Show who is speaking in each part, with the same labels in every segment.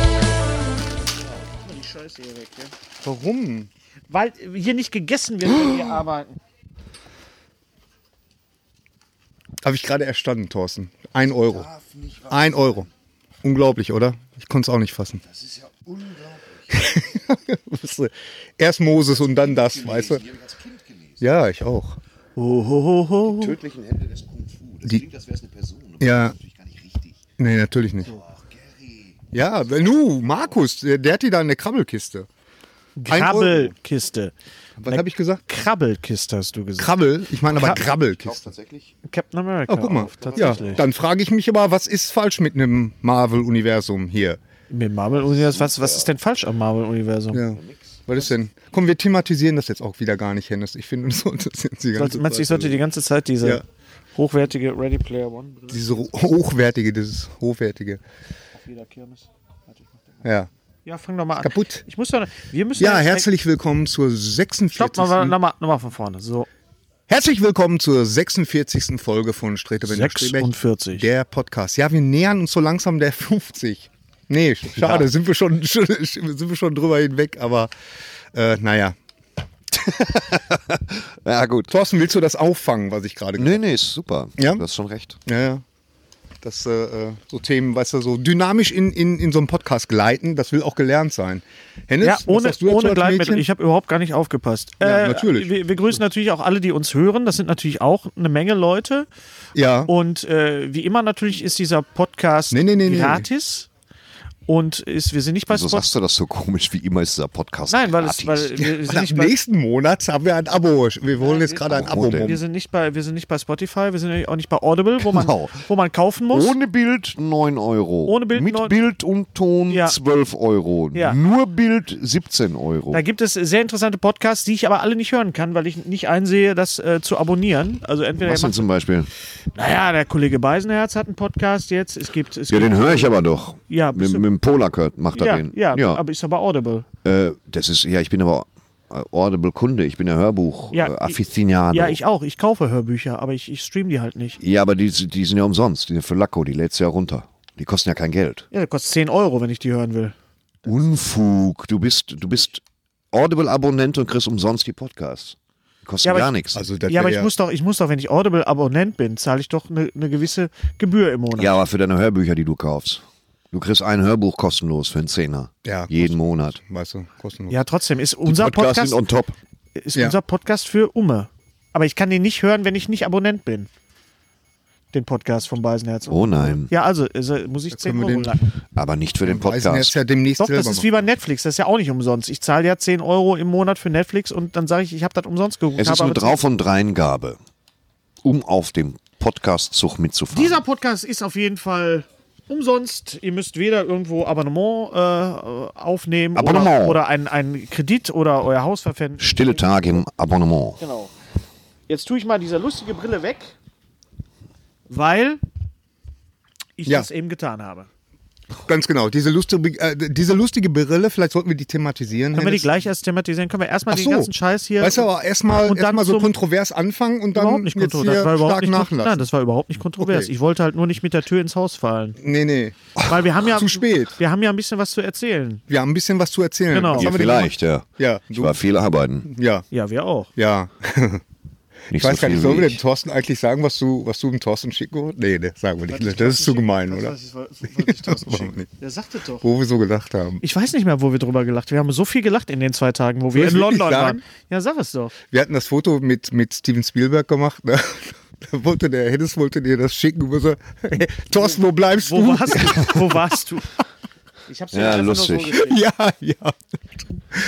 Speaker 1: Guck mal die Scheiße hier weg, ja?
Speaker 2: Warum?
Speaker 1: Weil hier nicht gegessen wird, wenn wir arbeiten.
Speaker 2: Habe ich gerade erstanden, Thorsten. Ein Euro. Ein Euro. Unglaublich, oder? Ich konnte es auch nicht fassen. Das ist ja unglaublich. Erst Moses und dann das, weißt du? Ja, ich auch.
Speaker 3: tödlichen Hände des Kung Fu. Das
Speaker 2: Die-
Speaker 3: klingt, als wäre es eine Person. aber
Speaker 2: Ja.
Speaker 3: Das ist natürlich gar nicht richtig.
Speaker 2: Nee, natürlich nicht. Ja, nu, Markus, der, der hat die da in der Krabbelkiste. Ein Euro.
Speaker 1: Krabbelkiste.
Speaker 2: Was habe ich gesagt?
Speaker 1: Krabbelkiste hast du gesagt.
Speaker 2: Krabbel, ich meine aber
Speaker 1: Krab-
Speaker 3: Kauft
Speaker 2: Krabbelkiste.
Speaker 3: tatsächlich.
Speaker 1: Captain America.
Speaker 2: Oh, guck mal.
Speaker 1: Auf,
Speaker 2: Ja,
Speaker 1: tatsächlich.
Speaker 2: dann frage ich mich aber, was ist falsch mit einem Marvel-Universum hier?
Speaker 1: Mit Marvel-Universum. Was, was ist denn falsch am Marvel-Universum?
Speaker 2: Ja. Was ist denn? Komm, wir thematisieren das jetzt auch wieder gar nicht, Hennes. Ich finde, das sollte das jetzt die ganze
Speaker 1: Sollte- Meinst du, ich
Speaker 2: Zeit-
Speaker 1: sollte die ganze Zeit diese
Speaker 2: Ja.
Speaker 1: hochwertige Ready Player One Brille
Speaker 2: Diese ho- hochwertige, dieses hochwertige.
Speaker 1: auf jeder Kirmes? Warte, ich mach den mal.
Speaker 2: Ja.
Speaker 1: Ja, fang doch mal an.
Speaker 2: Kaputt.
Speaker 1: Ich muss doch, wir müssen
Speaker 2: Ja,
Speaker 1: jetzt-
Speaker 2: herzlich willkommen zur 46.
Speaker 1: Stopp, nochmal noch mal, noch mal von vorne. So,
Speaker 2: herzlich willkommen zur 46. Folge von Strete Bender Strebeck,
Speaker 1: 46.
Speaker 2: Der Podcast. Ja, wir nähern uns so langsam der 50. Nee, sch- schade, sind, wir schon, schon- sind wir schon drüber hinweg, aber äh, naja.
Speaker 3: Ja, gut.
Speaker 2: Thorsten, willst du das auffangen, was ich gerade gesagt
Speaker 3: Nee, nee, ist super.
Speaker 2: Ja?
Speaker 3: Du hast schon recht.
Speaker 2: Ja, ja. Das, äh, äh, so Themen, weißt du, so dynamisch in, in, in so einem Podcast gleiten, das will auch gelernt sein. Hennes,
Speaker 1: Ja,
Speaker 2: was
Speaker 1: ohne,
Speaker 2: hast du dazu
Speaker 1: ohne
Speaker 2: als
Speaker 1: Gleitmittel.
Speaker 2: Mädchen?
Speaker 1: Ich habe überhaupt gar nicht aufgepasst. Äh,
Speaker 2: Ja, natürlich.
Speaker 1: Wir, wir grüßen natürlich auch alle, die uns hören. Das sind natürlich auch eine Menge Leute.
Speaker 2: ja.
Speaker 1: Und äh, wie immer natürlich ist dieser Podcast
Speaker 2: Nee, nee, nee, nee.
Speaker 1: gratis. Und ist, wir sind nicht bei
Speaker 3: Wieso
Speaker 1: Spotify.
Speaker 3: Also sagst du das so komisch? Wie immer ist dieser Podcast
Speaker 1: Nein, weil, es,
Speaker 3: gratis. Also
Speaker 1: weil wir,
Speaker 2: Und
Speaker 1: sind
Speaker 2: ab
Speaker 1: nicht oh, bei,
Speaker 2: nächsten Monat haben wir ein Abo. Wir holen jetzt gerade ein
Speaker 3: Abo
Speaker 2: Abo.
Speaker 3: denn?
Speaker 1: wir sind nicht bei wir sind nicht bei Spotify, wir sind auch nicht bei Audible, wo man,
Speaker 3: Genau.
Speaker 1: wo man kaufen muss.
Speaker 3: Ohne Bild 9 Euro.
Speaker 1: Ohne Bild
Speaker 3: Mit
Speaker 1: neun-
Speaker 3: Bild und Ton
Speaker 1: Ja.
Speaker 3: 12 Euro.
Speaker 1: Ja.
Speaker 3: Nur Bild 17 Euro.
Speaker 1: Da gibt es sehr interessante Podcasts, die ich aber alle nicht hören kann, weil ich nicht einsehe, das äh, zu abonnieren. Also entweder
Speaker 3: Was
Speaker 1: ihr
Speaker 3: denn
Speaker 1: macht,
Speaker 3: zum Beispiel?
Speaker 1: naja, der Kollege Beisenherz hat einen Podcast jetzt. Es gibt, es
Speaker 3: Ja,
Speaker 1: gibt
Speaker 3: den höre ich aber doch.
Speaker 1: Ja,
Speaker 3: mit,
Speaker 1: bist du-
Speaker 3: mit dem Polarcut macht er den.
Speaker 1: ja, ja, aber ist aber Audible.
Speaker 3: Äh, das ist, ja, ich bin aber äh, Audible-Kunde, ich bin ja Hörbuch,
Speaker 1: Ja,
Speaker 3: äh,
Speaker 1: ich-
Speaker 3: Aficionado.
Speaker 1: Ja, ich auch. Ich kaufe Hörbücher, aber ich, ich stream die halt nicht.
Speaker 3: Ja, aber die, die sind ja umsonst, die sind für Lacko, die lädst du ja runter. Die kosten ja kein Geld.
Speaker 1: Ja, das kostet 10 Euro, wenn ich die hören will.
Speaker 3: Unfug, du bist, du bist Audible-Abonnent und kriegst umsonst die Podcasts. Die kosten
Speaker 1: Ja, aber
Speaker 3: gar
Speaker 1: ich-
Speaker 3: nichts.
Speaker 2: Also, das
Speaker 1: ja, aber
Speaker 2: wär
Speaker 1: ich muss doch, ich muss doch, wenn ich Audible-Abonnent bin, zahle ich doch eine eine gewisse Gebühr im Monat.
Speaker 3: ja, aber für deine Hörbücher, die du kaufst. Du kriegst ein Hörbuch kostenlos für einen Zehner.
Speaker 2: Ja,
Speaker 3: jeden Monat.
Speaker 2: Weißt du, kostenlos.
Speaker 1: Ja, trotzdem ist unser Podcast,
Speaker 3: Podcasts sind on top.
Speaker 1: ist
Speaker 2: ja.
Speaker 1: unser Podcast für Umme. Aber ich kann den nicht hören, wenn ich nicht Abonnent bin. Den Podcast von Beisenherz.
Speaker 3: Oh nein.
Speaker 1: Ja, also, also muss ich 10
Speaker 2: können wir
Speaker 1: Euro
Speaker 2: den-
Speaker 1: lassen.
Speaker 3: Aber nicht für den
Speaker 2: Weißen jetzt
Speaker 3: Podcast.
Speaker 2: ja demnächst
Speaker 1: Doch,
Speaker 2: selber
Speaker 1: das ist wie
Speaker 2: machen.
Speaker 1: bei Netflix. Das ist ja auch nicht umsonst. Ich zahle ja 10 Euro im Monat für Netflix und dann sage ich, ich habe das umsonst geguckt.
Speaker 3: Es ist
Speaker 1: habe
Speaker 3: eine
Speaker 1: aber
Speaker 3: Drauf- und Dreingabe, um auf dem Podcast-Zug mitzufahren.
Speaker 1: Dieser Podcast ist auf jeden Fall umsonst. Ihr müsst weder irgendwo Abonnement äh, aufnehmen
Speaker 3: Abonnement.
Speaker 1: oder, oder einen, einen Kredit oder euer Haus verpfänden.
Speaker 3: Stille Tage im Abonnement.
Speaker 1: Genau. Jetzt tue ich mal diese lustige Brille weg, weil ich
Speaker 2: Ja.
Speaker 1: das eben getan habe.
Speaker 2: Ganz genau. Diese lustige, äh, diese lustige Brille, vielleicht sollten wir die thematisieren.
Speaker 1: Können wir die
Speaker 2: Hennes.
Speaker 1: gleich erst thematisieren? Können wir erstmal
Speaker 2: Ach
Speaker 1: den
Speaker 2: so.
Speaker 1: ganzen Scheiß hier.
Speaker 2: Weißt du, aber erstmal
Speaker 1: Und dann
Speaker 2: erst mal so
Speaker 1: zum-
Speaker 2: kontrovers anfangen und dann
Speaker 1: überhaupt nicht
Speaker 2: jetzt
Speaker 1: kontrovers.
Speaker 2: hier
Speaker 1: Das war überhaupt
Speaker 2: stark
Speaker 1: nicht kontro-
Speaker 2: nachlassen.
Speaker 1: Nein, das war überhaupt nicht kontrovers.
Speaker 2: Okay.
Speaker 1: Ich wollte halt nur nicht mit der Tür ins Haus fallen.
Speaker 2: nee, nee.
Speaker 1: Weil wir haben ja.
Speaker 2: Zu spät.
Speaker 1: Wir haben ja ein bisschen was zu erzählen.
Speaker 2: Wir haben ein bisschen was zu erzählen.
Speaker 1: Genau.
Speaker 2: Was
Speaker 3: Ja,
Speaker 2: haben wir denn
Speaker 3: vielleicht, ja.
Speaker 2: Ja,
Speaker 3: Ich
Speaker 2: du-
Speaker 3: war viel arbeiten.
Speaker 2: gemacht? Ja,
Speaker 1: Ja, wir auch.
Speaker 2: ja. Ich
Speaker 3: Nicht
Speaker 2: weiß
Speaker 3: so
Speaker 2: gar
Speaker 3: viel
Speaker 2: nicht, sollen
Speaker 3: wie
Speaker 2: wir
Speaker 3: ich.
Speaker 2: dem Thorsten eigentlich sagen, was du, was du dem Thorsten schicken Nee, nee, sagen wir nicht. Das ist zu gemein, oder? Warum nicht?
Speaker 1: Der sagte doch.
Speaker 2: Wo wir so gedacht haben.
Speaker 1: Ich weiß nicht mehr, wo wir drüber gelacht haben. Wir haben so viel gelacht in den zwei Tagen, wo wir
Speaker 2: Soll
Speaker 1: in
Speaker 2: ich wirklich
Speaker 1: London
Speaker 2: sagen?
Speaker 1: waren. Ja, sag es doch.
Speaker 2: Wir hatten das Foto mit, mit Steven Spielberg gemacht. Ne? Da wollte der Hennes wollte dir das schicken. Und wir so, hey, Thorsten, wo bleibst
Speaker 1: Wo
Speaker 2: du?
Speaker 1: warst du? Wo warst du? Ich hab's dir
Speaker 3: Ja,
Speaker 1: einfach nur
Speaker 3: lustig.
Speaker 1: geschickt.
Speaker 2: Ja, ja.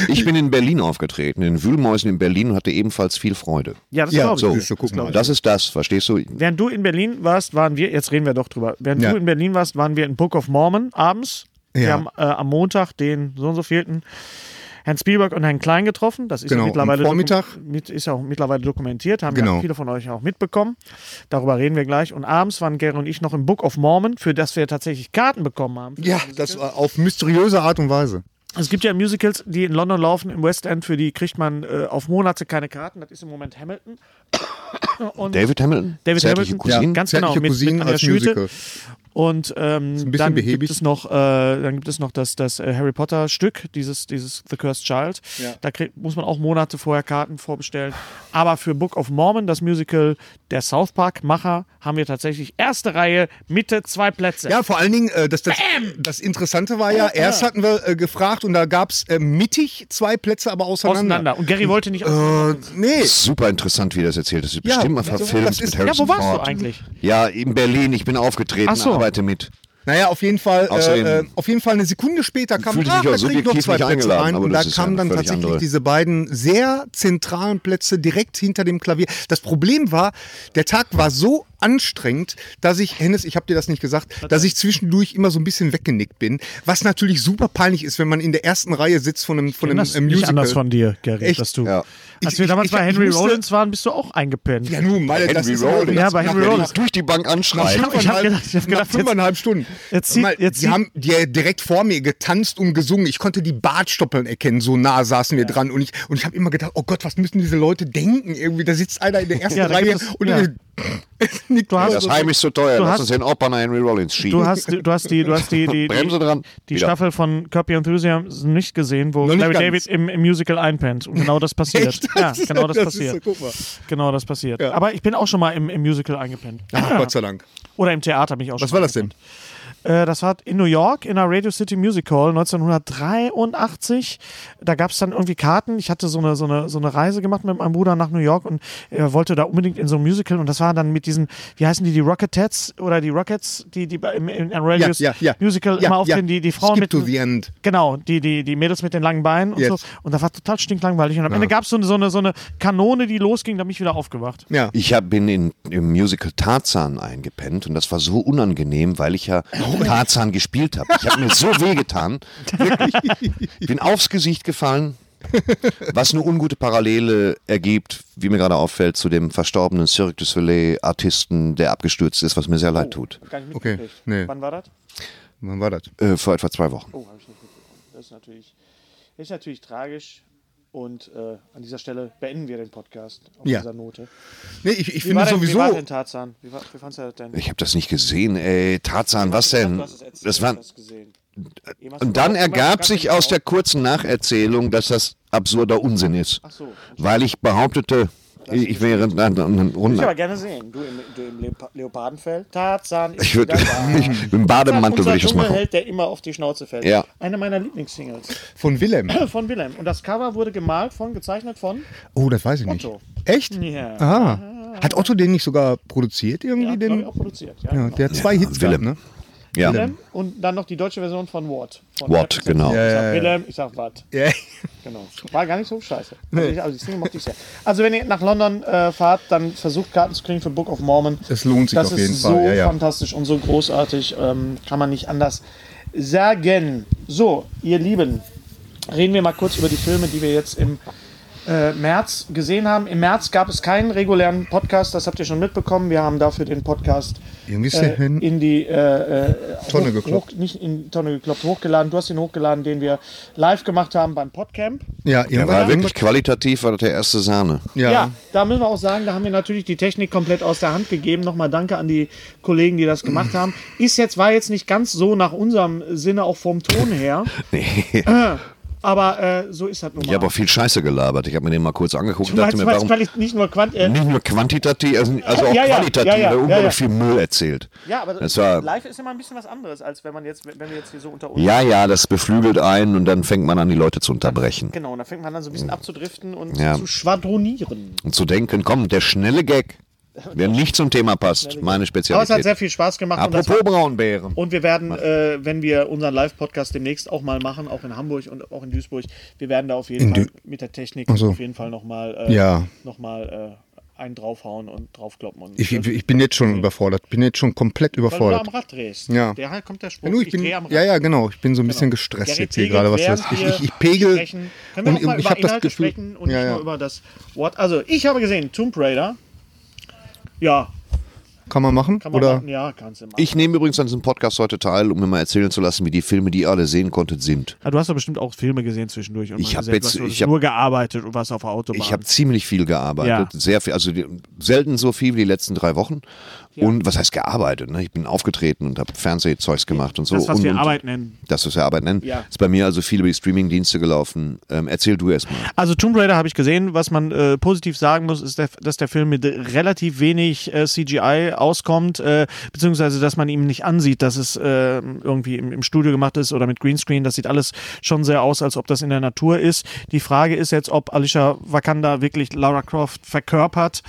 Speaker 3: Ich bin in Berlin aufgetreten, in Wühlmäusen in Berlin und hatte ebenfalls viel Freude.
Speaker 1: ja, das glaube
Speaker 2: Ja,
Speaker 1: ich.
Speaker 2: so.
Speaker 1: Das
Speaker 2: So, guck
Speaker 1: glaub
Speaker 2: mal.
Speaker 3: Das ist das, verstehst du?
Speaker 1: Während du in Berlin warst, waren wir, jetzt reden wir doch drüber, während
Speaker 2: Ja.
Speaker 1: du in Berlin warst, waren wir in Book of Mormon abends. Wir
Speaker 2: Ja.
Speaker 1: haben äh, am Montag den so und so vielten Herrn Spielberg und Herrn Klein getroffen. Das ist
Speaker 2: Genau,
Speaker 1: ja
Speaker 2: am
Speaker 1: mittlerweile
Speaker 2: Vormittag.
Speaker 1: dokum- Mit, ist ja auch mittlerweile dokumentiert, haben
Speaker 2: Genau.
Speaker 1: ja viele von euch auch mitbekommen. Darüber reden wir gleich. Und abends waren Gary und ich noch im Book of Mormon, für das wir tatsächlich Karten bekommen haben.
Speaker 2: Ja, das war auf mysteriöse Art und Weise.
Speaker 1: Es gibt ja Musicals, die in London laufen, im West End, für die kriegt man äh, auf Monate keine Karten. Das ist im Moment Hamilton. Und
Speaker 3: David Hamilton?
Speaker 1: David
Speaker 3: Zärtliche
Speaker 1: Hamilton,
Speaker 3: Cousinen?
Speaker 1: ganz genau,
Speaker 2: Zärtliche
Speaker 1: mit,
Speaker 2: Cousinen
Speaker 1: mit einer
Speaker 2: als
Speaker 1: Schüte.
Speaker 2: Musical.
Speaker 1: Und ähm,
Speaker 2: ein bisschen
Speaker 1: dann,
Speaker 2: behäbig.
Speaker 1: gibt es noch, äh, dann gibt es noch das, das äh, Harry Potter Stück, dieses, dieses The Cursed Child. Da krieg, muss man auch Monate vorher Karten vorbestellen. Aber für Book of Mormon, das Musical der South Park-Macher, haben wir tatsächlich erste Reihe, Mitte, zwei Plätze.
Speaker 2: Ja, vor allen Dingen, äh, das, das, das Interessante war ja, erst hatten wir äh, gefragt und da gab es äh, mittig zwei Plätze, aber auseinander.
Speaker 1: auseinander. Und Gary wollte nicht.
Speaker 2: Äh, nee,
Speaker 3: Super interessant, wie das erzählt ist.
Speaker 2: Ja,
Speaker 3: Bestimmt mal
Speaker 2: das
Speaker 3: verfilmt
Speaker 2: ist-
Speaker 3: mit
Speaker 2: Ja,
Speaker 3: Harrison
Speaker 1: ja, wo warst
Speaker 3: Ford.
Speaker 1: du eigentlich?
Speaker 3: Ja, in Berlin. Ich bin aufgetreten,
Speaker 1: Ach so.
Speaker 3: arbeite mit.
Speaker 2: naja, auf jeden Fall,
Speaker 3: Außerdem-
Speaker 2: äh, äh, auf jeden Fall eine Sekunde später kam,
Speaker 3: Fühlte ich
Speaker 2: ach, da
Speaker 3: mich auch
Speaker 2: krieg ich noch
Speaker 3: subjektiv
Speaker 2: zwei
Speaker 3: nicht
Speaker 2: Plätze
Speaker 3: eingeladen,
Speaker 2: rein
Speaker 3: aber
Speaker 2: und da
Speaker 3: das ist ja
Speaker 2: kamen
Speaker 3: eine
Speaker 2: dann
Speaker 3: völlig
Speaker 2: tatsächlich
Speaker 3: andere.
Speaker 2: diese beiden sehr zentralen Plätze direkt hinter dem Klavier. Das Problem war, der Tag war so anstrengend, dass ich, Hennes, ich habe dir das nicht gesagt, dass ich zwischendurch immer so ein bisschen weggenickt bin, was natürlich super peinlich ist, wenn man in der ersten Reihe sitzt von einem, von einem,
Speaker 1: das
Speaker 2: einem
Speaker 1: nicht
Speaker 2: Musical.
Speaker 1: anders von dir, Gary,
Speaker 2: Echt?
Speaker 1: dass du.
Speaker 3: Ja.
Speaker 1: Als
Speaker 2: Ich-
Speaker 1: wir
Speaker 2: ich-
Speaker 1: damals
Speaker 2: ich-
Speaker 1: bei
Speaker 2: ich
Speaker 1: Henry
Speaker 2: musste-
Speaker 1: Rollins waren, bist du auch eingepennt.
Speaker 2: Ja, nun, meine, das
Speaker 3: Henry
Speaker 2: ist halt aber-
Speaker 3: Rollins.
Speaker 1: Ja, bei Henry
Speaker 3: Wenn
Speaker 1: Rollins.
Speaker 3: ich durch die Bank anschreien.
Speaker 1: hab- ich hab
Speaker 2: Fünfeinhalb-
Speaker 1: gedacht- ich hab
Speaker 2: nach
Speaker 1: gedacht, jetzt-
Speaker 2: fünfeinhalb Stunden.
Speaker 1: jetzt zieht-
Speaker 2: Mal,
Speaker 1: jetzt
Speaker 2: die
Speaker 1: zieht-
Speaker 2: haben die direkt vor mir getanzt und gesungen. Ich konnte die Bartstoppeln erkennen, so nah saßen wir dran. Und ich, und ich habe immer gedacht, oh Gott, was müssen diese Leute denken? Irgendwie, da sitzt einer in der ersten
Speaker 1: Ja, da
Speaker 2: Reihe
Speaker 1: gibt es-
Speaker 2: und
Speaker 1: ja.
Speaker 2: es nickt
Speaker 1: Du hast-
Speaker 2: nur
Speaker 3: Das
Speaker 2: so.
Speaker 3: Heim ist zu teuer.
Speaker 1: Du
Speaker 3: Lass
Speaker 1: hast-
Speaker 3: uns den Opern Henry Rollins schieben.
Speaker 1: Du hast, du hast die, du hast die, die,
Speaker 3: Bremse
Speaker 1: die,
Speaker 3: dran.
Speaker 1: die
Speaker 3: Wieder.
Speaker 1: Staffel von Curb Your Enthusiasm nicht gesehen, wo
Speaker 2: Noch nicht
Speaker 1: Larry
Speaker 2: ganz.
Speaker 1: David im, im Musical einpennt. Und genau das passiert.
Speaker 2: Echt?
Speaker 1: Ja, genau das,
Speaker 2: ist so,
Speaker 1: passiert.
Speaker 2: guck mal.
Speaker 1: genau das passiert. Aber ich bin auch schon mal im, im Musical eingepennt.
Speaker 2: Ach, Gott sei Dank.
Speaker 1: Oder im Theater bin ich auch schon
Speaker 2: Was war
Speaker 1: mal
Speaker 2: das denn?
Speaker 1: äh, das war in New York in der Radio City Music Hall 1983. Da gab es dann irgendwie Karten. Ich hatte so eine, so, eine, so eine Reise gemacht mit meinem Bruder nach New York und er wollte da unbedingt in so ein Musical. Und das war dann mit diesen, wie heißen die, die Rockettes oder die Rockets, die, die bei- im, im Radio
Speaker 2: ja, ja.
Speaker 1: Musical
Speaker 2: Ja,
Speaker 1: immer auftreten,
Speaker 2: ja.
Speaker 1: die, die Frauen
Speaker 2: Skip
Speaker 1: mit.
Speaker 2: to the end.
Speaker 1: Genau, die, die, die Mädels mit den langen Beinen und
Speaker 2: Yes.
Speaker 1: so. Und da war total stinklangweilig. Und am Ende gab so es so eine, so eine Kanone, die losging, da bin ich wieder aufgewacht.
Speaker 2: Ja.
Speaker 3: Ich hab, bin in, im Musical Tarzan eingepennt und das war so unangenehm, weil ich ja Tarzan gespielt habe. Ich habe mir so wehgetan. Wirklich. Ich bin aufs Gesicht gefallen, was eine ungute Parallele ergibt, wie mir gerade auffällt, zu dem verstorbenen Cirque du Soleil-Artisten, der abgestürzt ist, was mir sehr leid tut.
Speaker 2: Okay, nee.
Speaker 1: Wann war das?
Speaker 2: Wann war das?
Speaker 3: Äh, vor etwa zwei Wochen.
Speaker 1: Oh, habe ich nicht mitbekommen. Das ist natürlich, das ist natürlich tragisch. Und äh, an dieser Stelle beenden wir den Podcast auf
Speaker 2: Ja.
Speaker 1: dieser Note.
Speaker 2: Nee, ich, ich
Speaker 1: Wie war,
Speaker 2: finde
Speaker 1: denn, wie
Speaker 2: sowieso.
Speaker 1: war denn Tarzan? Wie, war, wie fandst du das denn?
Speaker 3: Ich habe das nicht gesehen, ey. Tarzan, was
Speaker 1: Du
Speaker 3: denn?
Speaker 1: hast es erzählt,
Speaker 3: Das
Speaker 1: du
Speaker 3: war,
Speaker 1: hast es gesehen. Jemand-
Speaker 3: und dann
Speaker 1: jemand-
Speaker 3: ergab
Speaker 1: jemand-
Speaker 3: sich aus
Speaker 1: genau.
Speaker 3: der kurzen Nacherzählung, dass das absurder Unsinn ist.
Speaker 1: Ach so.
Speaker 3: Weil ich behauptete, ich wäre in einer
Speaker 1: Ich würde aber
Speaker 3: Runde.
Speaker 1: gerne sehen. Du im, du im Leopa Leopardenfell. Tarzan ist
Speaker 3: Ich würde,
Speaker 1: wieder da.
Speaker 3: ich, im Bademantel
Speaker 1: Unser
Speaker 3: würde ich das machen.
Speaker 1: Dschungelheld, der immer auf die Schnauze fällt.
Speaker 3: Ja.
Speaker 1: Einer meiner Lieblingssingles Äh,
Speaker 2: Von Willem.
Speaker 1: von Willem. Und das Cover wurde gemalt von, gezeichnet von
Speaker 2: Oh, das weiß ich nicht.
Speaker 1: Otto.
Speaker 2: Echt?
Speaker 1: Ja.
Speaker 2: Ah. Hat Otto den nicht sogar produziert irgendwie?
Speaker 1: Ja, glaub
Speaker 2: den?
Speaker 1: ich, auch produziert. Ja,
Speaker 2: Ja,
Speaker 1: genau.
Speaker 2: der hat zwei Hits
Speaker 3: Willem.
Speaker 2: gehabt, ne?
Speaker 3: Ja.
Speaker 1: Willem und dann noch die deutsche Version von Watt. Von
Speaker 3: Watt,
Speaker 1: Apple.
Speaker 3: genau.
Speaker 1: Ich sag Willem, ich sag Watt.
Speaker 2: Ja.
Speaker 1: Genau. War gar nicht so scheiße. Also, ich, also die Single mochte ich sehr. Also wenn ihr nach London äh, fahrt, dann versucht Karten zu kriegen für Book of Mormon.
Speaker 2: Es lohnt sich
Speaker 1: das
Speaker 2: auf jeden
Speaker 1: ist
Speaker 2: Fall,
Speaker 1: so
Speaker 2: ja, ja.
Speaker 1: fantastisch und so großartig. Ähm, kann man nicht anders sagen. So, ihr Lieben, reden wir mal kurz über die Filme, die wir jetzt im äh, März gesehen haben. Im März gab es keinen regulären Podcast, das habt ihr schon mitbekommen. Wir haben dafür den Podcast
Speaker 2: Irgendwie ist der
Speaker 1: äh,
Speaker 2: hin-
Speaker 1: in die äh, äh,
Speaker 2: Tonne
Speaker 1: hoch,
Speaker 2: gekloppt.
Speaker 1: Hoch, nicht in die Tonne gekloppt, hochgeladen. Du hast ihn hochgeladen, den wir live gemacht haben beim Podcamp.
Speaker 2: Ja,
Speaker 3: Der
Speaker 2: irgendwann.
Speaker 3: war wirklich qualitativ, war das der erste Sahne.
Speaker 2: ja.
Speaker 1: Ja. da müssen wir auch sagen, da haben wir natürlich die Technik komplett aus der Hand gegeben. Nochmal danke an die Kollegen, die das gemacht haben. Ist jetzt, war jetzt nicht ganz so nach unserem Sinne, auch vom Ton her.
Speaker 3: Nee.
Speaker 1: Aber äh, so ist das nun mal.
Speaker 3: Ich habe auch viel Scheiße gelabert. Ich habe mir den mal kurz angeguckt und
Speaker 1: du meinst,
Speaker 3: dachte mir,
Speaker 1: meinst
Speaker 3: warum Hm?
Speaker 1: quali- nicht nur Quant äh,
Speaker 3: nicht nur quantitativ, also, also auch
Speaker 1: Ja, ja,
Speaker 3: qualitativ,
Speaker 1: ja, ja,
Speaker 3: weil
Speaker 1: ja,
Speaker 3: unglaublich
Speaker 1: ja.
Speaker 3: viel Müll erzählt.
Speaker 1: Ja, aber
Speaker 3: das war,
Speaker 1: live ist immer ein bisschen was anderes, als wenn man jetzt, wenn wir jetzt hier so unter uns.
Speaker 3: ja, ja, das beflügelt einen und dann fängt man an, die Leute zu unterbrechen.
Speaker 1: Genau, und da fängt man dann so ein bisschen abzudriften und
Speaker 3: Hm. Ja.
Speaker 1: zu schwadronieren.
Speaker 3: Und zu denken, komm, der schnelle Gag, der nicht zum Thema passt,
Speaker 1: Aber es
Speaker 3: meine
Speaker 1: hat sehr
Speaker 3: Spezialität.
Speaker 1: viel Spaß gemacht. und, das
Speaker 3: Apropos
Speaker 1: war,
Speaker 3: Braunbären.
Speaker 1: und wir werden, äh, wenn wir unseren Live-Podcast demnächst auch mal machen, auch in Hamburg und auch in Duisburg, wir werden da auf jeden Fall mit der Technik
Speaker 2: so.
Speaker 1: auf jeden Fall nochmal äh,
Speaker 2: Ja.
Speaker 1: noch mal, äh, einen draufhauen und draufkloppen. Und
Speaker 2: Ich, ich- ich bin jetzt schon überfordert. Bin jetzt schon komplett
Speaker 1: weil du da am
Speaker 2: überfordert.
Speaker 1: Rad drehst.
Speaker 2: Ja.
Speaker 1: Daher kommt der Spruch.
Speaker 2: Ja, nur, ich bin,
Speaker 1: dreh am Rad.
Speaker 2: ja, ja, genau. Ich bin so ein bisschen gestresst
Speaker 1: Gerrit
Speaker 2: jetzt hier
Speaker 1: pegelt,
Speaker 2: gerade, was das
Speaker 1: während
Speaker 2: ich,
Speaker 1: wir
Speaker 2: ich, ich pegel.
Speaker 1: sprechen. Können wir auch mal
Speaker 2: ich
Speaker 1: über
Speaker 2: habe das
Speaker 1: Inhalte
Speaker 2: Gefühl.
Speaker 1: sprechen und
Speaker 2: ja,
Speaker 1: nicht
Speaker 2: ja.
Speaker 1: nur über das Wort. Also, ich habe gesehen, Tomb Raider. Ja,
Speaker 2: Kann man machen?
Speaker 1: kann man
Speaker 2: Oder?
Speaker 1: machen. Ja, kannst du machen.
Speaker 3: Ich nehme übrigens an diesem Podcast heute teil, um mir mal erzählen zu lassen, wie die Filme, die ihr alle sehen konntet, sind.
Speaker 1: Ah, du hast ja bestimmt auch Filme gesehen zwischendurch. Und
Speaker 3: Ich mal hab gesehen, jetzt- du hast nur- ich hab-
Speaker 1: nur
Speaker 3: nur
Speaker 1: gearbeitet und warst auf der Autobahn.
Speaker 3: Ich habe ziemlich viel gearbeitet,
Speaker 1: Ja.
Speaker 3: sehr viel, also die, selten so viel wie die letzten drei Wochen. Und was heißt gearbeitet? Ne? Ich bin aufgetreten und habe Fernsehzeugs gemacht und so.
Speaker 1: das, was
Speaker 3: und,
Speaker 1: wir
Speaker 3: und,
Speaker 1: Arbeit nennen.
Speaker 3: Das, was wir Arbeit nennen.
Speaker 1: Ja.
Speaker 3: Ist bei mir also viel über die Streamingdienste gelaufen. Ähm, erzähl du erst mal.
Speaker 1: Also Tomb Raider habe ich gesehen. Was man äh, positiv sagen muss, ist, der, dass der Film mit relativ wenig äh, CGI auskommt, äh, beziehungsweise dass man ihm nicht ansieht, dass es äh, irgendwie im, im Studio gemacht ist oder mit Greenscreen. Das sieht alles schon sehr aus, als ob das in der Natur ist. Die Frage ist jetzt, ob Alicia Wakanda wirklich Lara Croft verkörpert.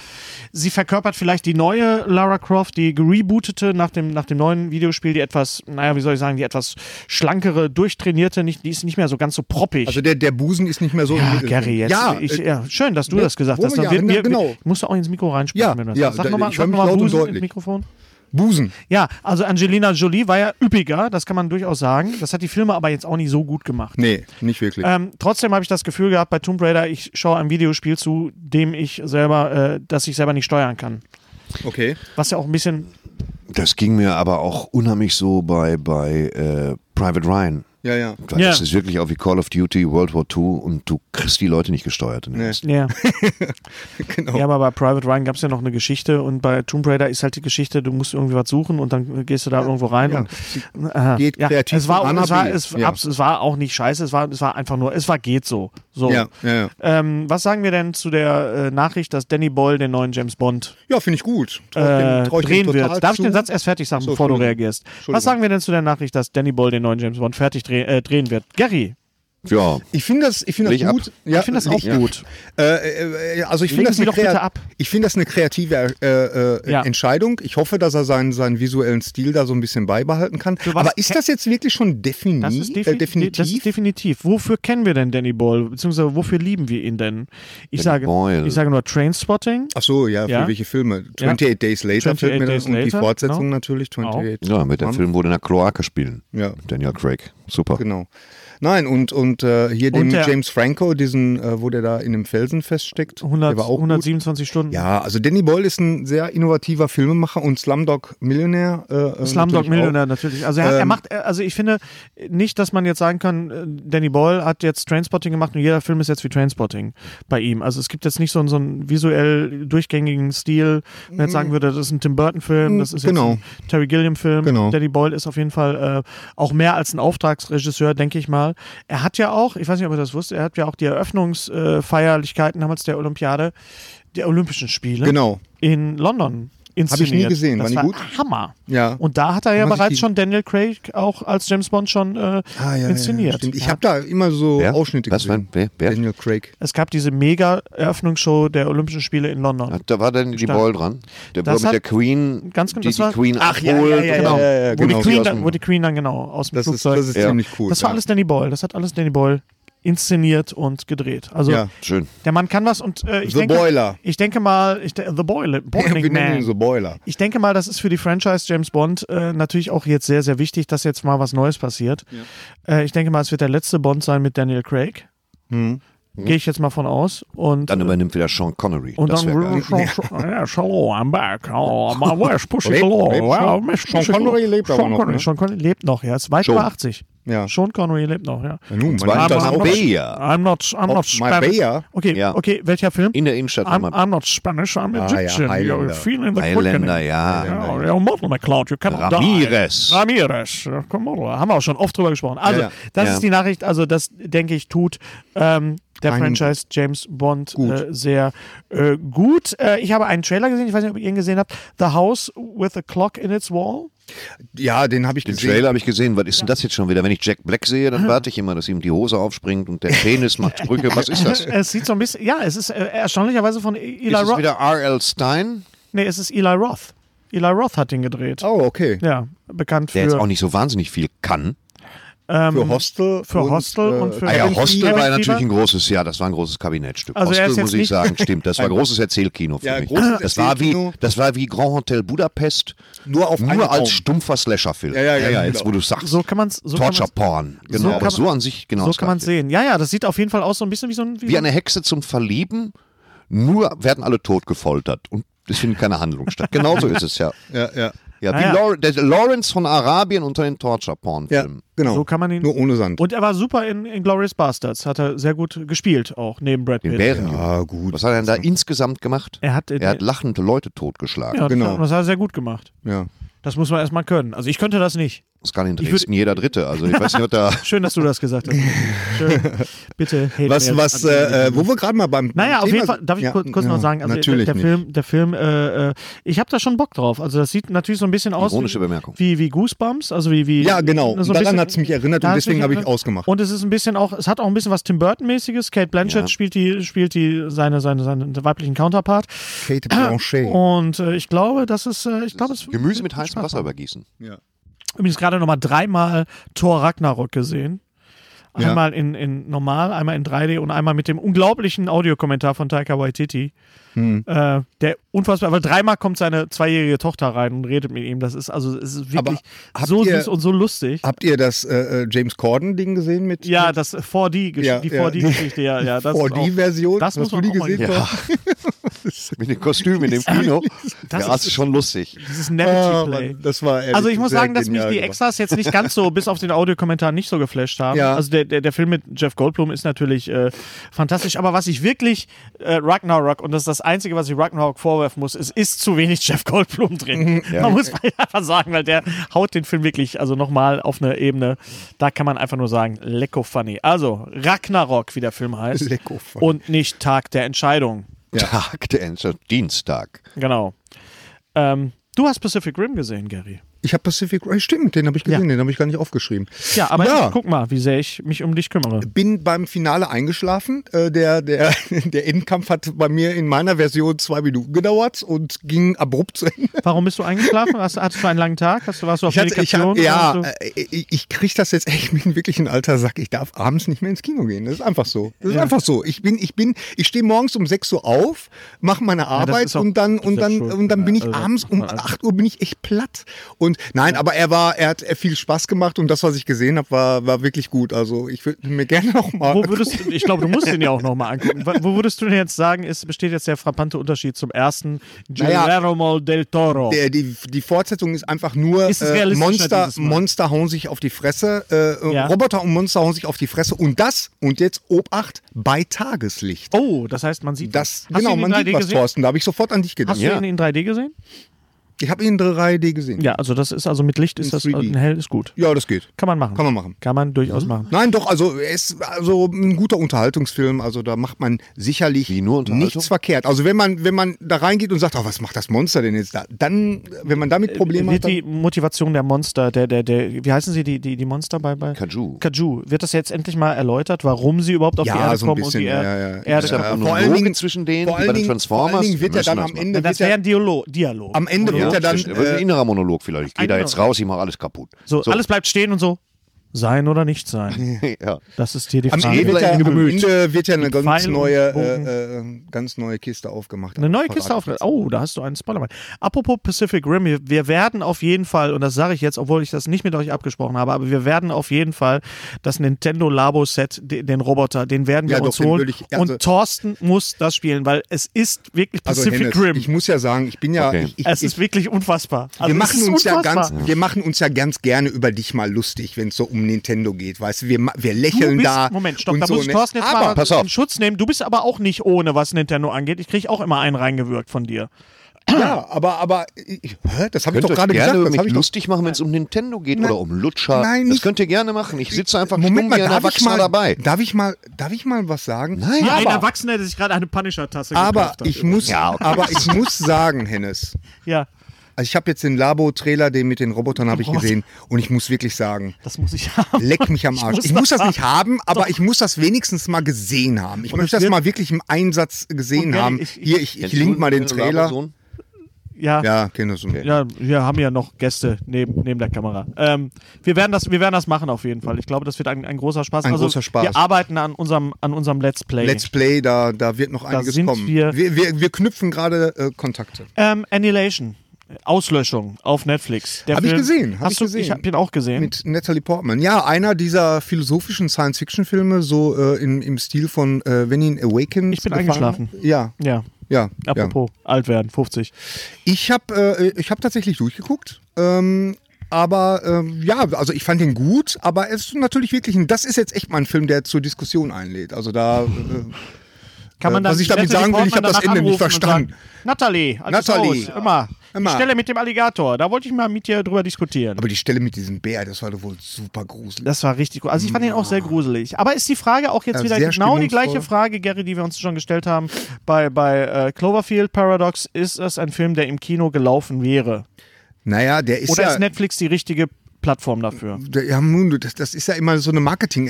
Speaker 1: Sie verkörpert vielleicht die neue Lara Croft, die gerebootete nach dem, nach dem neuen Videospiel, die etwas, naja, wie soll ich sagen, die etwas schlankere, durchtrainierte, nicht, die ist nicht mehr so ganz so proppig.
Speaker 2: Also der, der Busen ist nicht mehr so. im
Speaker 1: Ja,
Speaker 2: Mittelpunkt.
Speaker 1: Gary, jetzt.
Speaker 2: Ja,
Speaker 1: ich,
Speaker 2: äh,
Speaker 1: ja schön, dass du
Speaker 2: ne?
Speaker 1: das gesagt hast.
Speaker 2: Wo wir-
Speaker 1: Dann wird
Speaker 2: ja,
Speaker 1: mir-
Speaker 2: genau.
Speaker 1: wir- Musst du auch ins Mikro reinsprechen.
Speaker 2: Ja,
Speaker 1: wenn du
Speaker 2: ja,
Speaker 1: das. Sag
Speaker 2: da-
Speaker 1: nochmal
Speaker 2: ich hör mich
Speaker 1: noch
Speaker 2: laut und
Speaker 1: ins
Speaker 2: deutlich.
Speaker 1: Mikrofon.
Speaker 2: Busen.
Speaker 1: Ja, also Angelina Jolie war ja üppiger, das kann man durchaus sagen. Das hat die Filme aber jetzt auch nicht so gut gemacht.
Speaker 2: Nee, nicht wirklich.
Speaker 1: Ähm, trotzdem habe ich das Gefühl gehabt bei Tomb Raider, ich schaue ein Videospiel zu, dem ich selber, äh, das ich selber nicht steuern kann.
Speaker 2: Okay.
Speaker 1: Was ja auch ein bisschen
Speaker 3: Das ging mir aber auch unheimlich so bei, bei äh, Private Ryan.
Speaker 2: Ja, ja.
Speaker 3: Weil
Speaker 1: Ja.
Speaker 3: Das ist wirklich auch wie Call of Duty, World War II und du kriegst die Leute nicht gesteuert.
Speaker 2: Nee.
Speaker 1: Ja.
Speaker 2: Genau.
Speaker 1: Ja, aber bei Private Ryan gab es ja noch eine Geschichte und bei Tomb Raider ist halt die Geschichte, du musst irgendwie was suchen und dann gehst du da irgendwo rein
Speaker 2: Ja.
Speaker 1: und aha,
Speaker 2: Geht
Speaker 1: ja,
Speaker 2: kreativ
Speaker 1: es war,
Speaker 2: von A nach
Speaker 1: es, war
Speaker 2: B.
Speaker 1: es,
Speaker 2: Ja.
Speaker 1: abs- es war auch nicht scheiße, es war, es war einfach nur, es war geht so. so.
Speaker 2: Ja, ja, ja.
Speaker 1: Ähm, was sagen wir denn zu der äh, Nachricht, dass Danny Boyle den neuen James Bond
Speaker 2: Ja, finde Oh, ich gut.
Speaker 1: äh, drehen wird? Darf ich den Satz
Speaker 2: erst?
Speaker 1: erst fertig sagen,
Speaker 2: So,
Speaker 1: bevor du
Speaker 2: Entschuldigung.
Speaker 1: reagierst?
Speaker 2: Entschuldigung.
Speaker 1: Was sagen wir denn zu der Nachricht, dass Danny Boyle den neuen James Bond fertig dreh, äh, drehen wird? Gary,
Speaker 3: Ja,
Speaker 2: Ich finde das, ich finde
Speaker 3: Leg
Speaker 2: das
Speaker 3: ab.
Speaker 2: gut. Ja,
Speaker 1: ich finde das auch
Speaker 2: leg-
Speaker 1: gut.
Speaker 2: Äh, äh, also ich
Speaker 1: Legen
Speaker 2: finde das,
Speaker 1: Sie
Speaker 2: eine
Speaker 1: doch bitte
Speaker 2: krea-
Speaker 1: ab.
Speaker 2: ich finde das eine kreative äh, äh,
Speaker 1: Ja.
Speaker 2: Entscheidung. Ich hoffe, dass er seinen, seinen visuellen Stil da so ein bisschen beibehalten kann.
Speaker 1: Für was
Speaker 2: Aber ist
Speaker 1: ke-
Speaker 2: das jetzt wirklich schon defini
Speaker 1: Das ist, defi
Speaker 2: äh,
Speaker 1: Das
Speaker 2: definitiv?
Speaker 1: ist definitiv. Wofür kennen wir denn Danny Boyle? Beziehungsweise wofür lieben wir ihn denn? Ich, sage,
Speaker 3: Boyle.
Speaker 1: ich sage nur Trainspotting.
Speaker 2: Ach so, ja, für
Speaker 1: Ja.
Speaker 2: welche Filme? 28 Days Later
Speaker 1: 28
Speaker 2: fällt mir
Speaker 1: Days
Speaker 2: das und die
Speaker 1: Later,
Speaker 2: Fortsetzung
Speaker 1: genau.
Speaker 2: natürlich. 28
Speaker 3: ja mit der
Speaker 2: Mann.
Speaker 3: Film wurde in der Kloake spielen.
Speaker 2: Ja.
Speaker 3: Daniel Craig, super.
Speaker 2: Genau. Nein, und, und äh, hier
Speaker 1: Und
Speaker 2: dem
Speaker 1: der-
Speaker 2: James Franco, diesen, äh, wo der da in dem Felsen feststeckt,
Speaker 1: 100,
Speaker 2: der war auch gut.
Speaker 1: 127 Stunden.
Speaker 2: Ja, also Danny Boyle ist ein sehr innovativer Filmemacher und Slumdog Millionär. Äh, äh,
Speaker 1: Slumdog
Speaker 2: natürlich auch.
Speaker 1: Millionär natürlich. Also er, hat- er
Speaker 2: Ähm,
Speaker 1: macht, er- also ich finde nicht, dass man jetzt sagen kann, äh, Danny Boyle hat jetzt Trainspotting gemacht und jeder Film ist jetzt wie Trainspotting bei ihm. Also es gibt jetzt nicht so, einen- so einen visuell durchgängigen Stil, wenn man jetzt sagen würde, das ist ein Tim Burton Film, das ist
Speaker 2: Genau.
Speaker 1: jetzt ein Terry Gilliam Film.
Speaker 2: Genau.
Speaker 1: Danny Boyle ist auf jeden Fall äh, auch mehr als ein Auftragsregisseur, denke ich mal. Er hat ja auch, ich weiß nicht, ob ihr das wusst, er hat ja auch die Eröffnungsfeierlichkeiten äh, damals der Olympiade, der Olympischen Spiele
Speaker 2: Genau.
Speaker 1: in London
Speaker 2: Hab ich
Speaker 1: inszeniert.
Speaker 2: nie gesehen.
Speaker 1: Das
Speaker 2: Waren die
Speaker 1: war Hammer.
Speaker 2: Ja.
Speaker 1: Und da hat er ja
Speaker 2: Haben sich
Speaker 1: bereits
Speaker 2: die-
Speaker 1: schon Daniel Craig auch als James Bond schon äh,
Speaker 2: Ah, ja, Ja, ja,
Speaker 1: inszeniert.
Speaker 2: stimmt. Ich habe da immer so
Speaker 3: Wer?
Speaker 2: Ausschnitte
Speaker 3: Was,
Speaker 2: gesehen.
Speaker 3: wer? Wer?
Speaker 2: Daniel Craig.
Speaker 1: es gab diese mega Eröffnungsshow der Olympischen Spiele in
Speaker 2: Ah,
Speaker 1: London.
Speaker 3: Da war dann die
Speaker 1: Stark.
Speaker 3: Ball dran. Der
Speaker 1: Das
Speaker 3: war mit
Speaker 1: hat-
Speaker 3: der Queen,
Speaker 1: Ganz genau,
Speaker 3: die
Speaker 1: das
Speaker 3: die
Speaker 1: war-
Speaker 3: Queen
Speaker 2: Ach, ja,
Speaker 3: abholt.
Speaker 2: ja, ja,
Speaker 3: genau.
Speaker 2: ja, ja,
Speaker 1: wo,
Speaker 2: genau.
Speaker 1: die Queen
Speaker 2: aus
Speaker 1: dann,
Speaker 2: dem-
Speaker 1: wo die Queen dann genau aus dem
Speaker 2: Das ist,
Speaker 1: Flugzeug.
Speaker 2: das ist
Speaker 3: Ja.
Speaker 2: ziemlich cool.
Speaker 1: das war
Speaker 2: ja.
Speaker 1: alles Danny Boyle. Das hat alles Danny Boyle inszeniert und gedreht. Also
Speaker 2: Ja.
Speaker 3: Schön.
Speaker 1: der Mann kann was und äh, ich
Speaker 2: The
Speaker 1: denke,
Speaker 2: Boiler.
Speaker 1: ich denke mal, ich, de- The Boiler,
Speaker 2: Ja, wir
Speaker 1: Boiling
Speaker 2: nennen ihn
Speaker 1: Man.
Speaker 2: so Boiler.
Speaker 1: Ich denke mal, das ist für die Franchise James Bond äh, natürlich auch jetzt sehr, sehr wichtig, dass jetzt mal was Neues passiert. Äh, ich denke mal, es wird der letzte Bond sein mit Daniel Craig.
Speaker 2: Mhm.
Speaker 1: Gehe ich jetzt mal von aus. Und
Speaker 3: Dann übernimmt wieder Sean Connery.
Speaker 1: Und
Speaker 3: das
Speaker 1: dann
Speaker 3: wäre geil.
Speaker 1: Yes, hello, I'm back. Oh, my wish, push it
Speaker 2: Lebt-
Speaker 1: along.
Speaker 2: lebt
Speaker 1: Wow,
Speaker 2: schon.
Speaker 1: miss-
Speaker 2: Sean
Speaker 1: push it
Speaker 2: Connery
Speaker 1: along.
Speaker 2: lebt aber
Speaker 1: Sean
Speaker 2: noch,
Speaker 1: Connery,
Speaker 2: ne?
Speaker 1: Sean Connery lebt noch, ja. Ist weit
Speaker 3: Schon.
Speaker 1: über 80.
Speaker 2: Ja.
Speaker 1: Sean Connery lebt noch, ja.
Speaker 2: Ja, nun, man
Speaker 3: Zweitens
Speaker 2: nimmt das
Speaker 3: nach
Speaker 2: auch
Speaker 3: B.
Speaker 2: nicht.
Speaker 3: Beer.
Speaker 1: I'm not, I'm not
Speaker 2: Auf my
Speaker 1: Spanish.
Speaker 2: beer.
Speaker 1: Okay,
Speaker 3: Ja.
Speaker 1: okay, welcher Film?
Speaker 3: In der Innenstadt.
Speaker 1: I'm,
Speaker 3: nochmal.
Speaker 1: I'm not Spanish, I'm
Speaker 2: Ah, ja,
Speaker 1: Egyptian. You're
Speaker 2: Highlander.
Speaker 1: feeling the
Speaker 3: Highlander,
Speaker 1: quickening.
Speaker 3: ja.
Speaker 1: Ja, ja, Mortal McCloud, you cannot
Speaker 3: Ramirez.
Speaker 1: Die. Ramirez. Ja, komm, Mortal. Haben wir auch schon oft drüber gesprochen. Also,
Speaker 2: Ja, ja.
Speaker 1: das
Speaker 3: Ja.
Speaker 1: ist die Nachricht. Also, das, denke ich, tut ähm, der
Speaker 2: Einen-
Speaker 1: Franchise James Bond
Speaker 2: Gut.
Speaker 1: Äh, sehr äh, gut. Äh, ich habe einen Trailer gesehen, ich weiß nicht, ob ihr ihn gesehen habt. The House with a Clock in its Wall.
Speaker 2: Ja, den habe ich
Speaker 3: Den
Speaker 2: gesehen.
Speaker 3: Trailer habe ich gesehen. Was ist denn das jetzt schon wieder? Wenn ich Jack Black sehe, dann warte ich immer, dass ihm die Hose aufspringt und der Penis macht Sprüche. Was ist das? Ist
Speaker 1: Es sieht so ein bisschen, ja, es ist äh, erstaunlicherweise von Eli
Speaker 3: es
Speaker 1: Roth.
Speaker 3: wieder R.L. Stein?
Speaker 1: Nee, es ist Eli Roth. Eli Roth hat ihn gedreht.
Speaker 2: Oh, okay.
Speaker 1: Ja, bekannt für.
Speaker 3: Der jetzt auch nicht so wahnsinnig viel kann.
Speaker 2: Für Hostel.
Speaker 1: für
Speaker 2: und, äh,
Speaker 1: Hostel und für-
Speaker 3: Ah ja,
Speaker 1: Cabin
Speaker 3: Hostel
Speaker 1: Fever.
Speaker 3: war natürlich ein großes, ja, das war ein großes Kabinettstück.
Speaker 1: Also er ist
Speaker 3: Hostel,
Speaker 1: jetzt
Speaker 3: muss ich
Speaker 1: nicht-
Speaker 3: sagen, stimmt. Das war großes Erzählkino für
Speaker 2: Ja,
Speaker 3: mich.
Speaker 2: großes
Speaker 3: Das war, wie,
Speaker 2: Erzählkino.
Speaker 3: das war wie Grand Hotel Budapest,
Speaker 2: Nur auf einen
Speaker 3: nur als
Speaker 2: Raum.
Speaker 3: stumpfer Slasher-Film.
Speaker 2: Ja, ja, ja, genau.
Speaker 3: jetzt wo du sagst.
Speaker 1: So kann man es. So kann man's-
Speaker 3: Torture Porn. Genau,
Speaker 1: kann
Speaker 3: aber
Speaker 1: man-
Speaker 3: so an sich genau
Speaker 1: So
Speaker 3: das
Speaker 1: kann man es
Speaker 3: Gleiche.
Speaker 1: sehen. Ja, ja, das sieht auf jeden Fall aus so ein bisschen wie so ein. Wie
Speaker 3: Wie
Speaker 1: so ein
Speaker 3: eine Hexe zum Verlieben, nur werden alle tot gefoltert und es findet keine Handlung statt. Genauso ist es ja.
Speaker 2: Ja, ja.
Speaker 3: Ja,
Speaker 1: Ah,
Speaker 3: wie
Speaker 1: ja.
Speaker 3: Lawrence- der Lawrence von Arabien unter den Torture Porn
Speaker 2: Ja,
Speaker 3: Filmen.
Speaker 2: genau.
Speaker 1: so kann man ihn.
Speaker 2: Nur ohne Sand.
Speaker 1: und er war super in, in Glorious Bastards. Hat er sehr gut gespielt, auch neben Brad
Speaker 3: Den
Speaker 1: Pitt.
Speaker 3: Bärenjungen.
Speaker 2: ah, gut.
Speaker 3: Was hat er denn da insgesamt gemacht?
Speaker 1: Er hat-
Speaker 3: er hat lachende Leute totgeschlagen.
Speaker 1: Ja,
Speaker 2: Genau.
Speaker 1: Das hat er sehr gut gemacht.
Speaker 2: Ja.
Speaker 1: Das muss man erstmal können. Also ich könnte das nicht.
Speaker 3: Das kann in
Speaker 1: würd-
Speaker 3: Dresden jeder Dritte. Also ich weiß nicht, ob da.
Speaker 1: Schön, dass du das gesagt hast. Schön. Bitte. hate
Speaker 2: Was,
Speaker 1: mir
Speaker 2: was,
Speaker 1: an-
Speaker 2: äh, äh, wo wir gerade mal beim
Speaker 1: Naja, auf
Speaker 2: Thema
Speaker 1: jeden Fall,
Speaker 2: sind.
Speaker 1: darf ich
Speaker 2: Ja,
Speaker 1: kurz, kurz
Speaker 2: ja,
Speaker 1: noch sagen, also
Speaker 2: natürlich
Speaker 1: der, der
Speaker 2: nicht.
Speaker 1: Film, der Film, äh, äh, ich habe da schon Bock drauf. Also das sieht natürlich so ein bisschen aus
Speaker 3: Ironische
Speaker 1: wie,
Speaker 3: Bemerkung.
Speaker 1: Wie, wie Goosebumps, also wie, wie
Speaker 2: Ja, genau.
Speaker 1: So ein
Speaker 2: Daran
Speaker 1: bisschen-
Speaker 2: hat's mich erinnert und
Speaker 1: Da hat's
Speaker 2: deswegen
Speaker 1: mich
Speaker 2: hab ich
Speaker 1: erinnert.
Speaker 2: ausgemacht.
Speaker 1: Und es ist ein bisschen auch, es hat auch ein bisschen was Tim Burton-mäßiges. Kate Blanchett
Speaker 3: Ja.
Speaker 1: spielt die, spielt die seine, seine, seinen weiblichen Counterpart.
Speaker 2: Kate Blanchet.
Speaker 1: Und äh, ich glaube, das ist, äh, ich glaube, es
Speaker 3: Gemüse mit heißem Wasser übergießen.
Speaker 2: ja.
Speaker 1: Übrigens gerade nochmal dreimal Thor Ragnarok gesehen.
Speaker 2: Ja.
Speaker 1: Einmal in, in normal, einmal in 3D und einmal mit dem unglaublichen Audiokommentar von Taika Waititi.
Speaker 2: Hm.
Speaker 1: Äh, der unfassbar, weil dreimal kommt seine zweijährige Tochter rein und redet mit ihm. Das ist also es ist wirklich
Speaker 2: habt
Speaker 1: so
Speaker 2: ihr-
Speaker 1: süß und so lustig.
Speaker 2: Habt ihr das äh, äh, James Corden-Ding gesehen mit
Speaker 1: Ja, das 4D,
Speaker 2: Ja,
Speaker 1: die
Speaker 2: ja,
Speaker 1: 4D-Geschichte, ja, ja. Das ist auch-
Speaker 2: 4D-Version?
Speaker 1: Das muss
Speaker 2: Hast du
Speaker 1: man
Speaker 2: die
Speaker 1: auch mal
Speaker 2: gesehen?
Speaker 1: gesehen.
Speaker 3: Ja. mit dem Kostüm in dem Kino.
Speaker 1: Das
Speaker 3: ja, das ist schon lustig.
Speaker 1: Dieses
Speaker 2: Ah,
Speaker 1: Narrative-Play.
Speaker 2: Mann, das war ehrlich
Speaker 1: Also ich muss
Speaker 2: sehr
Speaker 1: sagen, dass mich
Speaker 2: genial
Speaker 1: die
Speaker 2: gemacht.
Speaker 1: Extras jetzt nicht ganz so, bis auf den Audiokommentar, nicht so geflasht haben.
Speaker 2: Ja.
Speaker 1: Also der, der, der Film mit Jeff Goldblum ist natürlich äh, fantastisch, aber was ich wirklich äh, Ragnarok, und das ist das Einzige, was ich Ragnarok vorwerfen muss, es ist zu wenig Jeff Goldblum drin.
Speaker 2: Mhm,
Speaker 1: Man muss einfach sagen, weil der haut den Film wirklich also nochmal auf eine Ebene, da kann man einfach nur sagen, lecko funny. Also Ragnarok, wie der Film heißt.
Speaker 2: Lecko funny.
Speaker 1: Und nicht Tag der Entscheidung.
Speaker 3: Tag der Entscheidung. Dienstag.
Speaker 1: Genau. Ähm, du hast Pacific Rim gesehen, Gary.
Speaker 2: Ich habe Pacific Rim, stimmt, den habe ich gesehen, den habe ich gar nicht aufgeschrieben.
Speaker 1: Ja, aber
Speaker 2: Ja.
Speaker 1: jetzt guck mal, wie sehr ich mich um dich kümmere.
Speaker 2: Bin beim Finale eingeschlafen. Äh, der, der, der Endkampf hat bei mir in meiner Version zwei Minuten gedauert und ging abrupt zu Ende.
Speaker 1: Warum bist du eingeschlafen? Hast, hattest du einen langen Tag? Hast du, warst du auf
Speaker 2: Ich, hatte, ich,
Speaker 1: Medikation?
Speaker 2: hab, ja,
Speaker 1: Hast du-
Speaker 2: äh, ich, ich kriege das jetzt echt mit einem wirklichen Altersack. Ich darf abends nicht mehr ins Kino gehen. Das ist einfach so. Das ist einfach so. Ich bin, ich bin, ich stehe morgens um 6 Uhr auf, mache meine Arbeit
Speaker 1: ist auch-
Speaker 2: und dann und
Speaker 1: das ist
Speaker 2: dann
Speaker 1: schuld.
Speaker 2: und dann bin ich
Speaker 1: Also,
Speaker 2: abends um
Speaker 1: macht man
Speaker 2: 8 Uhr bin ich echt platt. Und nein, aber er war, er hat viel Spaß gemacht und das, was ich gesehen habe, war, war wirklich gut. Also ich würde mir gerne noch mal.
Speaker 1: wo würdest du, ich glaube, du musst den ja auch nochmal angucken. Wo- Wo würdest du denn jetzt sagen, ist, besteht jetzt der frappante Unterschied zum ersten
Speaker 2: Naja,
Speaker 1: Guillermo del Toro?
Speaker 2: Der, Äh, die, die Fortsetzung ist einfach nur
Speaker 1: Ist es
Speaker 2: äh,
Speaker 1: realistischer
Speaker 2: Monster,
Speaker 1: dieses Mal?
Speaker 2: Monster hauen sich auf die Fresse, äh, äh,
Speaker 1: Ja.
Speaker 2: Roboter und Monster hauen sich auf die Fresse und das, und jetzt Obacht, bei Tageslicht.
Speaker 1: oh, das heißt, man sieht
Speaker 2: Das,
Speaker 1: was. Hast
Speaker 2: genau,
Speaker 1: du ihn in
Speaker 2: man sieht
Speaker 1: 3D
Speaker 2: was,
Speaker 1: gesehen?
Speaker 2: Thorsten, da habe ich sofort an dich gedacht.
Speaker 1: Hast du ihn in 3D gesehen?
Speaker 2: Ich habe ihn in 3D gesehen.
Speaker 1: Ja, also das ist also mit Licht ist
Speaker 2: In
Speaker 1: das
Speaker 2: 3D.
Speaker 1: äh, hell ist gut.
Speaker 2: Ja, das geht.
Speaker 1: Kann man machen.
Speaker 2: Kann man machen.
Speaker 1: Kann man durchaus machen.
Speaker 2: Nein, doch, also er ist also ein guter Unterhaltungsfilm, also da macht man sicherlich
Speaker 3: Wie, nur Unterhaltung?
Speaker 2: nichts verkehrt. Also wenn man wenn man da reingeht und sagt, oh, was macht das Monster denn jetzt da? Dann wenn man damit Probleme
Speaker 1: Wird
Speaker 2: hat, dann,
Speaker 1: Äh, die Motivation der Monster, der, der, der, wie heißen sie, die, die, die Monster bei, bei?
Speaker 3: Kaju.
Speaker 1: Kaju. Wird das jetzt endlich mal erläutert, warum sie überhaupt auf die
Speaker 2: ja,
Speaker 1: Erde
Speaker 2: so ein
Speaker 1: kommen
Speaker 2: bisschen,
Speaker 1: und die er
Speaker 2: ja, ja.
Speaker 1: Erde
Speaker 2: ja, ja.
Speaker 3: kaputt machen?
Speaker 2: Vor allen
Speaker 3: Monologen
Speaker 2: Dingen-
Speaker 3: zwischen denen,
Speaker 2: vor
Speaker 3: wie bei
Speaker 2: allen
Speaker 3: den
Speaker 2: Dingen-
Speaker 3: Transformers?
Speaker 2: Vor allen Dingen wird
Speaker 3: Wir
Speaker 2: er dann
Speaker 3: müssen
Speaker 2: am
Speaker 3: das
Speaker 2: Ende
Speaker 1: Ja, das
Speaker 2: wird er-
Speaker 1: wäre ein Dialog. Dialog.
Speaker 2: Am Ende wird
Speaker 3: Ja,
Speaker 2: er dann
Speaker 3: stimmt. Das ist ein
Speaker 2: äh,
Speaker 3: innerer Monolog vielleicht. Ich gehe
Speaker 1: ein
Speaker 3: da jetzt
Speaker 1: innerer-
Speaker 3: raus, ich mache alles kaputt.
Speaker 1: so, alles bleibt stehen und so. Sein oder nicht sein.
Speaker 3: ja.
Speaker 1: Das ist hier die
Speaker 2: Am
Speaker 1: Frage.
Speaker 2: Ende,
Speaker 3: ja
Speaker 2: am
Speaker 1: Bemüht.
Speaker 2: Ende wird ja eine ganz
Speaker 1: Pfeil und
Speaker 2: neue,
Speaker 1: Bogen.
Speaker 2: äh, äh, ganz neue Kiste aufgemacht.
Speaker 1: Eine neue Kiste
Speaker 2: Verrat.
Speaker 1: auf. Oh, da hast du einen Spoiler. Apropos Pacific Rim, wir, wir werden auf jeden Fall, und das sage ich jetzt, obwohl ich das nicht mit euch abgesprochen habe, aber wir werden auf jeden Fall das Nintendo Labo Set, de- den Roboter, den werden wir
Speaker 2: Ja, doch,
Speaker 1: uns
Speaker 2: den
Speaker 1: holen.
Speaker 2: will ich- also-
Speaker 1: und Thorsten muss das spielen, weil es ist wirklich
Speaker 2: Also,
Speaker 1: Pacific
Speaker 2: Hennes,
Speaker 1: Rim.
Speaker 2: ich muss ja sagen, ich bin ja.
Speaker 3: Okay.
Speaker 2: Ich, ich,
Speaker 1: es
Speaker 2: ich,
Speaker 1: ist wirklich unfassbar. Also,
Speaker 2: wir
Speaker 1: es
Speaker 2: machen
Speaker 1: ist
Speaker 2: uns ja
Speaker 1: unfassbar.
Speaker 2: ganz, wir machen uns ja ganz gerne über dich mal lustig, wenn es so um Nintendo geht, weißt du, wir, ma- wir lächeln
Speaker 1: Du bist,
Speaker 2: da.
Speaker 1: Moment, stopp,
Speaker 2: und
Speaker 1: da
Speaker 2: so,
Speaker 1: muss ich
Speaker 2: ne?
Speaker 1: Thorsten jetzt
Speaker 2: Aber,
Speaker 1: mal
Speaker 3: pass auf.
Speaker 1: in Schutz nehmen. Du bist aber auch nicht ohne, was Nintendo angeht. Ich kriege auch immer einen reingewirkt von dir.
Speaker 2: Ja, aber, aber, ich, hä, das habe ich
Speaker 3: Könnt
Speaker 2: doch
Speaker 3: ihr euch
Speaker 2: gerade
Speaker 3: gerne
Speaker 2: gesagt. Das
Speaker 3: mich
Speaker 2: hab ich doch,
Speaker 3: lustig machen, wenn es um Nintendo geht oder um Lutscher.
Speaker 2: Nein,
Speaker 3: das
Speaker 2: nicht-
Speaker 3: könnt ihr gerne machen. Ich sitze einfach stumm
Speaker 2: Moment mal,
Speaker 3: wie ein
Speaker 2: darf ich
Speaker 3: Erwachsener
Speaker 2: mal,
Speaker 3: dabei.
Speaker 2: darf ich mal, darf ich mal was sagen?
Speaker 3: Nein,
Speaker 1: Ein
Speaker 3: aber
Speaker 1: Erwachsener, der sich gerade eine Punisher-Tasse
Speaker 2: Aber
Speaker 1: gekauft hat.
Speaker 2: ich muss,
Speaker 3: Ja, okay.
Speaker 2: aber ich muss sagen, Hennes,
Speaker 1: ja,
Speaker 2: also ich habe jetzt den Labo-Trailer, den mit den Robotern habe ich
Speaker 1: Roboter.
Speaker 2: gesehen und ich muss wirklich sagen,
Speaker 1: das muss ich haben.
Speaker 2: leck mich am Arsch.
Speaker 1: muss
Speaker 2: Ich muss das
Speaker 1: das
Speaker 2: nicht haben, aber ich muss das wenigstens mal gesehen haben. Ich
Speaker 1: Und
Speaker 2: möchte
Speaker 1: es
Speaker 2: das
Speaker 1: wird-
Speaker 2: mal wirklich im Einsatz gesehen
Speaker 1: Und
Speaker 2: haben.
Speaker 1: ich- ich-
Speaker 2: Hier, ich, ich
Speaker 3: Kennst du
Speaker 2: link mal den Trailer.
Speaker 3: Labersohn?
Speaker 1: Ja.
Speaker 2: Ja, kenne so.
Speaker 1: Ja, wir haben ja noch Gäste neben, neben der Kamera. Ähm, wir, werden das, wir werden das machen auf jeden Fall. Ich glaube, das wird ein, ein großer Spaß.
Speaker 2: Ein
Speaker 1: also,
Speaker 2: großer Spaß.
Speaker 1: Wir arbeiten an unserem, an unserem Let's Play.
Speaker 2: Let's Play, da, da wird noch einiges
Speaker 1: sind
Speaker 2: kommen.
Speaker 1: wir-
Speaker 2: wir, wir, wir knüpfen gerade äh, Kontakte.
Speaker 1: ähm, Annihilation. Auslöschung auf Netflix. Der
Speaker 2: Hab ich
Speaker 1: Film-
Speaker 2: gesehen, hab
Speaker 1: hast
Speaker 2: ich
Speaker 1: du,
Speaker 2: gesehen.
Speaker 1: Ich habe den auch gesehen.
Speaker 2: Mit Natalie Portman. Ja, einer dieser philosophischen Science-Fiction-Filme, so äh, im, im Stil von äh, Wenn ihn Awakens.
Speaker 1: Ich bin
Speaker 2: gefangen-
Speaker 1: eingeschlafen.
Speaker 2: Ja,
Speaker 1: ja.
Speaker 2: ja. ja.
Speaker 1: Apropos alt werden, 50.
Speaker 2: Ich habe äh, ich hab tatsächlich durchgeguckt. Ähm, aber ähm, ja, also ich fand ihn gut, aber es ist natürlich wirklich ein, das ist jetzt echt mal ein Film, der zur Diskussion einlädt. Also da, äh,
Speaker 1: Kann man
Speaker 2: Äh,
Speaker 1: dann
Speaker 2: was ich damit
Speaker 1: Natalie
Speaker 2: sagen will, ich
Speaker 1: Portman
Speaker 2: hab das
Speaker 1: danach
Speaker 2: Ende nicht
Speaker 1: anrufen und
Speaker 2: verstanden.
Speaker 1: sagen, Natalie, alles
Speaker 2: Natalie.
Speaker 1: Natalie, aus, immer.
Speaker 2: Immer.
Speaker 1: Die Stelle mit dem Alligator, da wollte ich mal mit dir drüber diskutieren.
Speaker 2: aber die Stelle mit diesem Bär, das war doch wohl super gruselig.
Speaker 1: Das war richtig gut. Also ich fand ihn auch sehr gruselig. Aber ist die Frage auch jetzt
Speaker 2: Ja,
Speaker 1: wieder
Speaker 2: Mm. Äh, sehr
Speaker 1: genau die
Speaker 2: stimmungsvoll.
Speaker 1: gleiche Frage, Gary, die wir uns schon gestellt haben bei, bei äh, Cloverfield Paradox. Ist das ein Film, der im Kino gelaufen wäre?
Speaker 2: Naja, der ist
Speaker 1: Oder
Speaker 2: ja,
Speaker 1: ist Netflix die richtige Plattform dafür?
Speaker 2: der, ja, nun, das, das ist ja immer so eine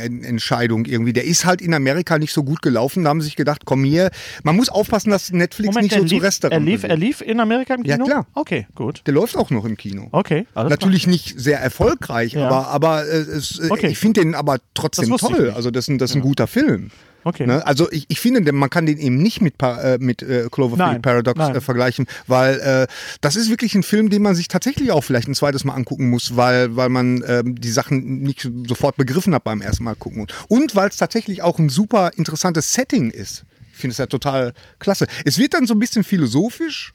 Speaker 2: Marketingentscheidung irgendwie. Der ist halt in Amerika nicht so gut gelaufen, da haben sie sich gedacht, komm hier, man muss aufpassen, dass Netflix nicht
Speaker 1: er,
Speaker 2: so zu
Speaker 1: lief, er,
Speaker 2: Restaurant
Speaker 1: lief, er lief in Amerika im
Speaker 2: Ja,
Speaker 1: Kino?
Speaker 2: klar.
Speaker 1: Okay, gut.
Speaker 2: Der läuft auch noch im Kino.
Speaker 1: Okay, alles klar.
Speaker 2: Natürlich nicht sehr erfolgreich,
Speaker 1: Ja.
Speaker 2: aber, aber äh, es, äh,
Speaker 1: Okay.
Speaker 2: ich finde den aber trotzdem
Speaker 1: Das wusste ich
Speaker 2: toll.
Speaker 1: nicht.
Speaker 2: Also das ist ein, das ist ein guter Film.
Speaker 1: Okay.
Speaker 2: Ne? Also ich, ich finde, den- man kann den eben nicht mit, Pa- äh, mit äh, Cloverfield
Speaker 1: Nein,
Speaker 2: Paradox
Speaker 1: nein.
Speaker 2: Äh, vergleichen, weil äh, das ist wirklich ein Film, den man sich tatsächlich auch vielleicht ein zweites Mal angucken muss, weil, weil man ähm, die Sachen nicht sofort begriffen hat beim ersten Mal gucken. Und, und weil es tatsächlich auch ein super interessantes Setting ist. Ich finde es ja total klasse. Es wird dann so ein bisschen philosophisch.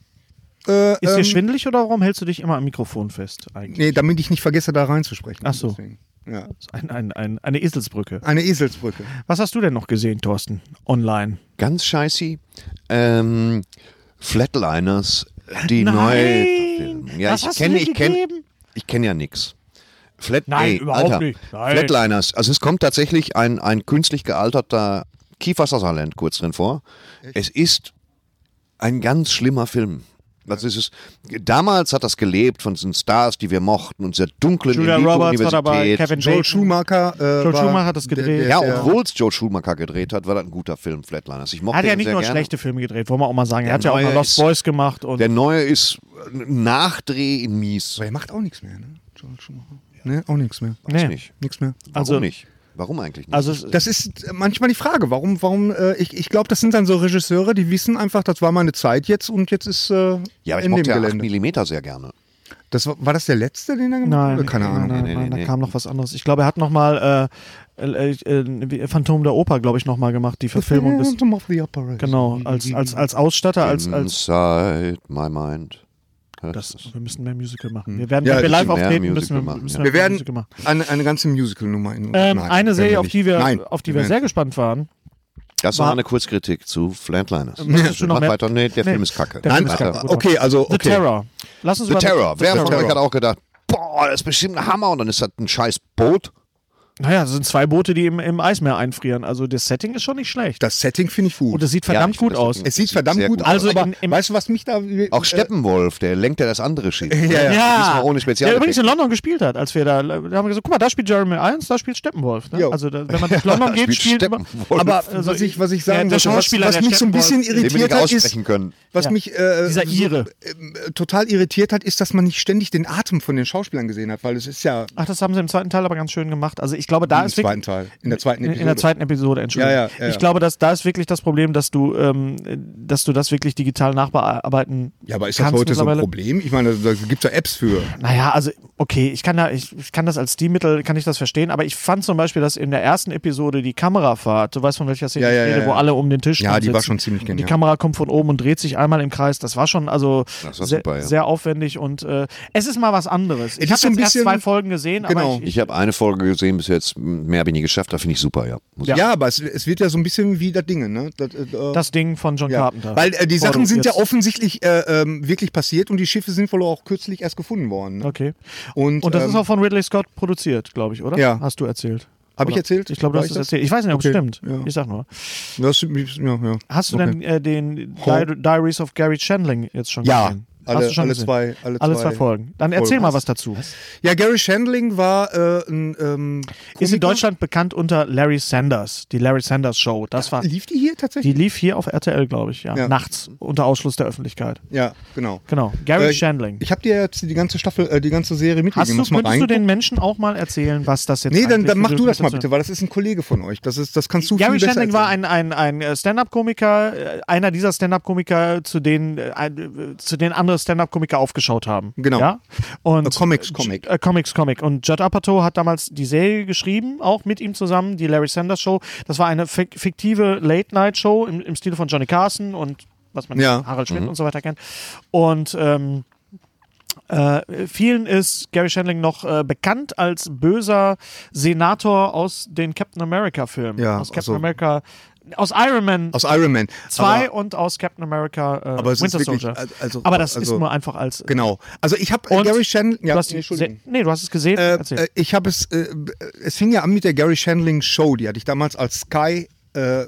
Speaker 2: Äh,
Speaker 1: Ist dir
Speaker 2: ähm,
Speaker 1: schwindelig oder warum hältst du dich immer am Mikrofon fest eigentlich?
Speaker 2: Nee, damit ich nicht vergesse, da reinzusprechen.
Speaker 1: Ach so.
Speaker 2: Deswegen. Ja.
Speaker 1: Ein, ein, ein, eine Eselsbrücke.
Speaker 2: Eine Eselsbrücke.
Speaker 1: Was hast du denn noch gesehen, Thorsten, online?
Speaker 3: Ganz scheiße. Ähm, Flatliners, die
Speaker 1: Nein!
Speaker 3: neue. Ja,
Speaker 1: Was
Speaker 3: ich
Speaker 1: hast du
Speaker 3: kenne,
Speaker 1: mir
Speaker 3: ich kenne,
Speaker 1: gegeben?
Speaker 3: ich kenne ja nix. Flat,
Speaker 1: Nein,
Speaker 3: ey,
Speaker 1: überhaupt
Speaker 3: Alter,
Speaker 1: nicht. Nein.
Speaker 3: Flatliners. Also es kommt tatsächlich ein, ein künstlich gealterter Kiefer Sutherland kurz drin vor. Es ist ein ganz schlimmer Film. Das ist es. Damals hat das gelebt von diesen Stars, die wir mochten und sehr dunklen
Speaker 1: Julia Roberts war dabei,
Speaker 3: Elite-Universität.
Speaker 1: Kevin
Speaker 2: Joel
Speaker 1: Bacon.
Speaker 2: Schumacher. Äh,
Speaker 1: Joel
Speaker 2: war
Speaker 1: Schumacher hat das
Speaker 2: der-
Speaker 1: gedreht.
Speaker 2: der-
Speaker 3: Ja,
Speaker 2: der-
Speaker 3: obwohl es Joe Schumacher gedreht hat, war das ein guter Film, Flatliners. Ich mochte
Speaker 1: Hat ja
Speaker 3: ihn
Speaker 1: nicht
Speaker 3: sehr
Speaker 1: nur
Speaker 3: gerne.
Speaker 1: schlechte Filme gedreht, wollen wir auch mal sagen. Er hat ja auch
Speaker 3: neue
Speaker 1: mal Lost
Speaker 3: ist-
Speaker 1: Boys gemacht und
Speaker 3: Der neue ist ein Nachdreh in mies.
Speaker 2: Aber er macht auch nichts mehr, ne? Joel Schumacher. Ne, auch nichts mehr.
Speaker 3: Weiß
Speaker 1: Nee.
Speaker 3: nicht.
Speaker 2: Nichts mehr.
Speaker 3: Warum
Speaker 1: Also-
Speaker 3: nicht? Warum eigentlich nicht?
Speaker 1: also es-
Speaker 2: Das ist äh, manchmal die Frage, warum, warum, äh, ich, ich glaube, das sind dann so Regisseure, die wissen einfach, das war meine Zeit jetzt und jetzt ist äh,
Speaker 3: ja, aber ich
Speaker 2: in dem
Speaker 3: mochte ja 8
Speaker 2: Gelände.
Speaker 3: mm sehr gerne.
Speaker 2: Das war, war das der letzte, den er gemacht hat?
Speaker 1: nein,
Speaker 2: Oder Keine
Speaker 1: nein,
Speaker 2: Ahnung.
Speaker 1: Nein,
Speaker 3: Nee, nee,
Speaker 1: nein, nein,
Speaker 3: nee.
Speaker 1: da kam noch was anderes. Ich glaube, er hat noch mal äh, äh, äh, wie- Phantom der Oper, glaube ich, noch mal gemacht, die Verfilmung des
Speaker 2: Phantom of the Opera.
Speaker 1: genau als als als Ausstatter als als
Speaker 3: Inside my mind.
Speaker 1: das, wir müssen mehr Musical machen. Wir werden,
Speaker 2: Ja,
Speaker 1: wenn wir
Speaker 2: wir
Speaker 1: live
Speaker 3: Hm. müssen mehr
Speaker 1: auftreten, müssen
Speaker 3: Musical
Speaker 1: wir,
Speaker 3: machen,
Speaker 1: müssen
Speaker 3: ja.
Speaker 2: Wir
Speaker 1: mehr
Speaker 2: werden
Speaker 1: Musical machen.
Speaker 2: eine, eine ganze Musical-Nummer in
Speaker 1: Ähm,
Speaker 2: Nein,
Speaker 1: eine
Speaker 2: werden
Speaker 1: Serie, auf
Speaker 2: nicht.
Speaker 1: die wir,
Speaker 2: Nein,
Speaker 1: auf die wir sehr gespannt waren.
Speaker 3: Das
Speaker 1: War-
Speaker 3: war eine Kurzkritik zu Flatliners.
Speaker 1: Möchtest du noch
Speaker 3: Mach
Speaker 1: mehr-
Speaker 3: weiter. Nee, der
Speaker 1: Nee,
Speaker 3: Film ist kacke.
Speaker 1: der
Speaker 3: Nein,
Speaker 1: Film ist
Speaker 3: weiter.
Speaker 1: kacke.
Speaker 2: Ah, Okay, also
Speaker 1: The
Speaker 2: okay.
Speaker 1: Terror. Lass uns
Speaker 3: The
Speaker 1: über
Speaker 3: Terror. Wer von
Speaker 2: Terror.
Speaker 3: euch hat auch gedacht, boah, das ist bestimmt ein Hammer und dann ist das ein scheiß Boot.
Speaker 1: Naja, das sind zwei Boote, die im, im Eismeer einfrieren. Also das Setting ist schon nicht schlecht.
Speaker 2: Das Setting finde ich gut.
Speaker 1: Und es sieht verdammt
Speaker 3: ich
Speaker 1: gut
Speaker 3: find das
Speaker 1: aus.
Speaker 3: Setting
Speaker 2: es sieht verdammt
Speaker 3: Sehr
Speaker 2: gut,
Speaker 3: gut.
Speaker 2: aus.
Speaker 1: Also
Speaker 2: aber
Speaker 1: in- im-
Speaker 2: weißt du, was mich da. äh,
Speaker 3: Auch
Speaker 1: Äh,
Speaker 3: Steppenwolf, der lenkt ja das andere Schiff.
Speaker 2: Ja, ja.
Speaker 3: Diesmal ohne Spezial.
Speaker 1: Der übrigens in London gespielt hat, als wir da, da haben wir gesagt, guck mal, da spielt Jeremy Irons, da spielt Steppenwolf. Ne?
Speaker 2: Jo.
Speaker 1: Also da, wenn man durch London geht, spielt immer,
Speaker 3: Steppenwolf.
Speaker 2: Aber
Speaker 1: Also
Speaker 2: was, ich, was ich
Speaker 1: der-
Speaker 2: sagen
Speaker 1: der
Speaker 2: wollte, was,
Speaker 1: Schauspieler,
Speaker 2: was
Speaker 1: der
Speaker 2: mich so ein bisschen
Speaker 1: Steppenwolf-
Speaker 3: den wir
Speaker 2: irritiert
Speaker 3: nicht
Speaker 2: hat, ist,
Speaker 3: aussprechen können.
Speaker 2: was
Speaker 1: Ja.
Speaker 2: mich äh,
Speaker 1: Dieser
Speaker 2: so,
Speaker 1: Ire.
Speaker 2: ähm, äh, total irritiert hat, ist, dass man nicht ständig den Atem von den Schauspielern gesehen hat, weil es ist ja
Speaker 1: Ach, das haben sie im zweiten Teil aber ganz schön gemacht. Also ich glaube, da
Speaker 2: im
Speaker 1: ist wirklich,
Speaker 2: zweiten Teil, in der zweiten
Speaker 1: in,
Speaker 2: Episode.
Speaker 1: in der zweiten Episode, Entschuldigung.
Speaker 2: Ja, ja, ja, ja.
Speaker 1: Ich glaube, dass da ist wirklich das Problem, dass du, ähm, dass du das wirklich digital nachbearbeiten
Speaker 2: ja, aber ist das
Speaker 1: kannst
Speaker 2: heute so ein
Speaker 1: mittlerweile.
Speaker 2: Problem? Ich meine, da, da gibt es ja Apps für.
Speaker 1: Naja, also okay, ich kann da, ich, ich kann das als Stilmittel, kann ich das verstehen, aber ich fand zum Beispiel, dass in der ersten Episode die Kamerafahrt, du weißt von welcher Szene
Speaker 2: Ja, ja,
Speaker 1: ich
Speaker 2: ja,
Speaker 1: rede, wo
Speaker 2: ja.
Speaker 1: alle um den Tisch
Speaker 2: Ja,
Speaker 1: drum
Speaker 2: die war
Speaker 1: sitzen.
Speaker 2: schon ziemlich
Speaker 1: Und Die
Speaker 2: genial.
Speaker 1: Kamera kommt von oben und dreht sich einmal im Kreis. Das war schon also
Speaker 3: Das war
Speaker 1: sehr,
Speaker 3: super, ja.
Speaker 1: sehr aufwendig und äh, es ist mal was anderes. Ich
Speaker 2: ist
Speaker 1: habe
Speaker 2: so ein
Speaker 1: jetzt erst
Speaker 2: bisschen-
Speaker 1: zwei Folgen gesehen,
Speaker 2: Genau.
Speaker 1: aber ich, ich,
Speaker 3: Ich habe eine Folge gesehen bis jetzt, mehr habe ich nie geschafft, da finde ich super, ja. Muss
Speaker 2: Ja,
Speaker 3: ich-
Speaker 2: aber es, es wird ja so ein bisschen wie das Ding, ne? Das, äh,
Speaker 1: das Ding von John
Speaker 2: ja.
Speaker 1: Carpenter.
Speaker 2: Weil äh, die
Speaker 1: Forderung
Speaker 2: Sachen sind ja
Speaker 1: jetzt.
Speaker 2: offensichtlich äh, ähm, wirklich passiert und die Schiffe sind wohl auch kürzlich erst gefunden worden. Ne?
Speaker 1: Okay.
Speaker 2: Und,
Speaker 1: Und das
Speaker 2: ähm,
Speaker 1: ist auch von Ridley Scott produziert, glaube ich, oder?
Speaker 2: Ja.
Speaker 1: Hast du erzählt.
Speaker 2: Hab ich
Speaker 1: Oder?
Speaker 2: erzählt?
Speaker 1: Ich glaube, du
Speaker 2: War
Speaker 1: hast
Speaker 2: ich
Speaker 1: es
Speaker 2: das?
Speaker 1: erzählt. Ich weiß nicht, ob es
Speaker 2: Okay,
Speaker 1: stimmt.
Speaker 2: ja.
Speaker 1: Ich sag nur.
Speaker 2: Das, ja, ja.
Speaker 1: Hast du
Speaker 2: Okay.
Speaker 1: denn äh, den
Speaker 2: Ho-
Speaker 1: Di Diaries of Gary Chandling jetzt schon
Speaker 2: Ja,
Speaker 1: gesehen?
Speaker 2: alle-
Speaker 1: Hast du schon
Speaker 2: alle
Speaker 1: gesehen?
Speaker 2: zwei- alle zwei
Speaker 1: Folgen. Dann erzähl
Speaker 2: Folgen.
Speaker 1: mal was dazu.
Speaker 2: Ja, Gary Shandling war äh, ein ähm,
Speaker 1: Ist in
Speaker 2: Komiker.
Speaker 1: Deutschland bekannt unter Larry Sanders, die Larry Sanders Show. Das war,
Speaker 2: Lief die hier
Speaker 1: die
Speaker 2: tatsächlich?
Speaker 1: lief hier auf RTL, glaube ich, ja.
Speaker 2: Ja.
Speaker 1: Nachts unter Ausschluss der Öffentlichkeit.
Speaker 2: ja, genau.
Speaker 1: Genau. Gary
Speaker 2: Äh,
Speaker 1: Chandling.
Speaker 2: Ich habe dir jetzt die ganze Staffel, äh, die ganze Serie
Speaker 1: Hast du,
Speaker 2: mitgegeben. Hast mal
Speaker 1: könntest du den
Speaker 2: rein.
Speaker 1: Menschen auch mal erzählen, was das jetzt
Speaker 2: Nee, dann,
Speaker 1: eigentlich
Speaker 2: dann
Speaker 1: für
Speaker 2: mach du das mal
Speaker 1: Situation-
Speaker 2: bitte, weil das ist ein Kollege von euch. Das, ist, das kannst du
Speaker 1: Gary
Speaker 2: viel besser
Speaker 1: Shandling war
Speaker 2: erzählen.
Speaker 1: ein, ein, ein äh, Stand-Up-Komiker, äh, einer dieser Stand-Up-Komiker, zu denen, äh, ein- äh, zu denen andere Stand-Up-Komiker aufgeschaut haben.
Speaker 2: Genau.
Speaker 1: Ja? Und
Speaker 2: Äh, Comics, Comic.
Speaker 1: Äh, Comics, Comic. Und Judd Apatow hat damals die Serie geschrieben, auch mit ihm zusammen, die Larry Sanders Show. Das war eine fik- fiktive Late-Night-Show im, im Stil von Johnny Carson und was man
Speaker 2: Ja. Mhm.
Speaker 1: Harald Schmidt und so weiter kennt. Und ähm, äh, vielen ist Gary Shandling noch äh, bekannt als böser Senator aus den Captain America-Filmen.
Speaker 2: Ja,
Speaker 1: aus Captain
Speaker 2: also-
Speaker 1: America, aus Iron Man
Speaker 2: Aus Iron Man.
Speaker 1: 2
Speaker 2: Aber,
Speaker 1: und aus Captain America äh,
Speaker 2: Aber es ist
Speaker 1: Winter
Speaker 2: wirklich-
Speaker 1: Soldier.
Speaker 2: also-
Speaker 1: Aber das
Speaker 2: also-
Speaker 1: ist nur einfach als.
Speaker 2: genau. Also ich habe
Speaker 1: Und
Speaker 2: Gary Shandling.
Speaker 1: du hast
Speaker 2: nee,
Speaker 1: die
Speaker 2: Entschuldigung.
Speaker 1: se- nee, du hast es gesehen.
Speaker 2: Äh,
Speaker 1: Erzähl.
Speaker 2: äh, ich habe es, äh, b- äh, es fing ja an mit der Gary Shandling Show, die hatte ich damals als Sky, äh,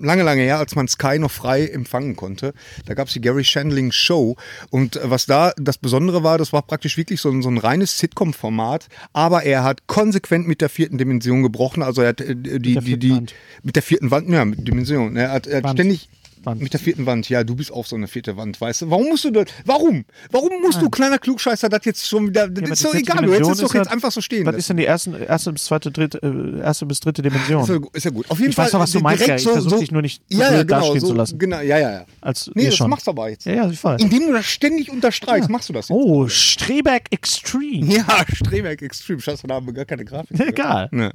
Speaker 2: lange, lange her, als man Sky noch frei empfangen konnte. Da gab es die Gary Shandling Show und äh, was da das Besondere war, das war praktisch wirklich so, ein- so ein reines Sitcom-Format, aber er hat konsequent mit der vierten Dimension gebrochen, also er hat äh, die,
Speaker 1: der
Speaker 2: die,
Speaker 1: vierten
Speaker 2: die,
Speaker 1: Wand.
Speaker 2: mit der vierten Wand, ja, mit Dimension, ne? er hat, er hat
Speaker 1: Wand.
Speaker 2: ständig
Speaker 1: Wand.
Speaker 2: mit der vierten Wand, ja, du bist auch so eine vierte Wand, weißt du? Warum musst du das? Warum? Warum musst du kleiner Klugscheißer das jetzt schon wieder? Das
Speaker 1: Ja, aber
Speaker 2: ist
Speaker 1: die
Speaker 2: doch
Speaker 1: vierte
Speaker 2: egal, du hättest es
Speaker 1: Dimension
Speaker 2: doch jetzt
Speaker 1: ja-
Speaker 2: einfach so stehen.
Speaker 1: Was
Speaker 2: lassen.
Speaker 1: ist denn die ersten, erste bis zweite, dritte, äh, erste bis dritte Dimension?
Speaker 2: Ist ja, gu- ist ja gut. Auf jeden
Speaker 1: Ich
Speaker 2: Fall.
Speaker 1: weiß doch, was du
Speaker 2: di-
Speaker 1: meinst,
Speaker 2: direkt
Speaker 1: Gary. Ich versuch dich nur nicht
Speaker 2: ja,
Speaker 1: blöd
Speaker 2: ja, genau,
Speaker 1: dastehen
Speaker 2: so,
Speaker 1: zu lassen.
Speaker 2: Genau, ja, ja, ja.
Speaker 1: Als
Speaker 2: nee,
Speaker 1: ihr
Speaker 2: das Hm.
Speaker 1: schon.
Speaker 2: machst du aber jetzt.
Speaker 1: Ja, ja, ich weiß.
Speaker 2: Indem du das ständig unterstreichst, machst du das jetzt.
Speaker 1: oh, Strebeck Extreme.
Speaker 2: Ja, Streberg Extreme. Scheiße, da haben wir gar keine Grafik.
Speaker 1: Egal.
Speaker 2: Ne.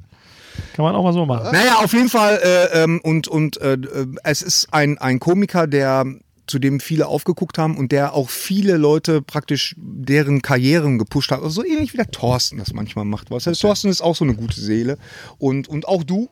Speaker 1: Kann man auch mal so machen.
Speaker 2: Naja, auf jeden Fall. Äh, ähm, und und äh, äh, es ist ein, ein Komiker, der zu dem viele aufgeguckt haben und der auch viele Leute praktisch deren Karrieren gepusht hat. Also so ähnlich wie der Thorsten das manchmal macht. Was heißt, Thorsten ist auch so eine gute Seele. Und, und auch du.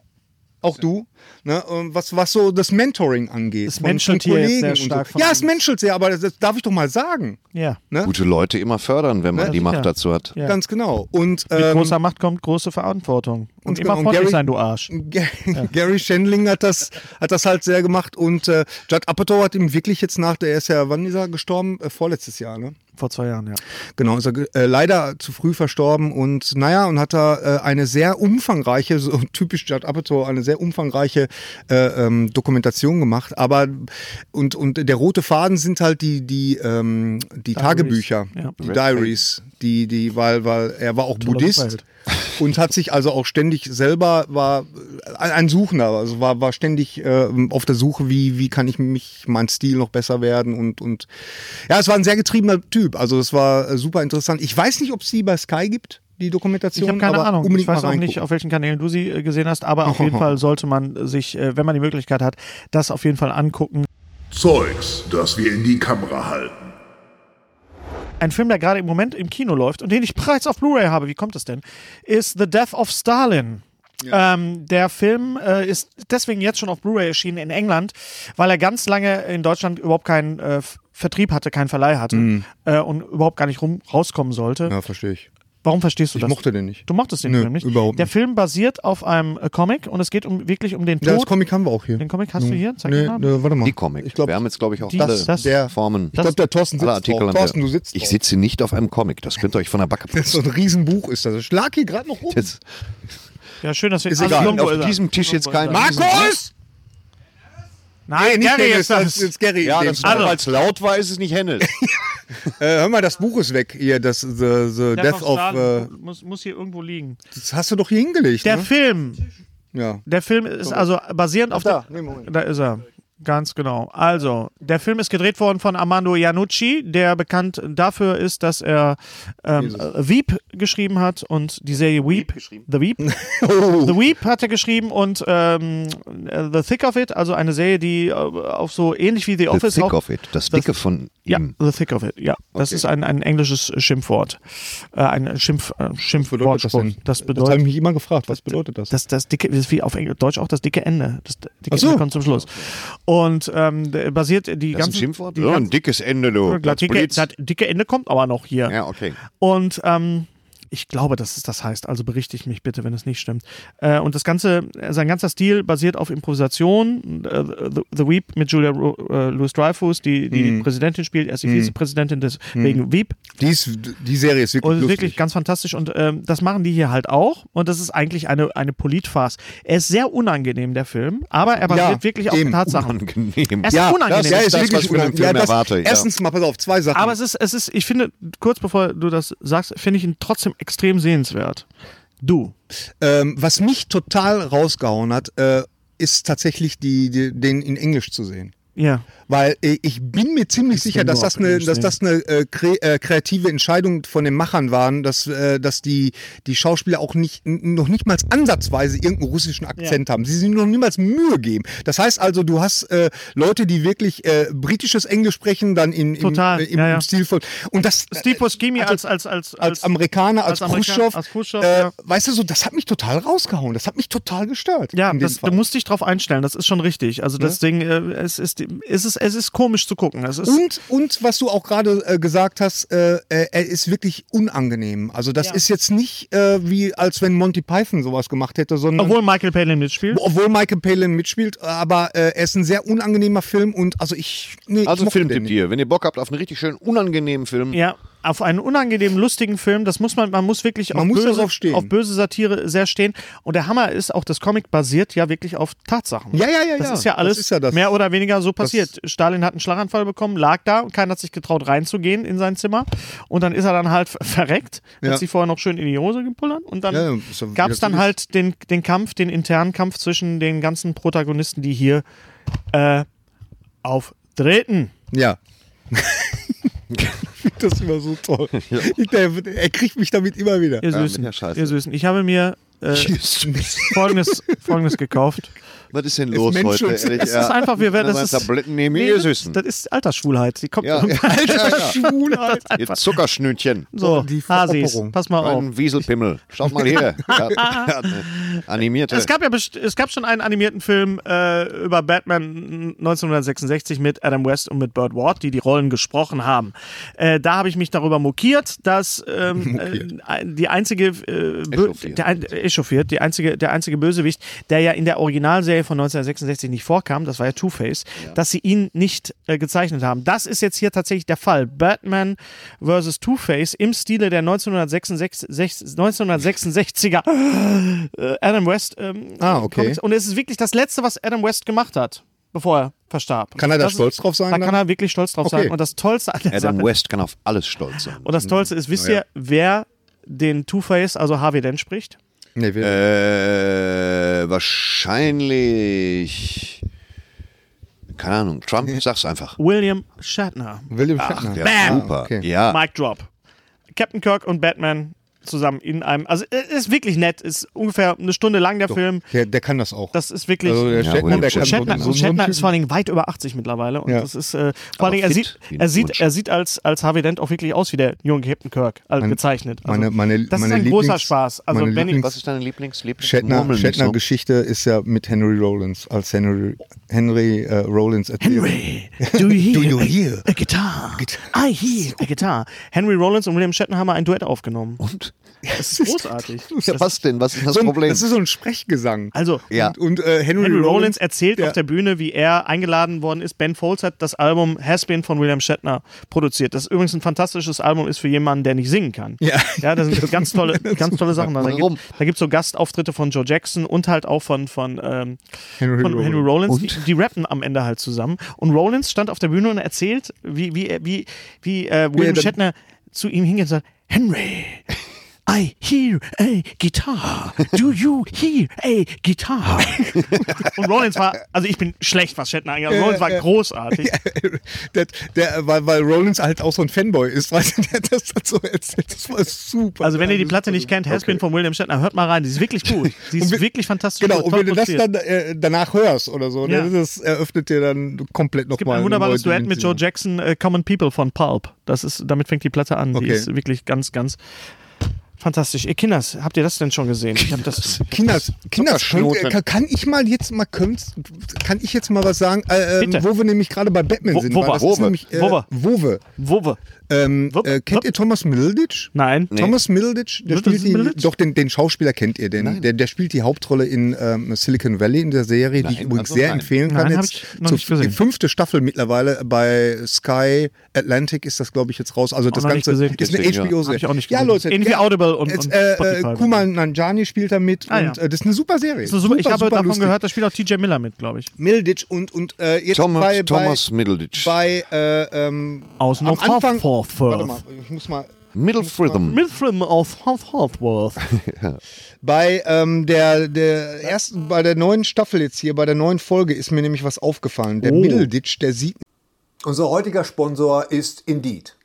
Speaker 2: Auch du, ne, ähm, was, was so das Mentoring angeht.
Speaker 1: Es menschelt hier jetzt sehr stark von
Speaker 2: Ja, es
Speaker 1: uns.
Speaker 2: menschelt sehr, aber das, das darf ich doch mal sagen.
Speaker 1: Ja.
Speaker 3: Gute Leute immer fördern, wenn man die Macht dazu hat.
Speaker 1: Ja.
Speaker 2: Ganz genau. Und,
Speaker 1: Mit
Speaker 2: ähm,
Speaker 1: großer Macht kommt große Verantwortung. Und,
Speaker 2: Und
Speaker 1: immer
Speaker 2: genau, und
Speaker 1: freundlich
Speaker 2: Gary-
Speaker 1: sein, du Arsch.
Speaker 2: Ga- Gary Shandling hat das, hat das halt sehr gemacht und äh, Judd Apatow hat ihm wirklich jetzt nach, der ist ja, wann ist er gestorben? Äh, vorletztes Jahr, ne?
Speaker 1: Vor zwei Jahren, ja.
Speaker 2: Genau, ist er ge- äh, leider zu früh verstorben und naja, und hat er äh, eine sehr umfangreiche, so typisch Judd Apatow, eine sehr umfangreiche äh, ähm, Dokumentation gemacht. Aber und, und der rote Faden sind halt die, die, ähm, die Tagebücher,
Speaker 1: Ja.
Speaker 2: die Diaries, die, die, weil, weil er war auch Buddhist
Speaker 1: Superheld.
Speaker 2: und hat sich also auch ständig selber war äh, ein, ein Suchender, also war, war ständig äh, auf der Suche, wie, wie kann ich mich, mein Stil noch besser werden und, und ja, es war ein sehr getriebener Typ. Also es war äh, super interessant. Ich weiß nicht, ob es die bei Sky gibt, die Dokumentation.
Speaker 1: Ich habe keine
Speaker 2: aber
Speaker 1: Ahnung. Ich
Speaker 2: Unbedingt
Speaker 1: weiß
Speaker 2: mal
Speaker 1: auch nicht,
Speaker 2: reingucken.
Speaker 1: auf welchen Kanälen du sie äh, gesehen hast, aber auf jeden Fall sollte man sich, äh, wenn man die Möglichkeit hat, das auf jeden Fall angucken.
Speaker 4: Zeugs, das wir in die Kamera halten.
Speaker 1: Ein Film, der gerade im Moment im Kino läuft und den ich bereits auf Blu-ray habe, wie kommt das denn? Ist The Death of Stalin. Ähm, der Film äh, ist deswegen jetzt schon auf Blu-ray erschienen in England, weil er ganz lange in Deutschland überhaupt keinen äh, Vertrieb hatte, keinen Verleih hatte äh, und überhaupt gar nicht rum rauskommen sollte.
Speaker 2: Mhm. Ja, verstehe ich.
Speaker 1: Warum verstehst du
Speaker 2: Ich
Speaker 1: das?
Speaker 2: mochte den nicht.
Speaker 1: Du mochtest den
Speaker 2: Nö,
Speaker 1: Film nicht?
Speaker 2: überhaupt
Speaker 1: Der
Speaker 2: nicht.
Speaker 1: Film basiert auf einem äh, Comic und es geht um, wirklich um den
Speaker 2: Ja,
Speaker 1: Tod.
Speaker 2: das Comic haben wir auch hier.
Speaker 1: Den Comic hast du hier? Zeig
Speaker 2: nee,
Speaker 1: ihn mal.
Speaker 2: nee, warte mal.
Speaker 3: Die Comic.
Speaker 2: Ich glaube,
Speaker 3: wir haben jetzt, glaube ich, auch
Speaker 1: Die-
Speaker 3: alle
Speaker 1: das-
Speaker 2: der-
Speaker 3: Formen.
Speaker 2: ich glaub, der Thorsten
Speaker 3: alle
Speaker 2: sitzt
Speaker 3: Artikel
Speaker 2: drauf.
Speaker 3: haben wir.
Speaker 2: Thorsten, du sitzt
Speaker 3: Ich
Speaker 2: drauf.
Speaker 3: sitze nicht auf einem Comic. Das könnt ihr euch von der Backe
Speaker 2: Das ist so
Speaker 3: putzen.
Speaker 2: ein Riesenbuch ist das. Ich schlag hier gerade noch um.
Speaker 3: Jetzt,
Speaker 1: Ja, schön, dass wir
Speaker 3: ist
Speaker 1: also
Speaker 3: egal.
Speaker 1: irgendwo
Speaker 3: auf
Speaker 1: ist er.
Speaker 3: diesem Tisch jetzt
Speaker 1: Irgendwo
Speaker 3: kein.
Speaker 1: ist er.
Speaker 2: Markus! Äh,
Speaker 1: Nein,
Speaker 2: nicht
Speaker 1: Gary ist
Speaker 2: das.
Speaker 1: das.
Speaker 2: ist Gary.
Speaker 3: Ja,
Speaker 2: In dem
Speaker 3: das
Speaker 2: Fall.
Speaker 3: also. weil es laut war, ist es nicht Hennes.
Speaker 2: äh, hör mal, das Buch ist weg. Hier, das The, the Death of. Äh, Hm?
Speaker 1: muss, muss hier irgendwo liegen.
Speaker 2: das hast du doch hier hingelegt.
Speaker 1: Der
Speaker 2: ne?
Speaker 1: Film.
Speaker 2: Ja.
Speaker 1: Der Film ist also basierend auf
Speaker 2: Da,
Speaker 1: der.
Speaker 2: nee, Moment.
Speaker 1: Da ist er. Ganz genau. Also, der Film ist gedreht worden von Armando Iannucci, der bekannt dafür ist, dass er ähm, äh, Weep geschrieben hat und die Serie Weep. The Weep. The Weep hat er geschrieben und ähm, äh, The Thick of It, also eine Serie, die äh, auf so ähnlich wie The
Speaker 3: The
Speaker 1: Office
Speaker 3: thick
Speaker 1: auch
Speaker 3: of it. Hm. Das Dicke von
Speaker 1: ja,
Speaker 3: ihm.
Speaker 1: the thick of it, ja. Das ist ein, ein englisches Schimpfwort. Äh, ein Schimpf, äh, Schimpfwort.
Speaker 2: bedeutet das denn?
Speaker 1: das
Speaker 2: Das habe ich
Speaker 1: bedeutet.
Speaker 2: mich immer gefragt. Was bedeutet das?
Speaker 1: Das, das dicke, das ist wie auf Engl- Deutsch auch das dicke Ende. Das dicke
Speaker 2: Ach so.
Speaker 1: Ende kommt zum Schluss. Und ähm, der- basiert die
Speaker 3: Das ist ein
Speaker 1: ganze.
Speaker 3: Schimpfwort?
Speaker 1: Die
Speaker 3: Ja, ein
Speaker 1: ganze,
Speaker 3: dickes Ende, du.
Speaker 1: das,
Speaker 3: Als
Speaker 1: dicke,
Speaker 3: Poliz.
Speaker 1: das dicke Ende kommt aber noch hier.
Speaker 3: Ja, okay.
Speaker 1: Und ähm, ich glaube, dass es das heißt. Also berichte ich mich bitte, wenn es nicht stimmt. Äh, und das ganze, sein ganzer Stil basiert auf Improvisation. Äh, The, The Weep mit Julia Ro- äh, Louis Dreyfus, die die,
Speaker 3: Mhm.
Speaker 1: die Präsidentin spielt, erst die Vizepräsidentin des wegen Weep.
Speaker 2: Die, ist, die Serie ist wirklich
Speaker 1: Und
Speaker 2: lustig.
Speaker 1: wirklich ganz fantastisch. Und ähm, das machen die hier halt auch. Und das ist eigentlich eine, eine Politfarce. Er ist sehr unangenehm, der Film, aber er basiert wirklich auf
Speaker 2: eben.
Speaker 1: Tatsachen.
Speaker 3: Angenehm.
Speaker 1: Es ist
Speaker 2: ja,
Speaker 1: unangenehm.
Speaker 2: Das, ja, ist
Speaker 3: Das, was
Speaker 2: wirklich
Speaker 3: ich von dem
Speaker 2: unangenehm.
Speaker 3: Film
Speaker 2: ja, das,
Speaker 3: erwarte, ja.
Speaker 2: Erstens mal, pass auf, zwei Sachen.
Speaker 1: Aber es ist, es ist, ich finde, kurz bevor du das sagst, finde ich ihn trotzdem extrem sehenswert. Du.
Speaker 2: ähm, was mich total rausgehauen hat, äh, ist tatsächlich die, die, den in Englisch zu sehen.
Speaker 1: Ja.
Speaker 2: Weil äh, ich bin mir ziemlich sicher,
Speaker 1: bin
Speaker 2: dass
Speaker 1: nur
Speaker 2: das
Speaker 1: auf
Speaker 2: eine,
Speaker 1: Englisch
Speaker 2: dass
Speaker 1: sehen.
Speaker 2: das eine äh, kre äh, kreative Entscheidung von den Machern waren, dass, äh, dass die, die Schauspieler auch nicht, n- noch nicht mal ansatzweise irgendeinen russischen Akzent haben. Sie sind noch niemals Mühe geben. Das heißt also, du hast äh, Leute, die wirklich äh, britisches Englisch sprechen, dann in, im,
Speaker 1: Total,
Speaker 2: äh, im,
Speaker 1: ja, ja.
Speaker 2: im Stil von. Und das, äh,
Speaker 1: Steve Buscemi als, als, als,
Speaker 2: also als Amerikaner, als,
Speaker 1: Amerika-
Speaker 2: Khrushchev.
Speaker 1: als Khrushchev,
Speaker 2: äh,
Speaker 1: ja.
Speaker 2: Weißt du, so, das hat mich total rausgehauen. Das hat mich total gestört.
Speaker 1: Ja,
Speaker 2: in dem
Speaker 1: das,
Speaker 2: Fall.
Speaker 1: da musst dich drauf einstellen. Das ist schon richtig. Also das Ding, äh, es ist, es ist, es ist komisch zu gucken. Es ist,
Speaker 2: und, und was du auch gerade äh, gesagt hast, äh, äh, er ist wirklich unangenehm. Also das ist jetzt nicht äh, wie, als wenn Monty Python sowas gemacht hätte, sondern
Speaker 1: obwohl Michael Palin mitspielt.
Speaker 2: obwohl Michael Palin mitspielt, aber äh, er ist ein sehr unangenehmer Film und also ich, nee, ich
Speaker 3: Also
Speaker 2: mochte den
Speaker 3: Filmtipp
Speaker 2: nicht.
Speaker 3: dir. Wenn ihr Bock habt auf einen richtig schönen, unangenehmen Film,
Speaker 1: Ja, auf einen unangenehmen, lustigen Film. Das muss man, man muss wirklich
Speaker 2: Man
Speaker 1: auf,
Speaker 2: muss
Speaker 1: böse,
Speaker 2: darauf stehen.
Speaker 1: auf böse Satire äh, sehr stehen. Und der Hammer ist, auch das Comic basiert ja wirklich auf Tatsachen.
Speaker 2: Ja, ja, ja,
Speaker 1: Das
Speaker 2: ja.
Speaker 1: ist ja
Speaker 2: Das
Speaker 1: alles
Speaker 2: ist ja das.
Speaker 1: mehr oder weniger so passiert. Stalin hat einen Schlaganfall bekommen, lag da und keiner hat sich getraut reinzugehen in sein Zimmer. Und dann ist er dann halt ver- verreckt,
Speaker 2: Ja.
Speaker 1: hat sich vorher noch schön in die Hose gepullert. Und dann
Speaker 2: Ja, ja,
Speaker 1: gab's
Speaker 2: ist ja
Speaker 1: gab es dann
Speaker 2: natürlich.
Speaker 1: halt den, den Kampf, den internen Kampf zwischen den ganzen Protagonisten, die hier äh, auftreten.
Speaker 2: Ja. Ich finde das immer so toll. Ich, der, er kriegt mich damit immer wieder.
Speaker 1: Ihr
Speaker 3: mit
Speaker 1: Süßen,
Speaker 3: der Scheiße.
Speaker 1: ihr Süßen. Ich habe mir äh, Folgendes, Folgendes gekauft.
Speaker 3: was ist denn los
Speaker 2: Mensch
Speaker 3: heute?
Speaker 2: und-
Speaker 3: Ehrlich,
Speaker 1: Das ist einfach, wir werden.
Speaker 3: Wenn man
Speaker 1: Das ist,
Speaker 3: Tabletten nehmen, ihr Süßen.
Speaker 1: das ist Altersschwulheit. Die kommt
Speaker 3: Ja.
Speaker 1: irgendwann.
Speaker 2: Schwulheit.
Speaker 1: Das
Speaker 3: Ihr
Speaker 1: einfach-
Speaker 3: Zuckerschnütchen.
Speaker 1: So,
Speaker 2: die
Speaker 1: Hasis,
Speaker 2: Veropperung.
Speaker 1: pass mal auf.
Speaker 3: Ein Wieselpimmel. Schaut mal her. Ja, ja, ne. Animierte.
Speaker 1: Es gab ja best- es gab schon einen animierten Film äh, über Batman 1966 mit Adam West und mit Burt Ward, die die Rollen gesprochen haben. Äh, da habe ich mich darüber mokiert, dass ähm, Äh, die einzige äh, bö-
Speaker 3: Echauffiert.
Speaker 1: der, ein- echauffiert, die einzige der einzige Bösewicht, der ja in der Originalserie von 1966 nicht vorkam, das war ja Two Face, dass sie ihn nicht äh, gezeichnet haben. Das ist jetzt hier tatsächlich der Fall. Batman vs. Two Face im Stile der 1966, 1966er Adam West. Ähm,
Speaker 2: Ah, okay.
Speaker 1: Comics. Und es ist wirklich das Letzte, was Adam West gemacht hat, bevor er verstarb.
Speaker 2: Kann er da
Speaker 1: Das ist-
Speaker 2: stolz drauf sein
Speaker 1: Da
Speaker 2: dann?
Speaker 1: kann er wirklich stolz draf
Speaker 2: Okay.
Speaker 1: sein. Und das Tollste an der
Speaker 3: Adam
Speaker 1: Sache.
Speaker 3: West kann auf alles stolz sein.
Speaker 1: Und das Tollste ist,
Speaker 2: Oh,
Speaker 1: wisst ihr, wer den Two-Face, also Harvey Dent, spricht?
Speaker 2: Nee, wir,
Speaker 3: Äh, wahrscheinlich. Keine Ahnung. Trump, sag's einfach.
Speaker 1: William Shatner.
Speaker 2: William
Speaker 3: Ach,
Speaker 2: Shatner.
Speaker 3: der
Speaker 1: Bam.
Speaker 3: super.
Speaker 2: Okay.
Speaker 3: Ja.
Speaker 1: Mic Drop. Captain Kirk und Batman zusammen in einem. Also, es ist wirklich nett. Ist ungefähr eine Stunde lang der Film.
Speaker 2: Der, der kann das auch.
Speaker 1: Das ist wirklich.
Speaker 2: also der
Speaker 3: Ja,
Speaker 2: Shatner,
Speaker 3: William
Speaker 2: der kann so-
Speaker 1: Shatner,
Speaker 2: so,
Speaker 1: und
Speaker 2: so einen
Speaker 1: Shatner ist
Speaker 2: Typen.
Speaker 1: vor allen Dingen weit über 80 mittlerweile und
Speaker 2: Ja.
Speaker 1: das ist äh, vor allen Dingen, er
Speaker 3: fit
Speaker 1: sieht,
Speaker 3: wie ein
Speaker 1: er sieht,
Speaker 3: Wunsch.
Speaker 1: er sieht als, als Harvey Dent auch wirklich aus wie der junge Captain Kirk, also gezeichnet. Also,
Speaker 2: meine- meine-
Speaker 1: das
Speaker 2: meine
Speaker 1: ist ein großer
Speaker 2: Lieblings-
Speaker 1: Spaß. Also
Speaker 2: meine
Speaker 1: wenn ich,
Speaker 3: Was ist deine Lieblings? Lieblings
Speaker 2: Shatner,
Speaker 3: Murmel nicht
Speaker 2: Shatner
Speaker 3: so.
Speaker 2: Geschichte ist ja mit Henry Rollins, als Henry, Henry äh, Rollins erzählt.
Speaker 1: Henry, do you hear,
Speaker 2: Do you hear? Oh,
Speaker 1: a, a guitar? I hear a guitar. Henry Rollins und William Shatner haben mal ein Duett aufgenommen.
Speaker 3: Und?
Speaker 1: Es ist großartig.
Speaker 3: Ja, was denn? Was ist das
Speaker 2: So ein,
Speaker 3: Problem?
Speaker 2: das ist so ein Sprechgesang.
Speaker 1: Also,
Speaker 3: ja.
Speaker 2: Und, und äh, Henry,
Speaker 1: Henry Rollins erzählt
Speaker 2: ja.
Speaker 1: auf der Bühne, wie er eingeladen worden ist. Ben Folds hat das Album Has Been von William Shatner produziert. Das übrigens ein fantastisches Album ist für jemanden, der nicht singen kann.
Speaker 2: Ja.
Speaker 1: ja da sind ganz tolle, ganz tolle Sachen. Da, da
Speaker 3: Warum?
Speaker 1: gibt es so Gastauftritte von Joe Jackson und halt auch von, von, ähm,
Speaker 2: Henry
Speaker 1: von Henry Rollins. Die,
Speaker 3: Und?
Speaker 1: die rappen am Ende halt zusammen. Und Rollins stand auf der Bühne und erzählt, wie, wie, wie, wie äh, William
Speaker 2: dann-
Speaker 1: Shatner zu ihm hingeht und sagt, Henry, I hear a guitar. Do you hear a guitar? Und Rollins war, also ich bin schlecht, was Shatner angeht. aber Rollins war großartig.
Speaker 2: der, der, weil, weil Rollins halt auch so ein Fanboy ist, weißt du, der hat das hat so erzählt. Das war super.
Speaker 1: Also wenn ihr die
Speaker 2: Das
Speaker 1: Platte
Speaker 2: war
Speaker 1: nicht
Speaker 2: super.
Speaker 1: kennt, Has Been von William Shatner, hört mal rein. Die ist wirklich gut. Die ist
Speaker 2: Und wenn-
Speaker 1: wirklich fantastisch.
Speaker 2: Genau,
Speaker 1: gut,
Speaker 2: und
Speaker 1: toll
Speaker 2: wenn du das
Speaker 1: produziert.
Speaker 2: dann äh, danach hörst oder so,
Speaker 1: Ja.
Speaker 2: ne, das eröffnet dir dann komplett
Speaker 1: es gibt
Speaker 2: nochmal.
Speaker 1: ein wunderbares Duett mit Joe Jackson, äh, Common People von Pulp. Das ist, damit fängt die Platte an. Die
Speaker 2: Okay.
Speaker 1: ist wirklich ganz, ganz fantastisch. Ihr Kinders, habt ihr das denn schon gesehen? Ich hab das.
Speaker 2: Kinders, Kinders
Speaker 3: Schnote.
Speaker 2: könnt- äh, kann ich mal jetzt mal könnt, kann ich jetzt mal was sagen, äh, äh,
Speaker 1: Bitte.
Speaker 2: wo wir nämlich gerade bei Batman
Speaker 1: Wo-
Speaker 2: sind.
Speaker 1: Wowe.
Speaker 2: weil das Ist
Speaker 1: Wowe.
Speaker 2: nämlich, äh,
Speaker 1: Wowe.
Speaker 2: Wowe.
Speaker 1: Wuppe.
Speaker 2: Ähm,
Speaker 1: Wupp,
Speaker 2: äh, kennt
Speaker 1: wupp.
Speaker 2: ihr Thomas Middleditch?
Speaker 1: Nein.
Speaker 2: Thomas Middleditch, der
Speaker 1: Middleditch,
Speaker 2: spielt die,
Speaker 1: Middleditch?
Speaker 2: doch den, den Schauspieler kennt ihr denn? Der, der spielt die Hauptrolle in ähm, Silicon Valley in der Serie, die ich
Speaker 3: Nein,
Speaker 2: übrigens
Speaker 3: also
Speaker 2: sehr
Speaker 3: nein.
Speaker 2: empfehlen kann.
Speaker 1: Nein, hab
Speaker 2: jetzt
Speaker 1: ich noch nicht gesehen.
Speaker 2: Die fünfte Staffel mittlerweile bei Sky Atlantic ist das, glaube ich, jetzt raus. Also das
Speaker 1: noch nicht
Speaker 2: Ganze
Speaker 1: gesehen.
Speaker 2: ist eine
Speaker 3: Deswegen, ja.
Speaker 2: HBO-Serie.
Speaker 1: Hab ich auch nicht
Speaker 2: ja,
Speaker 1: gesehen.
Speaker 2: Leute,
Speaker 1: Ähnlich wie
Speaker 2: ja,
Speaker 1: Audible und-
Speaker 2: jetzt,
Speaker 1: und
Speaker 2: äh,
Speaker 1: Spotify.
Speaker 2: äh, Kumal Nanjani spielt da mit
Speaker 1: Ah, ja.
Speaker 2: und äh, das ist eine super Serie.
Speaker 1: So super, ich habe davon
Speaker 2: lustig.
Speaker 1: gehört, da spielt auch TJ Miller mit, glaube ich.
Speaker 2: Middleditch und, und äh, jetzt
Speaker 3: Thomas,
Speaker 2: bei,
Speaker 3: Thomas
Speaker 2: bei,
Speaker 3: Middleditch.
Speaker 2: bei äh, ähm,
Speaker 1: Aus
Speaker 2: am Anfang,
Speaker 1: North
Speaker 2: warte
Speaker 1: Warte
Speaker 2: mal, ich muss mal
Speaker 3: Middlefritham.
Speaker 1: Milfrim aus Halfworth.
Speaker 2: Bei ähm, der, der ersten, bei der neuen Staffel jetzt hier, bei der neuen Folge ist mir nämlich was aufgefallen. Der Middleditch, der sieht
Speaker 5: Unser heutiger Sponsor ist Indeed.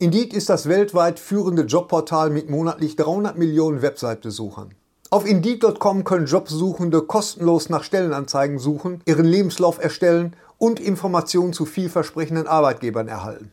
Speaker 5: Indeed ist das weltweit führende Jobportal mit monatlich 300 Millionen Website-Besuchern. Auf Indeed.com können Jobsuchende kostenlos nach Stellenanzeigen suchen, ihren Lebenslauf erstellen und Informationen zu vielversprechenden Arbeitgebern erhalten.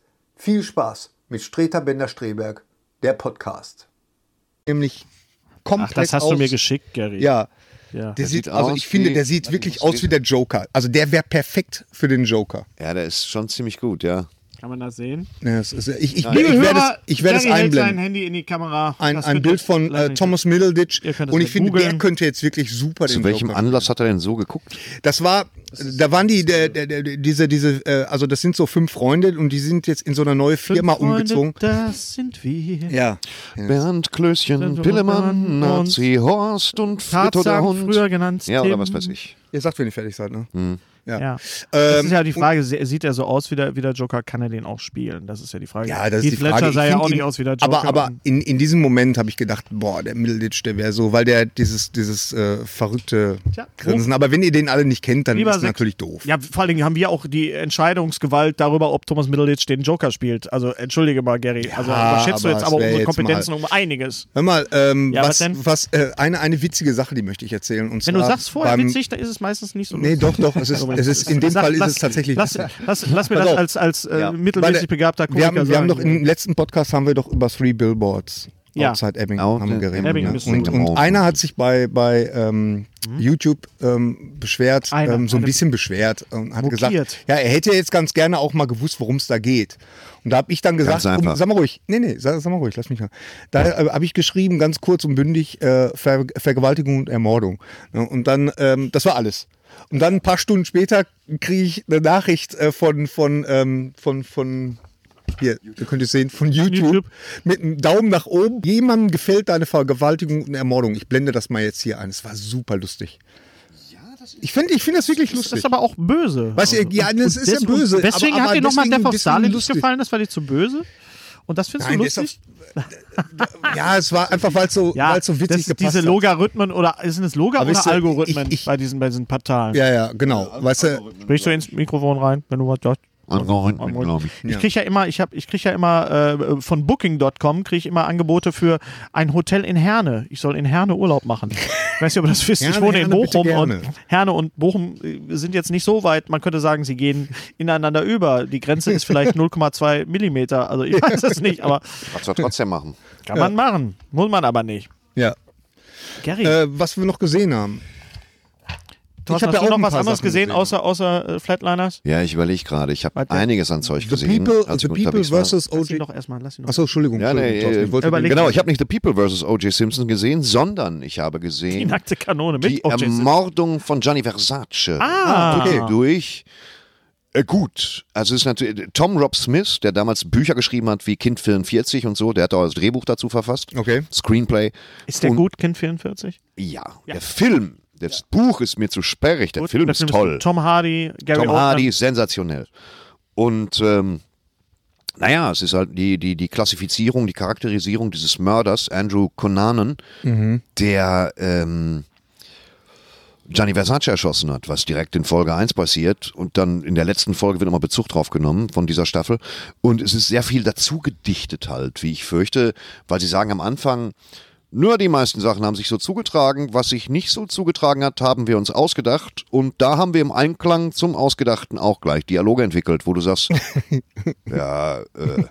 Speaker 5: viel Spaß mit Streter Bender-Streberg, der Podcast.
Speaker 2: nämlich
Speaker 1: Ach,
Speaker 2: komplett
Speaker 1: das hast
Speaker 2: aus.
Speaker 1: du mir geschickt, Gary.
Speaker 2: Ja.
Speaker 1: Ja.
Speaker 2: Der sieht,
Speaker 3: sieht
Speaker 2: also
Speaker 3: aus
Speaker 2: ich finde,
Speaker 3: wie-
Speaker 2: der sieht
Speaker 3: warte,
Speaker 2: wirklich
Speaker 3: was
Speaker 2: aus
Speaker 3: steht
Speaker 2: wie der Joker. Also der wäre perfekt für den Joker.
Speaker 3: Ja, der ist schon ziemlich gut, ja.
Speaker 1: Kann man das sehen?
Speaker 2: Ja, das ist, ich Äh, ich, ich werde es, ich werde
Speaker 1: Gary hält
Speaker 2: es
Speaker 1: sein
Speaker 2: einblenden.
Speaker 1: Handy in die Kamera.
Speaker 2: Ein,
Speaker 1: Das
Speaker 2: ein
Speaker 1: wird-
Speaker 2: Bild von
Speaker 1: Lass
Speaker 2: äh,
Speaker 1: mich-
Speaker 2: Thomas Middleditch.
Speaker 1: Ihr könnt das
Speaker 2: Und ich
Speaker 1: mal
Speaker 2: finde, der
Speaker 1: googeln.
Speaker 2: könnte jetzt wirklich super
Speaker 3: Zu
Speaker 2: den
Speaker 3: welchem
Speaker 2: Joker
Speaker 3: Anlass hat er denn so geguckt?
Speaker 2: Das war, da waren die, der, der, der, diese, diese, äh, also das sind so fünf Freunde und die sind jetzt in so eine neue
Speaker 1: Fünf
Speaker 2: Firma
Speaker 1: Freunde,
Speaker 2: umgezogen.
Speaker 1: Das sind wir.
Speaker 2: Ja.
Speaker 3: Bernd Klößchen,
Speaker 1: Bernd
Speaker 3: Pillemann,
Speaker 1: und-
Speaker 3: Nazi, Horst und Fritto der
Speaker 1: Tarzan,
Speaker 3: Hund.
Speaker 1: früher genannt
Speaker 3: ja, oder
Speaker 1: Tim.
Speaker 3: was weiß ich.
Speaker 2: Ihr sagt, wenn ihr fertig seid, ne? Ja.
Speaker 1: Ja.
Speaker 2: ja.
Speaker 1: das ist
Speaker 2: Ähm,
Speaker 1: ja die Frage, se- sieht er so aus wie der, wie der Joker? Kann er den auch spielen? Das ist ja die Frage.
Speaker 2: das
Speaker 1: Heath
Speaker 2: ist die Frage.
Speaker 1: Ledger
Speaker 2: Ich
Speaker 1: sah ja
Speaker 2: find
Speaker 1: auch
Speaker 2: ihn-
Speaker 1: nicht aus wie der Joker.
Speaker 2: Aber, aber
Speaker 1: und-
Speaker 2: in, in diesem Moment habe ich gedacht, boah, der Middleditch, der wäre so, weil der dieses, dieses äh, verrückte
Speaker 1: Tja.
Speaker 2: Grinsen. Aber wenn ihr den alle nicht kennt, dann
Speaker 1: Lieber
Speaker 2: ist das
Speaker 1: sechs-
Speaker 2: natürlich doof.
Speaker 1: Ja, vor allen Dingen haben wir auch die Entscheidungsgewalt darüber, ob Thomas Middleditch den Joker spielt. Also entschuldige mal, Gary. also
Speaker 2: Ja,
Speaker 1: überschätzt du
Speaker 2: aber
Speaker 1: jetzt
Speaker 2: es
Speaker 1: aber
Speaker 2: wär
Speaker 1: unsere
Speaker 2: jetzt
Speaker 1: Kompetenzen
Speaker 2: mal-
Speaker 1: um einiges.
Speaker 2: Hör mal, ähm,
Speaker 1: Ja, was
Speaker 2: was,
Speaker 1: denn?
Speaker 2: was, äh, eine, eine witzige Sache, die möchte ich erzählen. Und
Speaker 1: Wenn du
Speaker 2: zwar
Speaker 1: sagst vorher
Speaker 2: beim,
Speaker 1: witzig, dann ist es meistens nicht so
Speaker 2: Nee,
Speaker 1: lustig.
Speaker 2: doch, doch. Es ist,
Speaker 1: Aber
Speaker 2: es ist, in dem
Speaker 1: sag-
Speaker 2: Fall ist
Speaker 1: lass-
Speaker 2: es tatsächlich.
Speaker 1: Lass,
Speaker 2: witzig.
Speaker 1: lass, lass mir
Speaker 2: Pass
Speaker 1: das
Speaker 2: auf.
Speaker 1: als, als äh, mittelmäßig
Speaker 2: Weil,
Speaker 1: begabter
Speaker 2: wir
Speaker 1: Komiker
Speaker 2: haben, wir
Speaker 1: sagen.
Speaker 2: haben doch im letzten Podcast haben wir doch über Three Billboards
Speaker 1: Ja.
Speaker 2: outside Ebbing
Speaker 3: Out-
Speaker 2: haben wir geredet.
Speaker 1: Ebbing
Speaker 2: ja.
Speaker 1: müssen wir
Speaker 2: und,
Speaker 3: machen.
Speaker 2: und einer hat sich bei, bei ähm, YouTube ähm, beschwert,
Speaker 1: Einer,
Speaker 2: ähm, so ein
Speaker 1: eine-
Speaker 2: bisschen beschwert und hat
Speaker 1: Mokiert.
Speaker 2: gesagt, ja, er hätte jetzt ganz gerne auch mal gewusst, worum es da geht. Und da habe ich dann gesagt,
Speaker 3: Ganz einfach.
Speaker 2: um, sag mal ruhig, nee, nee, sag, sag mal ruhig, lass mich mal. Da äh, habe ich geschrieben, ganz kurz und bündig, äh, Ver Vergewaltigung und Ermordung. Ne? Und dann, ähm, das war alles. Und dann ein paar Stunden später kriege ich eine Nachricht äh, von, von, ähm, von, von, hier, ihr könnt es sehen, von YouTube,
Speaker 1: YouTube.
Speaker 2: mit einem Daumen nach oben. Jemandem gefällt deine Vergewaltigung und Ermordung. Ich blende das mal jetzt hier ein. Es war super lustig. Ich finde ich find das wirklich
Speaker 1: Das
Speaker 2: lustig.
Speaker 1: ist aber auch böse.
Speaker 2: Weißt du, ja, das ist ja böse, aber-
Speaker 1: Deswegen
Speaker 2: aber
Speaker 1: hat dir nochmal
Speaker 2: deswegen-
Speaker 1: Death of
Speaker 2: deswegen
Speaker 1: Stalin nicht
Speaker 2: lustig.
Speaker 1: gefallen, das war dir zu böse. Und das findest du
Speaker 2: der ist
Speaker 1: lustig?
Speaker 2: auf- ja, es war einfach, weil es so,
Speaker 1: Ja,
Speaker 2: weil's so witzig
Speaker 1: das,
Speaker 2: gepasst
Speaker 1: diese
Speaker 2: hat.
Speaker 1: Logarithmen oder sind es Loga
Speaker 2: Aber
Speaker 1: oder
Speaker 2: ich sag-
Speaker 1: Algorithmen
Speaker 2: ich- ich-
Speaker 1: bei diesen bei diesen Portalen?
Speaker 2: Ja, ja, genau. Weißt du,
Speaker 1: Sprichst du ins Mikrofon rein, wenn du was sagst?
Speaker 3: Algorithmen, glaube ich.
Speaker 1: Ich krieg ja immer, ich habe, ich krieg ja immer äh, von Booking.com kriege ich immer Angebote für ein Hotel in Herne. Ich soll in Herne Urlaub machen. Ich weiß nicht, ob ihr das wisst. ich
Speaker 2: Herne,
Speaker 1: wohne in
Speaker 2: Herne, bitte
Speaker 1: Bochum und
Speaker 2: gerne.
Speaker 1: Herne und Bochum äh, sind jetzt nicht so weit. Man könnte sagen, sie gehen ineinander über. Die Grenze ist vielleicht 0,2 Millimeter. Also ich weiß es nicht, aber
Speaker 3: Was wir trotzdem machen.
Speaker 1: kann man machen. Muss man aber nicht.
Speaker 2: ja.
Speaker 1: Gary,
Speaker 2: Äh, was wir noch gesehen haben.
Speaker 1: du hast,
Speaker 2: ich hab
Speaker 1: hast
Speaker 2: ja
Speaker 1: du
Speaker 2: auch
Speaker 1: noch
Speaker 2: ein
Speaker 1: was
Speaker 2: paar
Speaker 1: anderes
Speaker 2: Sachen
Speaker 1: gesehen,
Speaker 2: gesehen.
Speaker 1: außer außer äh, Flatliners?
Speaker 3: Ja, ich überlege gerade. Ich habe
Speaker 1: Warte.
Speaker 3: einiges an Zeug
Speaker 2: The
Speaker 3: gesehen.
Speaker 2: People,
Speaker 3: als
Speaker 2: the
Speaker 3: ich
Speaker 2: people
Speaker 3: unterwegs war.
Speaker 2: versus
Speaker 1: Lass ihn
Speaker 2: OJ.
Speaker 1: doch erstmal, lass ihn doch.
Speaker 2: Achso, Entschuldigung.
Speaker 3: Ja, nee,
Speaker 2: Entschuldigung, Thorsten,
Speaker 3: äh,
Speaker 2: ich wollte-
Speaker 1: überleg-
Speaker 3: genau, ich habe nicht The People versus O.J. Simpson gesehen, sondern ich habe
Speaker 1: Die
Speaker 3: gesehen
Speaker 1: nackte Kanone mit
Speaker 3: die ähm,
Speaker 1: O.J. Simpson.
Speaker 3: Ermordung von Gianni Versace.
Speaker 1: Ah,
Speaker 2: okay.
Speaker 3: durch. Äh, gut, also es ist natürlich Tom Rob Smith, der damals Bücher geschrieben hat wie Kind 44 und so, der hat auch das Drehbuch dazu verfasst.
Speaker 2: Okay.
Speaker 3: Screenplay.
Speaker 1: Ist der
Speaker 3: und,
Speaker 1: gut, Kind 44?
Speaker 3: Ja, der Film, das Buch ist mir zu sperrig, der
Speaker 1: Gut,
Speaker 3: Film
Speaker 1: der
Speaker 3: ist toll.
Speaker 1: Tom Hardy, Gary
Speaker 3: Tom
Speaker 1: Oldman.
Speaker 3: Hardy, sensationell. Und ähm, naja, es ist halt die, die, die Klassifizierung, die Charakterisierung dieses Mörders, Andrew Conanen,
Speaker 1: Mhm.
Speaker 3: der ähm, Gianni Versace erschossen hat, was direkt in Folge 1 passiert. Und dann in der letzten Folge wird immer Bezug drauf genommen von dieser Staffel. Und es ist sehr viel dazu gedichtet halt, wie ich fürchte, weil sie sagen am Anfang, nur die meisten Sachen haben sich so zugetragen. Was sich nicht so zugetragen hat, haben wir uns ausgedacht. Und da haben wir im Einklang zum Ausgedachten auch gleich Dialoge entwickelt, wo du sagst, ja, äh,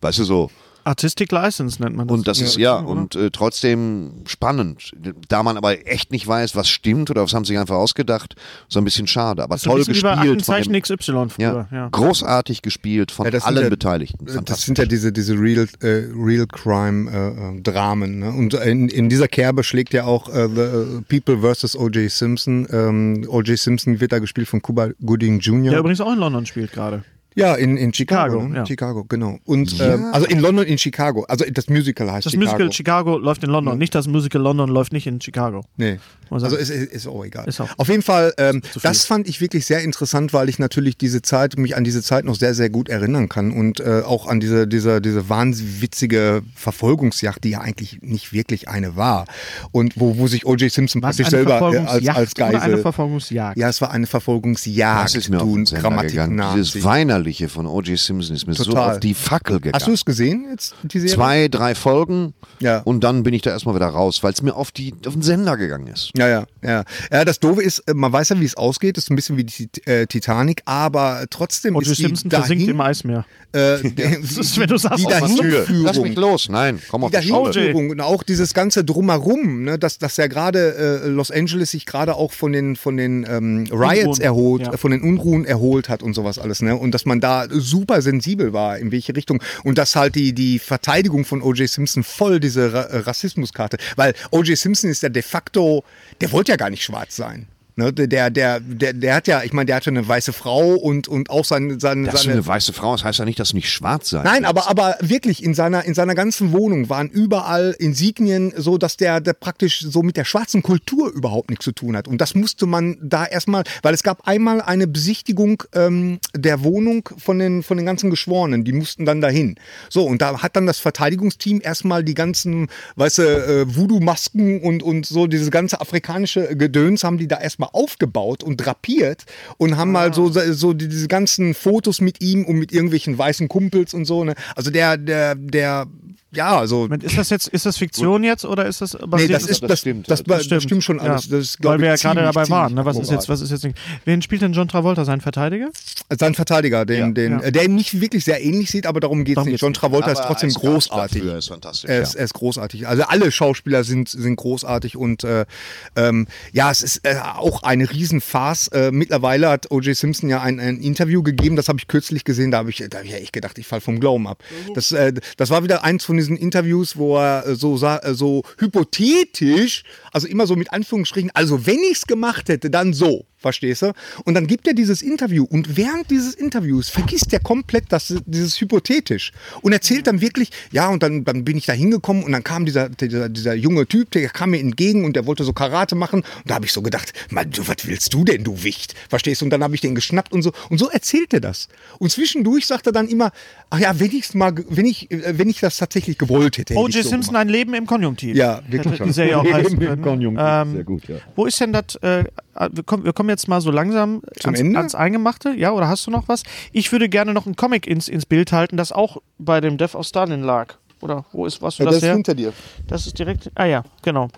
Speaker 3: weißt du so,
Speaker 1: Artistic License nennt man das.
Speaker 3: und das ist ja, und äh, trotzdem spannend. Da man aber echt nicht weiß, was stimmt oder was haben sie sich einfach ausgedacht, so ein bisschen schade. Aber
Speaker 1: so ein
Speaker 3: toll
Speaker 1: bisschen wie bei
Speaker 3: gespielt. Von
Speaker 1: Aktenzeichen
Speaker 3: dem,
Speaker 1: XY früher.
Speaker 3: ja,
Speaker 1: Ja.
Speaker 3: Großartig gespielt von
Speaker 2: Ja, das sind
Speaker 3: allen
Speaker 2: ja-
Speaker 3: Beteiligten.
Speaker 2: Das
Speaker 3: Fantastisch.
Speaker 2: sind ja diese, diese Real, äh, Real Crime äh, äh, Dramen. Ne? Und in, in dieser Kerbe schlägt ja auch äh, The äh, People vs. O.J. Simpson. Ähm, O.J. Simpson wird da gespielt von Cuba Gooding
Speaker 1: Der
Speaker 2: Jr.
Speaker 1: übrigens auch in London spielt gerade.
Speaker 2: Ja, in, in Chicago.
Speaker 1: Chicago,
Speaker 2: ne?
Speaker 1: ja.
Speaker 2: Chicago, genau. Und ähm, also in London, in Chicago. Also das Musical heißt
Speaker 1: Das
Speaker 2: Chicago.
Speaker 1: Musical Chicago läuft in London. Nicht das Musical London läuft nicht in Chicago.
Speaker 2: Nee.
Speaker 1: Muss man
Speaker 2: Also
Speaker 1: sagen.
Speaker 2: ist, ist, ist auch egal.
Speaker 1: Ist auch-
Speaker 2: Auf jeden Fall, ähm,
Speaker 1: zu viel.
Speaker 2: das fand ich wirklich sehr interessant, weil ich natürlich diese Zeit, mich an diese Zeit noch sehr, sehr gut erinnern kann und äh, auch an diese, diese, diese wahnwitzige Verfolgungsjagd, die ja eigentlich nicht wirklich eine war. Und wo, wo sich O.J. Simpson praktisch selber äh, als, als
Speaker 1: oder eine
Speaker 2: Geisel.
Speaker 1: Verfolgungsjagd?
Speaker 2: Ja, es war eine Verfolgungsjagd.
Speaker 3: Das ist mir auf
Speaker 2: du
Speaker 3: den Sender gegangen.
Speaker 2: Grammatik-Nazi.
Speaker 3: Dieses Weinerliche von O.J. Simpson ist mir
Speaker 2: Total.
Speaker 3: so auf die Fackel gegangen.
Speaker 2: Hast du es gesehen jetzt, die Serie?
Speaker 3: Zwei, drei Folgen
Speaker 2: Ja.
Speaker 3: und dann bin ich da erstmal wieder raus, weil es mir auf, die, auf den Sender gegangen ist.
Speaker 2: Ja, ja, ja. Ja, das Doofe ist, äh, man weiß ja, wie es ausgeht. Das ist ein bisschen wie die Tit- äh, Titanic, aber trotzdem
Speaker 1: O.J.
Speaker 2: ist die
Speaker 1: Simpson
Speaker 2: dahin,
Speaker 1: versinkt im Eismeer.
Speaker 2: Äh, der-
Speaker 1: ist, wenn du sagst,
Speaker 2: die
Speaker 1: auf was
Speaker 3: Lass mich
Speaker 2: Dahinführung.
Speaker 3: los. Nein, komm auf
Speaker 2: Die
Speaker 3: die Schaube.
Speaker 2: Dahinführung und auch dieses ganze Drumherum, ne, dass, dass ja gerade äh, Los Angeles sich gerade auch von den, von den ähm, Riots
Speaker 1: Unruhen,
Speaker 2: erholt,
Speaker 1: ja.
Speaker 2: äh, von den Unruhen erholt hat und sowas alles. Ne? Und dass man da super sensibel war, in welche Richtung. Und dass halt die, die Verteidigung von O.J. Simpson voll diese Ra äh, Rassismuskarte, weil O.J. Simpson ist ja de facto, der wollte ja gar nicht schwarz sein. Ne, der, der, der, der hat ja, ich meine, der hatte eine weiße Frau und, und auch sein, sein,
Speaker 3: Das ist
Speaker 2: seine,
Speaker 3: eine weiße Frau, das heißt ja nicht, dass du nicht schwarz sein
Speaker 2: Nein, aber, aber wirklich, in seiner, in seiner ganzen Wohnung waren überall Insignien, so dass der, der praktisch so mit der schwarzen Kultur überhaupt nichts zu tun hat. Und das musste man da erstmal, weil es gab einmal eine Besichtigung ähm, der Wohnung von den, von den ganzen Geschworenen, die mussten dann dahin. So, und da hat dann das Verteidigungsteam erstmal die ganzen, weißt du, äh, Voodoo-Masken und, und so, dieses ganze afrikanische Gedöns haben die da erstmal aufgebaut und drapiert und
Speaker 1: Ah.
Speaker 2: haben mal so, so die- diese ganzen Fotos mit ihm und mit irgendwelchen weißen Kumpels und so. Ne? Also der, der, der, ja, also.
Speaker 1: Moment, Ist das jetzt, ist das Fiktion jetzt oder ist das
Speaker 2: Nee,
Speaker 1: basiert-
Speaker 2: das ist,
Speaker 3: das
Speaker 2: das,
Speaker 3: stimmt.
Speaker 2: das, das stimmt. schon alles. Das ist, glaub
Speaker 1: Weil wir ja
Speaker 2: ich,
Speaker 1: gerade
Speaker 2: ziemlich,
Speaker 1: dabei waren. Ne?
Speaker 2: ziemlich
Speaker 1: Was ist jetzt, was ist jetzt nicht? Wen spielt denn John Travolta, sein Verteidiger?
Speaker 2: Also Sein Verteidiger, den, den,
Speaker 1: ja.
Speaker 2: äh, der ihm nicht wirklich sehr ähnlich sieht, aber darum geht's
Speaker 1: Darum
Speaker 2: nicht.
Speaker 1: geht's
Speaker 2: Johon Travolta ist
Speaker 3: Aber
Speaker 2: trotzdem
Speaker 3: als Gast
Speaker 2: großartig.
Speaker 3: dafür ist fantastisch.
Speaker 2: Er
Speaker 3: ja.
Speaker 2: ist, er ist großartig. Also alle Schauspieler sind, sind großartig und äh, ähm, ja, es ist äh, auch eine Riesenfarce. Äh, mittlerweile hat O.J. Simpson ja ein, ein Interview gegeben, das habe ich kürzlich gesehen, da habe ich, da hab ich ja echt gedacht, ich falle vom Glauben ab. Das, äh, das war wieder eins von diesen Interviews, wo er äh, so, sa- äh, so hypothetisch, also immer so mit Anführungsstrichen, also wenn ich es gemacht hätte, dann so. Verstehst du? Und dann gibt er dieses Interview und während dieses Interviews vergisst er komplett das, dieses hypothetisch und
Speaker 1: Mhm.
Speaker 2: erzählt dann wirklich, ja, und dann, dann bin ich da hingekommen und dann kam dieser, dieser, dieser junge Typ, der kam mir entgegen und der wollte so Karate machen. Und da habe ich so gedacht, Mann, du, was willst du denn, du Wicht? Verstehst du? Und dann habe ich den geschnappt und so. Und so erzählt er das. Und zwischendurch sagt er dann immer, ach ja, wenn ich's mal, ge- wenn ich, äh, wenn ich das tatsächlich gewollt hätte. hätte
Speaker 1: O.J.
Speaker 2: ich so
Speaker 1: Simpson, ein Leben im Konjunktiv.
Speaker 2: Ja, wirklich.
Speaker 1: Hätte die Serie auch heißen können.
Speaker 6: Konjunktiv,
Speaker 1: Ähm,
Speaker 6: sehr gut, ja.
Speaker 1: Wo ist denn das? Äh, wir, kommen, wir kommen jetzt mal so langsam
Speaker 2: Zum
Speaker 1: ans,
Speaker 2: Ende?
Speaker 1: ans Eingemachte. Ja, oder hast du noch was? Ich würde gerne noch einen Comic ins, ins Bild halten, das auch bei dem Death of Stalin lag. Oder wo ist was? das,
Speaker 2: gemacht. das ist
Speaker 1: her?
Speaker 2: hinter dir.
Speaker 1: das ist direkt. Ah ja, genau.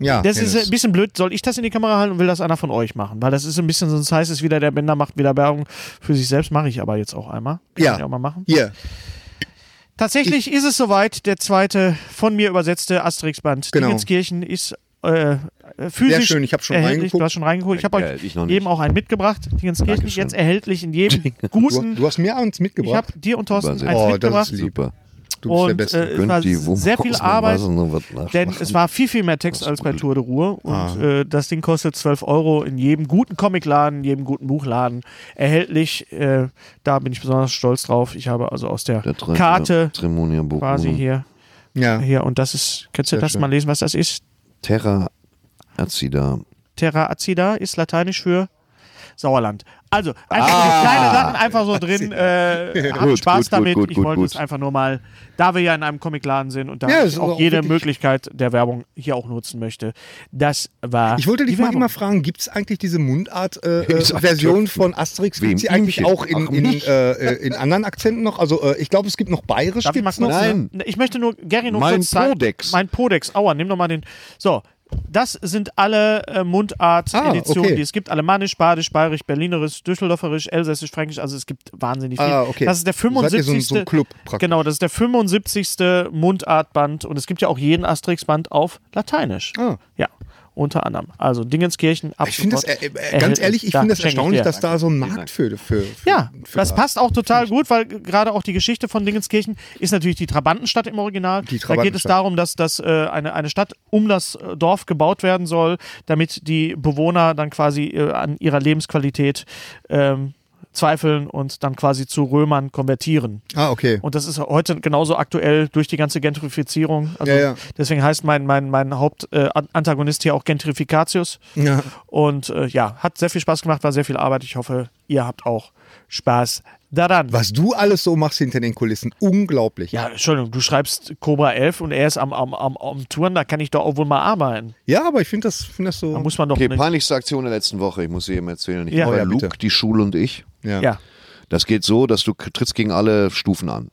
Speaker 2: Ja,
Speaker 1: Das
Speaker 2: Dennis.
Speaker 1: ist ein bisschen blöd. Soll ich das in die Kamera halten und will das einer von euch machen? Weil das ist ein bisschen, sonst heißt es wieder, der Bender macht wieder Werbung für sich selbst. Mache ich aber jetzt auch einmal. Kann
Speaker 2: Ja.
Speaker 1: Ich auch mal machen.
Speaker 2: Hier,
Speaker 1: Tatsächlich ist es soweit. Der zweite von mir übersetzte Asterix-Band
Speaker 2: Genau.
Speaker 1: Dingenskirchen ist äh, physisch.
Speaker 2: Sehr schön, ich hab schon
Speaker 1: erhältlich.
Speaker 2: reingeguckt.
Speaker 1: Du hast schon reingeguckt. Ich habe
Speaker 3: Geil,
Speaker 1: euch
Speaker 3: ich noch nicht.
Speaker 1: jedem auch einen mitgebracht. Dingenskirchen
Speaker 3: Dankeschön.
Speaker 1: jetzt erhältlich in jedem
Speaker 2: du,
Speaker 1: guten.
Speaker 2: du hast mir eins
Speaker 1: ich
Speaker 2: mitgebracht.
Speaker 1: habe dir und Thorsten
Speaker 3: Übersetzt.
Speaker 1: eins
Speaker 2: Oh, das
Speaker 1: mitgebracht.
Speaker 2: ist lieb.
Speaker 3: Super.
Speaker 2: Du bist der
Speaker 1: Und
Speaker 2: Beste.
Speaker 1: äh, es war sehr viel Arbeit. Denn es war viel, viel mehr Text als bei Tour de Ruhr. Und
Speaker 2: Ah.
Speaker 1: äh, das Ding kostet 12 Euro in jedem guten Comicladen, jedem guten Buchladen erhältlich. Äh, da bin ich besonders stolz drauf. Ich habe also aus der, Karte
Speaker 3: Mhm.
Speaker 1: quasi hier,
Speaker 2: ja.
Speaker 1: hier und das ist, kannst du das mal lesen, was das ist?
Speaker 3: Terra Azida.
Speaker 1: Terra Acida ist lateinisch für Sauerland. Also, einfach so kleine Sachen einfach so drin. Äh, habt
Speaker 3: Gut,
Speaker 1: Spaß
Speaker 3: gut,
Speaker 1: damit.
Speaker 3: gut, gut,
Speaker 1: ich wollte
Speaker 3: gut.
Speaker 1: es einfach nur mal, da wir ja in einem Comicladen sind und da
Speaker 2: Ja,
Speaker 1: ich
Speaker 2: ist
Speaker 1: auch
Speaker 2: auch
Speaker 1: jede
Speaker 2: wirklich-
Speaker 1: Möglichkeit der Werbung hier auch nutzen möchte. Das war.
Speaker 2: Ich wollte dich
Speaker 1: die
Speaker 2: mal
Speaker 1: Werbung.
Speaker 2: immer fragen, gibt es eigentlich diese
Speaker 3: Ist ein
Speaker 2: Mundart-Version
Speaker 3: Töpfen.
Speaker 2: von Asterix?
Speaker 3: Wem?
Speaker 2: Gibt sie eigentlich
Speaker 3: Ihmchen?
Speaker 2: auch in,
Speaker 3: Ach,
Speaker 2: in,
Speaker 3: mich?
Speaker 2: äh, äh, in anderen Akzenten noch? Also äh, ich glaube, es gibt noch Bayerisch.
Speaker 1: Darf ich mal
Speaker 2: Gibt's
Speaker 1: kurz,
Speaker 2: noch?
Speaker 3: Nein.
Speaker 1: Ne, Ich möchte nur, Gary, nur
Speaker 3: Mein
Speaker 1: kurz zeigen-
Speaker 3: Podex.
Speaker 1: Mein Podex. Aua, nimm doch mal den. So, das sind alle äh, Mundart-Editionen,
Speaker 2: Ah, okay.
Speaker 1: die es gibt. Alemannisch, Badisch, Bayerisch, Berlinerisch, Düsseldorferisch, Elsässisch, Fränkisch. Also es gibt wahnsinnig viel.
Speaker 2: Ah, okay.
Speaker 1: Das ist der
Speaker 2: Seid ihr
Speaker 1: 75.
Speaker 2: so ein- so ein Club praktisch?
Speaker 1: genau, das ist der 75. Mundart-Band. Und es gibt ja auch jeden Asterix-Band auf Lateinisch.
Speaker 2: Ah.
Speaker 1: Ja, unter anderem. Also Dingenskirchen,
Speaker 2: Ich finde das,
Speaker 1: absolut
Speaker 2: äh, äh, ganz ehrlich, ich finde das erstaunlich, dass da so ein
Speaker 3: Danke.
Speaker 2: Markt für, für, für
Speaker 1: ja,
Speaker 2: für
Speaker 1: das
Speaker 2: da-
Speaker 1: passt auch total gut, weil gerade auch die Geschichte von Dingenskirchen ist natürlich die Trabantenstadt im Original.
Speaker 2: Die
Speaker 1: da geht es
Speaker 2: Trabantenstadt.
Speaker 1: darum, dass, dass äh, eine, eine Stadt um das äh, Dorf gebaut werden soll, damit die Bewohner dann quasi äh, an ihrer Lebensqualität ähm, zweifeln und dann quasi zu Römern konvertieren.
Speaker 2: Ah, okay.
Speaker 1: Und das ist heute genauso aktuell durch die ganze Gentrifizierung. Also
Speaker 2: Ja, ja.
Speaker 1: Deswegen heißt mein, mein, mein Hauptantagonist äh, Antagonist hier auch Gentrificatius.
Speaker 2: Ja.
Speaker 1: Und äh, ja, hat sehr viel Spaß gemacht, war sehr viel Arbeit. Ich hoffe, ihr habt auch Spaß daran.
Speaker 2: Was du alles so machst hinter den Kulissen, unglaublich.
Speaker 1: Ja, Entschuldigung, du schreibst Cobra 11 und er ist am, am, am, am Touren, da kann ich doch auch wohl mal arbeiten.
Speaker 2: Ja, aber ich finde das, find das so.
Speaker 1: Da muss man doch
Speaker 3: Okay,
Speaker 1: nicht.
Speaker 3: peinlichste Aktion der letzten Woche. Ich muss sie eben erzählen. Ich
Speaker 1: Ja.
Speaker 3: war
Speaker 2: Oh
Speaker 3: ja,
Speaker 2: ja, bitte.
Speaker 3: Luke, die Schule und ich.
Speaker 1: Ja.
Speaker 3: Das geht so, dass du k- trittst gegen alle Stufen an.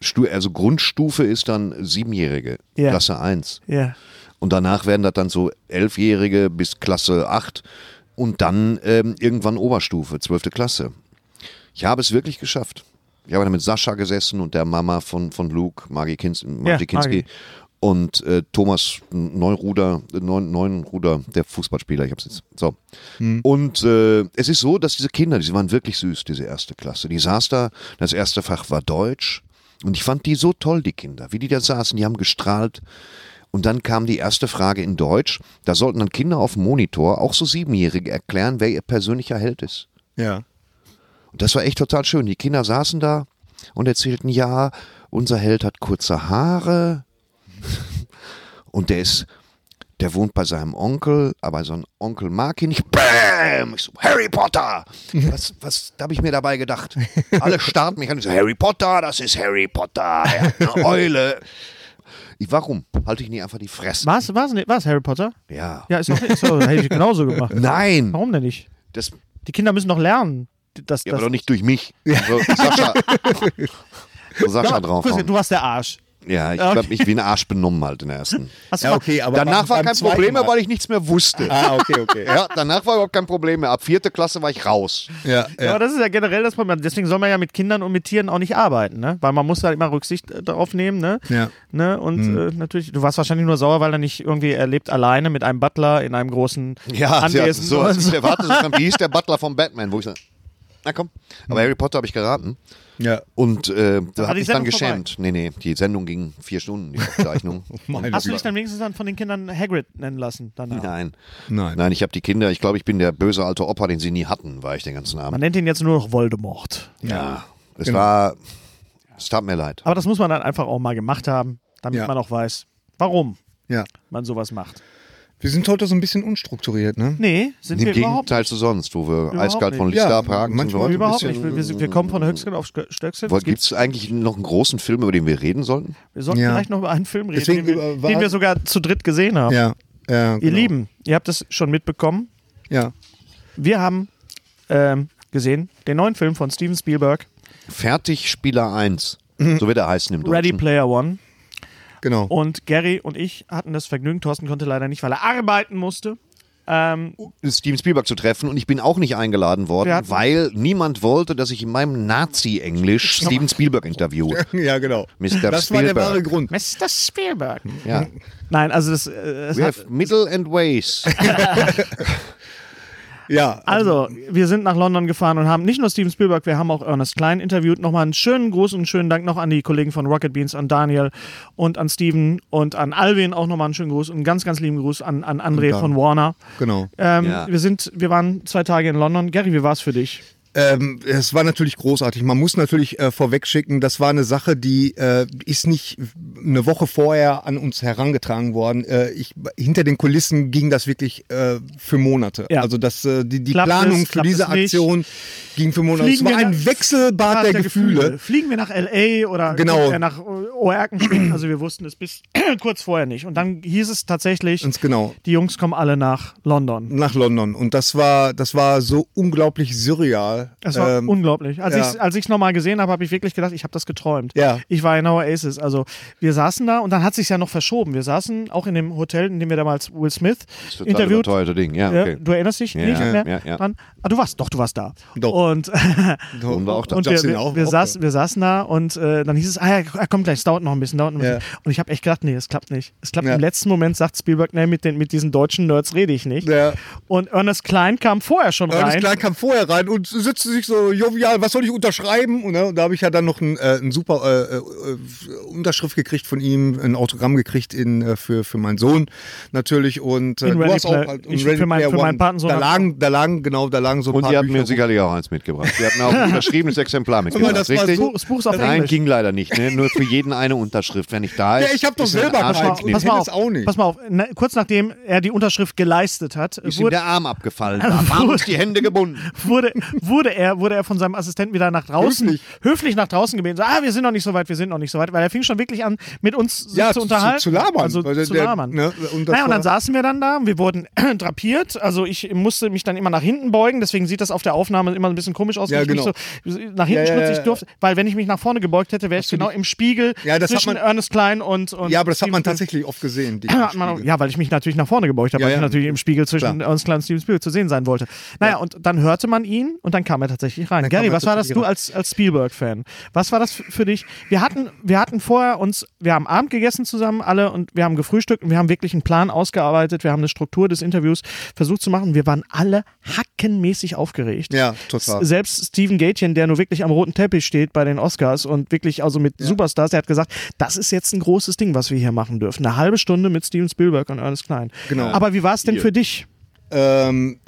Speaker 3: Stu also Grundstufe ist dann Siebenjährige,
Speaker 1: Ja.
Speaker 3: Klasse 1.
Speaker 1: Ja.
Speaker 3: Und danach werden das dann so Elfjährige bis Klasse 8 und dann ähm, irgendwann Oberstufe, 12. Klasse. Ich habe es wirklich geschafft. Ich habe dann mit Sascha gesessen und der Mama von, von Luke, Maggie Kins
Speaker 1: Ja,
Speaker 3: Maggie Kinski.
Speaker 1: Maggie.
Speaker 3: Und äh, Thomas Neuruder, äh, Neun, Neunruder, der Fußballspieler, ich hab's jetzt. So. Und äh, es ist so, dass diese Kinder, die waren wirklich süß, diese erste Klasse. Die saß da, das erste Fach war Deutsch. Und ich fand die so toll, die Kinder, wie die da saßen, die haben gestrahlt. Und dann kam die erste Frage in Deutsch. Da sollten dann Kinder auf dem Monitor, auch so Siebenjährige, erklären, wer ihr persönlicher Held ist.
Speaker 2: ja.
Speaker 3: Und das war echt total schön. Die Kinder saßen da und erzählten, ja, unser Held hat kurze Haare und der ist, der wohnt bei seinem Onkel, aber sein Onkel mag ihn nicht. Bam! Ich so, Harry Potter! Was, was habe ich mir dabei gedacht? Alle starten mich an, ich so, Harry Potter, das ist Harry Potter, er hat eine Eule. Ich, warum? Halte ich nie einfach die Fresse?
Speaker 1: War es Harry Potter?
Speaker 3: Ja.
Speaker 1: Ja, ist doch ist doch- hätte ich genauso gemacht.
Speaker 3: Nein!
Speaker 1: Warum denn nicht?
Speaker 3: Das,
Speaker 1: Die Kinder müssen doch lernen. Dass,
Speaker 3: ja, aber
Speaker 1: dass,
Speaker 3: doch nicht durch mich. So, Sascha. So Sascha drauf.
Speaker 1: du warst der Arsch.
Speaker 3: Ja, ich
Speaker 1: Okay.
Speaker 3: habe mich wie ein Arsch benommen halt in der ersten.
Speaker 1: Hast du
Speaker 2: Ja,
Speaker 1: mal-
Speaker 2: okay, aber
Speaker 3: danach
Speaker 2: beim-
Speaker 3: war
Speaker 2: beim
Speaker 3: kein
Speaker 2: zweiten
Speaker 3: Problem mehr,
Speaker 2: Mal.
Speaker 3: weil ich nichts mehr wusste.
Speaker 2: Ah, okay, okay.
Speaker 3: Ja, danach war überhaupt kein Problem mehr. Ab vierte Klasse war ich raus.
Speaker 2: ja,
Speaker 1: Ja.
Speaker 2: ja.
Speaker 1: Aber das ist ja generell das Problem. Deswegen soll man ja mit Kindern und mit Tieren auch nicht arbeiten, ne? Weil man muss da immer Rücksicht äh, darauf nehmen, ne?
Speaker 2: Ja.
Speaker 1: Ne? Und
Speaker 3: Hm.
Speaker 1: äh, natürlich, du warst wahrscheinlich nur sauer, weil er nicht irgendwie erlebt alleine mit einem Butler in einem großen
Speaker 3: Ja,
Speaker 1: Anwesen.
Speaker 3: so,
Speaker 1: und
Speaker 3: als ich erwartet, so, wie hieß der Butler von Batman, wo ich sage, Na komm. Aber Harry Potter habe ich geraten.
Speaker 2: Ja.
Speaker 3: Und äh, da
Speaker 1: war
Speaker 3: habe
Speaker 1: die
Speaker 3: ich
Speaker 1: Sendung
Speaker 3: dann geschämt. Nee, nee, die Sendung ging vier Stunden, die Aufzeichnung.
Speaker 2: Meine
Speaker 1: Hast du dich
Speaker 2: Güte.
Speaker 1: dann wenigstens dann von den Kindern Hagrid nennen lassen? Danach?
Speaker 3: Nein.
Speaker 2: Nein.
Speaker 3: Nein, ich habe die Kinder, ich glaube, ich bin der böse alte Opa, den sie nie hatten, war ich den ganzen
Speaker 1: Man
Speaker 3: Abend.
Speaker 1: nennt ihn jetzt nur noch Voldemort.
Speaker 3: Ja. Es
Speaker 1: Genau.
Speaker 3: war. Es tat mir leid.
Speaker 1: Aber das muss man dann einfach auch mal gemacht haben, damit
Speaker 2: Ja.
Speaker 1: man auch weiß, warum
Speaker 2: Ja.
Speaker 1: man sowas macht.
Speaker 2: Wir sind heute so ein bisschen unstrukturiert, ne?
Speaker 1: Nee, sind
Speaker 3: Im
Speaker 1: wir überhaupt
Speaker 3: Gegenteil zu sonst, wo wir eiskalt
Speaker 1: nicht.
Speaker 3: von Lichter
Speaker 2: Ja,
Speaker 3: abhaken. sind wir
Speaker 2: manchmal
Speaker 3: heute ein
Speaker 1: Überhaupt
Speaker 3: bisschen-
Speaker 1: nicht. Wir, wir, wir kommen von Höchstgen auf Stö- Stöcksel. Es
Speaker 3: Gibt es eigentlich noch einen großen Film, über den wir reden sollten?
Speaker 1: Wir sollten
Speaker 2: Ja.
Speaker 1: vielleicht noch über einen Film reden, den,
Speaker 2: Deswegen
Speaker 1: wir,
Speaker 2: über- war-
Speaker 1: den wir sogar zu dritt gesehen haben.
Speaker 2: Ja. genau. ja
Speaker 1: Ihr Lieben, ihr habt es schon mitbekommen.
Speaker 2: Ja.
Speaker 1: Wir haben ähm, gesehen den neuen Film von Steven Spielberg,
Speaker 3: Fertig Spieler 1. So wird er heißen im Deutschen.
Speaker 1: Ready Player One.
Speaker 2: Genau.
Speaker 1: Und Gary und ich hatten das Vergnügen. Thorsten konnte leider nicht, weil er arbeiten musste.
Speaker 3: Steven Spielberg zu treffen und ich bin auch nicht eingeladen worden,
Speaker 1: Wir hatten-
Speaker 3: weil niemand wollte, dass ich in meinem Nazi-Englisch Steven Spielberg interviewe.
Speaker 2: Ja, genau.
Speaker 3: Mr.
Speaker 2: Das war der
Speaker 3: Spielberg.
Speaker 2: wahre Grund.
Speaker 1: Mr. Spielberg.
Speaker 3: Ja.
Speaker 1: Nein, also das, äh, es
Speaker 3: We
Speaker 1: hat,
Speaker 3: have middle and ways.
Speaker 2: Ja.
Speaker 1: Also, wir sind nach London gefahren und haben nicht nur Steven Spielberg, wir haben auch Ernest Klein interviewt. Nochmal einen schönen Gruß und einen schönen Dank noch an die Kollegen von Rocket Beans, an Daniel und an Steven und an Alvin auch nochmal einen schönen Gruß und einen ganz, ganz lieben Gruß an, an André
Speaker 2: dann-
Speaker 1: von Warner.
Speaker 2: Genau.
Speaker 1: Ähm,
Speaker 3: Ja.
Speaker 1: wir, sind, wir waren zwei Tage in London. Gary, wie war es für dich?
Speaker 2: Ähm, es war natürlich großartig. Man muss natürlich äh, vorwegschicken, das war eine Sache, die äh, ist nicht eine Woche vorher an uns herangetragen worden. Äh, ich, hinter den Kulissen ging das wirklich äh, für Monate.
Speaker 1: Ja.
Speaker 2: Also das, äh, die, die
Speaker 1: Klappt
Speaker 2: Planung
Speaker 1: es,
Speaker 2: für
Speaker 1: klappt
Speaker 2: diese
Speaker 1: es nicht?
Speaker 2: Aktion ging für Monate. es war
Speaker 1: wir
Speaker 2: ein
Speaker 1: nach-
Speaker 2: Wechselbad der, Gefühle.
Speaker 1: Fliegen wir nach L.A. oder
Speaker 2: Genau.
Speaker 1: gehen wir nach äh, Oerkenspring? Also, wir wussten es bis kurz vorher nicht. Und dann hieß es tatsächlich,
Speaker 2: Ganz genau.
Speaker 1: die Jungs kommen alle nach London.
Speaker 2: Nach London. Und das war, das war so unglaublich surreal.
Speaker 1: Das war
Speaker 2: Ähm,
Speaker 1: unglaublich. Als
Speaker 2: ja.
Speaker 1: ich als ich's nochmal gesehen habe, habe ich wirklich gedacht, ich habe das geträumt.
Speaker 2: Ja.
Speaker 1: Ich war in Oasis. Also wir saßen da und dann hat sich ja noch verschoben. Wir saßen auch in dem Hotel, in dem wir damals Will Smith
Speaker 3: Das ist total
Speaker 1: interviewt.
Speaker 3: überteuerte Ding. Ja,
Speaker 1: Ja,
Speaker 3: okay.
Speaker 1: du erinnerst dich
Speaker 3: Ja,
Speaker 1: nicht
Speaker 3: ja,
Speaker 1: mehr
Speaker 3: ja, ja.
Speaker 1: dran? Ah, du warst, doch, du warst da.
Speaker 2: Doch.
Speaker 1: Und,
Speaker 3: Wohnen wir auch da.
Speaker 1: und wir,
Speaker 2: Justin
Speaker 1: wir,
Speaker 2: auch-
Speaker 1: wir,
Speaker 2: auch
Speaker 1: saßen, wir saßen da und äh, dann hieß es, ah ja, komm gleich, es dauert noch ein bisschen, dauert noch ein bisschen. Und ich habe echt gedacht, nee, es klappt nicht. Es klappt
Speaker 2: Ja.
Speaker 1: im letzten Moment, sagt Spielberg, nee, mit, den, mit diesen deutschen Nerds rede ich nicht.
Speaker 2: Ja.
Speaker 1: Und Ernest Klein kam vorher schon
Speaker 2: Ernest
Speaker 1: rein.
Speaker 2: Klein kam vorher rein und setzte sich so jovial, was soll ich unterschreiben? Und, ne, und da habe ich ja dann noch einen, äh, einen super äh, äh, Unterschrift gekriegt von ihm, ein Autogramm gekriegt in, äh, für, für meinen Sohn natürlich. Und äh,
Speaker 1: In
Speaker 2: du
Speaker 1: Ready
Speaker 2: hast auch
Speaker 1: Player-
Speaker 2: halt
Speaker 1: ich- für mein-
Speaker 2: Player
Speaker 1: für
Speaker 2: One.
Speaker 1: meinen Patensohn
Speaker 2: Da
Speaker 1: hab-
Speaker 2: lagen, da lagen, genau, da lagen so ein
Speaker 3: Und
Speaker 2: paar
Speaker 3: ihr habt mir
Speaker 2: Bücher rum.
Speaker 3: sicherlich auch eins mitgebracht. Ihr habt mir auch ein unterschriebenes Exemplar mitgebracht,
Speaker 2: das war
Speaker 3: richtig?
Speaker 2: so-
Speaker 1: das Buch ist auf
Speaker 3: Nein,
Speaker 1: Englisch.
Speaker 3: ging leider nicht. Ne? Nur für jeden eine Unterschrift. Wenn ich da ist,
Speaker 2: Ja, ich hab doch
Speaker 3: ist mir
Speaker 2: selber
Speaker 3: ein Arsch
Speaker 2: keinen.
Speaker 3: gekniffen.
Speaker 1: pass
Speaker 2: Ich
Speaker 1: mal
Speaker 2: kenn
Speaker 1: auf,
Speaker 2: das auch nicht.
Speaker 1: pass mal auf. Na, kurz nachdem er die Unterschrift geleistet hat,
Speaker 3: Ist ihm
Speaker 1: wurde,
Speaker 3: der Arm abgefallen. Da waren uns die Hände gebunden.
Speaker 1: wurde, wurde, er, wurde er von seinem Assistenten wieder nach draußen, höflich,
Speaker 2: Höflich.
Speaker 1: nach draußen gebeten. So, ah, wir sind noch nicht so weit, wir sind noch nicht so weit, weil er fing schon wirklich an, mit uns so
Speaker 2: Ja,
Speaker 1: zu
Speaker 2: zu-
Speaker 1: unterhalten.
Speaker 2: zu labern,
Speaker 1: Also
Speaker 2: weil der-
Speaker 1: zu
Speaker 2: der-
Speaker 1: labern.
Speaker 2: ne, und das
Speaker 1: naja, und dann
Speaker 2: war-
Speaker 1: saßen wir dann da, wir wurden drapiert, also ich musste mich dann immer nach hinten beugen, deswegen sieht das auf der Aufnahme immer ein bisschen komisch aus,
Speaker 2: Ja,
Speaker 1: wenn ich
Speaker 2: genau.
Speaker 1: mich so nach hinten
Speaker 2: Ja, ja,
Speaker 1: stütze, ich
Speaker 2: ja.
Speaker 1: durfte, weil wenn ich mich nach vorne gebeugt hätte, wäre ich genau im Spiegel
Speaker 2: Ja, das hat
Speaker 1: zwischen
Speaker 2: man-
Speaker 1: Ernest Klein und, und
Speaker 2: Ja, aber das hat man
Speaker 1: Steven-
Speaker 2: tatsächlich oft gesehen. Die
Speaker 1: hat man, ja, weil ich mich natürlich nach vorne gebeugt habe,
Speaker 2: Ja,
Speaker 1: weil ich
Speaker 2: ja.
Speaker 1: natürlich im Spiegel zwischen
Speaker 2: Klar.
Speaker 1: uns kleinen Steven Spielberg zu sehen sein wollte. Naja, und dann hörte man ihn und dann kam er tatsächlich rein. Gary,
Speaker 2: kam er
Speaker 1: was war das
Speaker 2: tatsächlich
Speaker 1: du als, als Spielberg-Fan? Was war das f- für dich? Wir hatten, wir hatten vorher uns, wir haben Abend gegessen zusammen alle und wir haben gefrühstückt und wir haben wirklich einen Plan ausgearbeitet, wir haben eine Struktur des Interviews versucht zu machen. Wir waren alle hackenmäßig aufgeregt.
Speaker 2: Ja, total.
Speaker 1: S- Selbst Steven Gatchen, der nur wirklich am roten Teppich steht bei den Oscars und wirklich also mit Superstars, der hat gesagt, das ist jetzt ein großes Ding, was wir hier machen dürfen. Eine halbe Stunde mit Steven Spielberg und Ernest Klein.
Speaker 2: Genau.
Speaker 1: Aber wie war es denn für dich?
Speaker 2: ähm,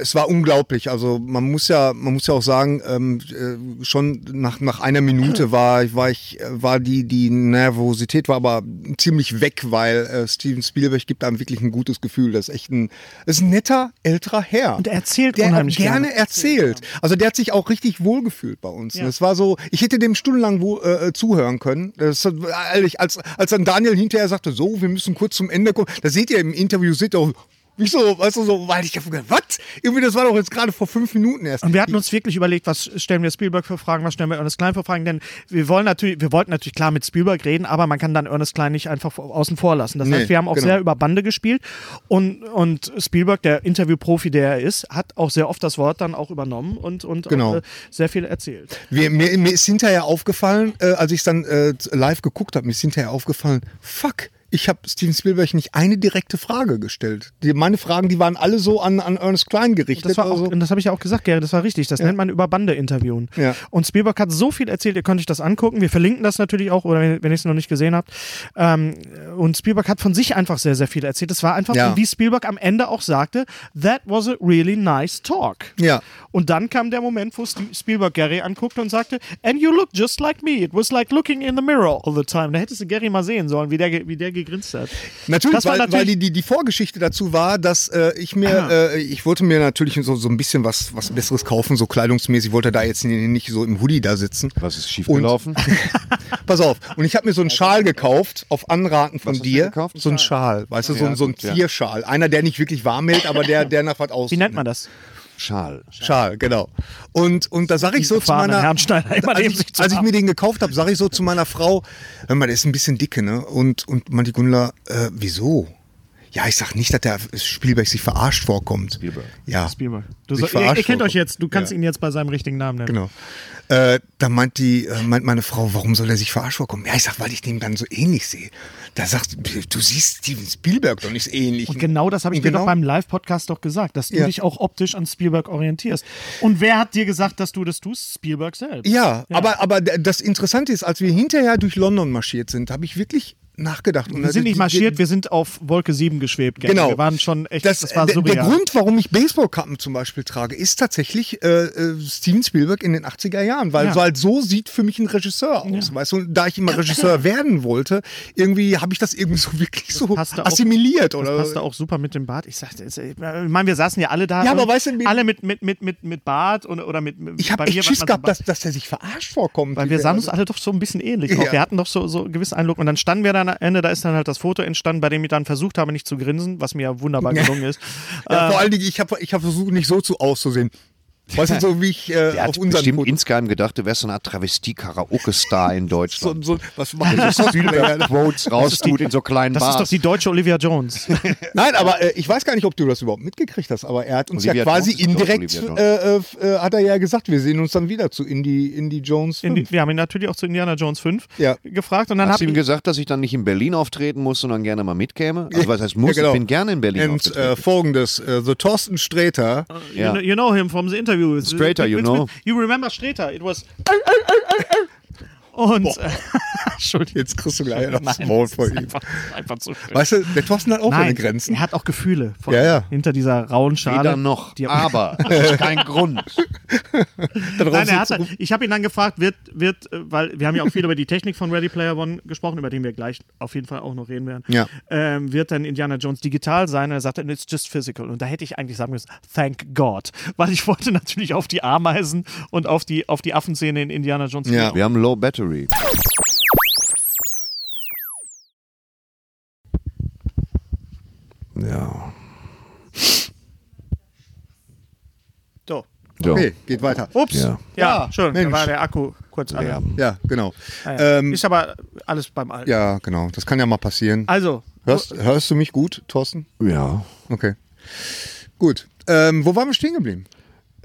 Speaker 2: es war unglaublich. Also man muss ja, man muss ja auch sagen, ähm, äh, schon nach, nach einer Minute war ich, war ich, äh, war die, die Nervosität war aber ziemlich weg, weil äh, Steven Spielberg gibt einem wirklich ein gutes Gefühl. Das ist echt ein, das ist ein netter älterer Herr.
Speaker 1: Und er erzählt
Speaker 2: der
Speaker 1: unheimlich
Speaker 2: gerne,
Speaker 1: gerne.
Speaker 2: erzählt. Also der hat sich auch richtig wohlgefühlt bei uns. Das war so, ich hätte dem stundenlang wo, äh, zuhören können. Das hat, ehrlich, als, als dann Daniel hinterher sagte, so, wir müssen kurz zum Ende kommen, da seht ihr im Interview, seht ihr auch, wie so, weißt du, so, weil ich hab gedacht, was? Irgendwie, das war doch jetzt gerade vor fünf Minuten erst.
Speaker 1: Und wir hatten uns wirklich überlegt, was stellen wir Spielberg für Fragen, was stellen wir Ernest Klein für Fragen, denn wir wollen natürlich, wir wollten natürlich klar mit Spielberg reden, aber man kann dann Ernest Klein nicht einfach vor- außen vor lassen. Das
Speaker 2: Nee,
Speaker 1: heißt, wir haben auch
Speaker 2: genau.
Speaker 1: sehr über Bande gespielt und, und Spielberg, der Interviewprofi, der er ist, hat auch sehr oft das Wort dann auch übernommen und, und auch,
Speaker 2: Genau.
Speaker 1: äh, sehr viel erzählt.
Speaker 2: Wir, mir, mir ist hinterher aufgefallen, äh, als ich dann äh, live geguckt habe, mir ist hinterher aufgefallen, fuck, ich habe Steven Spielberg nicht eine direkte Frage gestellt. Die, meine Fragen, die waren alle so an, an Ernest Klein gerichtet.
Speaker 1: Das, war auch,
Speaker 2: also.
Speaker 1: und das habe ich ja auch gesagt, Gary, das war richtig. Das nennt man über Bande interviewen.
Speaker 2: Ja.
Speaker 1: Und Spielberg hat so viel erzählt, ihr könnt euch das angucken. Wir verlinken das natürlich auch, oder wenn, wenn ihr es noch nicht gesehen habt. Ähm, und Spielberg hat von sich einfach sehr, sehr viel erzählt. Das war einfach,
Speaker 2: Ja.
Speaker 1: und wie Spielberg am Ende auch sagte, that was a really nice talk.
Speaker 2: Ja.
Speaker 1: Und dann kam der Moment, wo Steve- Spielberg Gary anguckte und sagte, and you look just like me. It was like looking in the mirror all the time. Da hättest du Gary mal sehen sollen, wie der, ge- wie der gegrinst hat.
Speaker 2: Natürlich,
Speaker 1: Das war
Speaker 2: weil,
Speaker 1: natürlich-
Speaker 2: weil die, die, die Vorgeschichte dazu war, dass äh, ich mir, äh, ich wollte mir natürlich so, so ein bisschen was, was Besseres kaufen, so kleidungsmäßig, wollte da jetzt nicht so im Hoodie da sitzen.
Speaker 3: Was ist schiefgelaufen?
Speaker 2: Pass auf, und ich habe mir so einen Schal gekauft, auf Anraten von
Speaker 3: hast du
Speaker 2: dir.
Speaker 3: gekauft?
Speaker 2: So einen Schal, weißt du, so, ein- so ein
Speaker 3: gut, ja.
Speaker 2: Tierschal. Einer, der nicht wirklich warm hält, aber der, der nach was aussieht.
Speaker 1: Wie nennt man das?
Speaker 3: Schal.
Speaker 2: Schal, genau. Und, und da sage ich so zu
Speaker 1: Fahren
Speaker 2: meiner.
Speaker 1: Herrn Schneider immer
Speaker 2: als
Speaker 1: neben
Speaker 2: ich,
Speaker 1: sich zu
Speaker 2: als ich
Speaker 1: haben.
Speaker 2: mir den gekauft habe, sage ich so zu meiner Frau, hör mal, der ist ein bisschen dicke, ne? Und, und meinte Gundula, äh, wieso? Ja, ich sag nicht, dass der Spielberg sich verarscht vorkommt. Spielberg. Ja.
Speaker 1: Spielberg. Du
Speaker 2: Sich
Speaker 1: soll, ihr, ihr
Speaker 2: verarscht
Speaker 1: kennt euch
Speaker 2: vorkommt.
Speaker 1: jetzt, du kannst ihn jetzt bei seinem richtigen Namen nennen.
Speaker 2: Genau. Äh, da meint die, äh, meint meine Frau, warum soll er sich verarscht vorkommen? Ja, ich sag, weil ich dem dann so ähnlich sehe. Da sagt, du siehst Steven Spielberg doch nicht so ähnlich.
Speaker 1: Und genau das habe ich
Speaker 2: Und
Speaker 1: dir doch beim Live-Podcast doch gesagt, dass du
Speaker 2: Ja.
Speaker 1: dich auch optisch an Spielberg orientierst. Und wer hat dir gesagt, dass du das tust? Spielberg selbst.
Speaker 2: Ja, aber, aber d- das Interessante ist, als wir hinterher durch London marschiert sind, habe ich wirklich nachgedacht. Und also
Speaker 1: Wir sind
Speaker 2: die-
Speaker 1: nicht
Speaker 2: die-
Speaker 1: marschiert, wir sind auf Wolke 7 geschwebt. Gary.
Speaker 2: Genau.
Speaker 1: Wir waren schon echt, das,
Speaker 2: Das, äh,
Speaker 1: war
Speaker 2: der,
Speaker 1: surreal.
Speaker 2: der Grund, warum ich Baseballkappen zum Beispiel trage, ist tatsächlich äh, äh, Steven Spielberg in den 80er Jahren, weil,
Speaker 1: Ja.
Speaker 2: weil so sieht für mich ein Regisseur aus. Weißt du, und da ich immer Regisseur werden wollte, irgendwie habe ich das irgendwie so wirklich so
Speaker 1: passte auch-
Speaker 2: assimiliert.
Speaker 1: Das
Speaker 2: oder?
Speaker 1: passte auch super mit dem Bart. Ich sagte, es- ich meine, wir saßen ja alle da.
Speaker 2: Ja, aber
Speaker 1: und
Speaker 2: weißt du, mir-
Speaker 1: alle mit, mit, mit, mit, mit Bart und, oder mit. mit-
Speaker 2: ich habe
Speaker 1: bei mir
Speaker 2: echt
Speaker 1: war
Speaker 2: Schiss
Speaker 1: man
Speaker 2: gehabt,
Speaker 1: so-
Speaker 2: dass, dass er sich verarscht vorkommt.
Speaker 1: Weil wir sahen uns alle doch so ein bisschen ähnlich. auch.
Speaker 2: Ja.
Speaker 1: Wir hatten doch so, so einen gewissen Eindruck. Und dann standen wir dann am Ende, da ist dann halt das Foto entstanden, bei dem ich dann versucht habe, nicht zu grinsen, was mir ja wunderbar gelungen ist. Äh,
Speaker 2: ja, vor allen Dingen, ich habe ich hab versucht, nicht so zu auszusehen. Weißt du, so wie ich äh, auf
Speaker 3: Der hat
Speaker 2: unseren
Speaker 3: bestimmt
Speaker 1: eh
Speaker 2: Fotos-
Speaker 3: insgeheim gedacht, du wärst so eine Art Travestie-Karaoke-Star in
Speaker 2: so,
Speaker 3: Deutschland.
Speaker 2: so, was machen das? Spielberg?
Speaker 3: Quotes raustut in so kleinen
Speaker 1: Das ist doch
Speaker 3: Bars.
Speaker 1: die deutsche Olivia Jones.
Speaker 2: Nein, aber äh, ich weiß gar nicht, ob du das überhaupt mitgekriegt hast, aber er hat uns
Speaker 3: Olivia
Speaker 2: ja quasi
Speaker 3: Jones ist doch
Speaker 2: indirekt,
Speaker 3: Olivia
Speaker 2: äh, äh, hat er ja gesagt, wir sehen uns dann wieder zu Indie, Indie Jones 5.
Speaker 1: In die, wir haben ihn natürlich auch zu Indiana Jones 5
Speaker 2: Ja.
Speaker 1: gefragt. Und dann
Speaker 3: Hast
Speaker 1: habe
Speaker 3: du ihm
Speaker 1: ich.
Speaker 3: gesagt, dass ich dann nicht in Berlin auftreten muss, sondern gerne mal mitkäme? Also was heißt muss?
Speaker 2: Ja, genau.
Speaker 3: Ich bin gerne in Berlin
Speaker 2: Und äh,
Speaker 3: aufgetreten.
Speaker 2: folgendes, äh, The Thorsten Sträter,
Speaker 3: ja.
Speaker 1: You, know, you know him from the interview.
Speaker 3: Strater, you know.
Speaker 1: You remember Streter. It was. Und. Äh, Entschuldigung.
Speaker 2: jetzt kriegst du gleich noch das
Speaker 1: Nein,
Speaker 2: Maul
Speaker 1: das ist
Speaker 2: vor ihm.
Speaker 1: einfach, einfach zu schön.
Speaker 2: Weißt du, der Thorsten hat auch seine Grenzen.
Speaker 1: er hat auch Gefühle von,
Speaker 2: Ja, ja.
Speaker 1: hinter dieser rauen Schale.
Speaker 3: Weder noch. Ah,
Speaker 1: die-
Speaker 3: Aber das ist kein Grund.
Speaker 2: Darauf
Speaker 1: Nein, er
Speaker 2: sitzt
Speaker 1: hat,
Speaker 2: rum.
Speaker 1: ich habe ihn dann gefragt, wird, wird, äh, weil wir haben ja auch viel über die Technik von Ready Player One gesprochen, über den wir gleich auf jeden Fall auch noch reden werden.
Speaker 2: Ja.
Speaker 1: Ähm, wird dann Indiana Jones digital sein? Und er sagte, it's just physical. Und da hätte ich eigentlich sagen müssen, thank God. Weil ich wollte natürlich auf die Ameisen und auf die, auf die Affenszene in Indiana Jones.
Speaker 2: Ja.
Speaker 3: Wir haben Low Battery. Ja.
Speaker 1: So.
Speaker 3: So.
Speaker 2: Okay, geht weiter.
Speaker 1: Ups.
Speaker 3: Ja.
Speaker 1: Ja,
Speaker 2: Ja,
Speaker 1: schön. Da
Speaker 2: Mensch.
Speaker 1: war der Akku kurz leer.
Speaker 2: Ja, genau.
Speaker 1: Ah, Ja.
Speaker 2: Ähm,
Speaker 1: Ist aber alles beim Alten.
Speaker 2: ja, genau. Das kann ja mal passieren.
Speaker 1: Also,
Speaker 2: Hörst, hörst du mich gut, Thorsten?
Speaker 3: Ja.
Speaker 2: Okay. Gut. Ähm, wo waren wir stehen geblieben?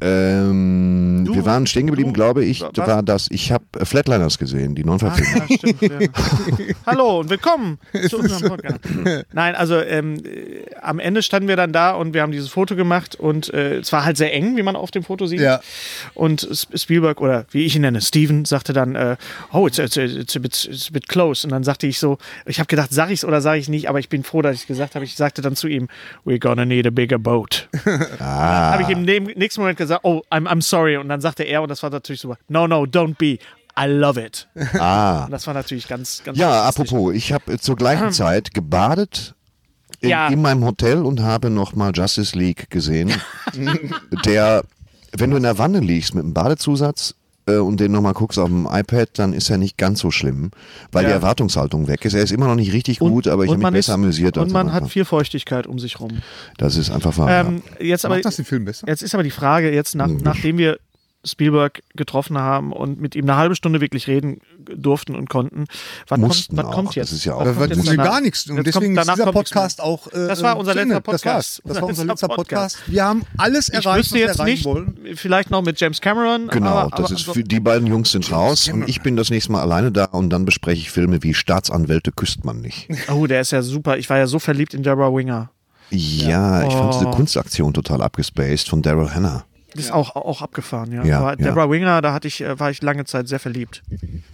Speaker 3: Ähm, wir waren stehen geblieben, glaube ich.
Speaker 1: was?
Speaker 3: War das? Ich habe Flatliners gesehen, die Neuverfilmung.
Speaker 1: Ah, Ja, stimmt, ja. Hallo und willkommen zu unserem Podcast. Nein, also ähm, äh, am Ende standen wir dann da und wir haben dieses Foto gemacht und äh, es war halt sehr eng, wie man auf dem Foto sieht.
Speaker 2: Ja.
Speaker 1: Und S- Spielberg oder wie ich ihn nenne, Steven, sagte dann, äh, oh, it's, it's, it's, a bit, it's a bit close. Und dann sagte ich so, ich habe gedacht, sag ich's oder sag ich nicht, aber ich bin froh, dass ich gesagt habe. Ich sagte dann zu ihm, we're gonna need a bigger boat. ah. Habe ich im ne- nächsten Moment gesagt, oh, I'm, I'm sorry. Und dann sagte er, und das war natürlich super, no, no, don't be. I love it.
Speaker 3: Ah.
Speaker 1: Und das war natürlich ganz, ganz.
Speaker 3: Ja,
Speaker 1: fantastisch.
Speaker 3: apropos, ich habe zur gleichen Zeit gebadet in,
Speaker 1: Ah. Ja.
Speaker 3: in meinem Hotel und habe nochmal Justice League gesehen, der, wenn du in der Wanne liegst mit einem Badezusatz äh, und den nochmal guckst auf dem iPad, dann ist er nicht ganz so schlimm, weil die Erwartungshaltung weg ist. Er ist immer noch nicht richtig gut, aber ich habe mich
Speaker 1: man
Speaker 3: besser
Speaker 1: ist-
Speaker 3: amüsiert.
Speaker 1: Und
Speaker 3: als
Speaker 1: man
Speaker 3: am
Speaker 1: hat
Speaker 3: Anfang. Ah,
Speaker 1: viel Feuchtigkeit um sich rum.
Speaker 3: das ist einfach wahr.
Speaker 1: Ähm, jetzt aber.
Speaker 2: Macht das den Film besser? Hm.
Speaker 1: Jetzt ist aber die Frage, jetzt nach, nachdem wir Spielberg getroffen haben und mit ihm eine halbe Stunde wirklich reden durften und konnten. Was
Speaker 3: Mussten
Speaker 1: kommt, was
Speaker 3: auch.
Speaker 1: kommt jetzt?
Speaker 3: Das ist ja auch-
Speaker 1: Was
Speaker 3: Da
Speaker 1: kommt
Speaker 2: Da
Speaker 1: jetzt
Speaker 2: tun sie
Speaker 1: danach?
Speaker 2: gar nichts. Und
Speaker 1: Jetzt
Speaker 2: deswegen
Speaker 1: kommt-
Speaker 2: ist dieser
Speaker 1: danach kommt nichts mehr.
Speaker 2: Podcast auch. Äh,
Speaker 1: Das war unser
Speaker 2: zu
Speaker 1: letzter
Speaker 2: Ende. Das war's.
Speaker 1: Podcast.
Speaker 2: Das war unser letzter Podcast. Wir haben alles
Speaker 1: Ich
Speaker 2: erreicht, was
Speaker 1: wüsste
Speaker 2: wir
Speaker 1: jetzt
Speaker 2: erreichen
Speaker 1: nicht,
Speaker 2: wollen.
Speaker 1: vielleicht noch mit James Cameron.
Speaker 3: Genau,
Speaker 1: aber, aber
Speaker 3: das ist
Speaker 1: ansonsten-
Speaker 3: für die beiden Jungs sind raus und ich bin das nächste Mal alleine da und dann bespreche ich Filme wie Staatsanwälte küsst man nicht.
Speaker 1: Oh, der ist ja super. Ich war ja so verliebt in Deborah Winger.
Speaker 3: Ja, ich fand diese
Speaker 1: Oh.
Speaker 3: Kunstaktion total abgespaced von Daryl Hannah.
Speaker 1: Das ist auch, auch abgefahren, ja.
Speaker 3: Ja,
Speaker 1: aber
Speaker 3: ja.
Speaker 1: Deborah Winger, da hatte ich, äh, war ich lange Zeit sehr verliebt.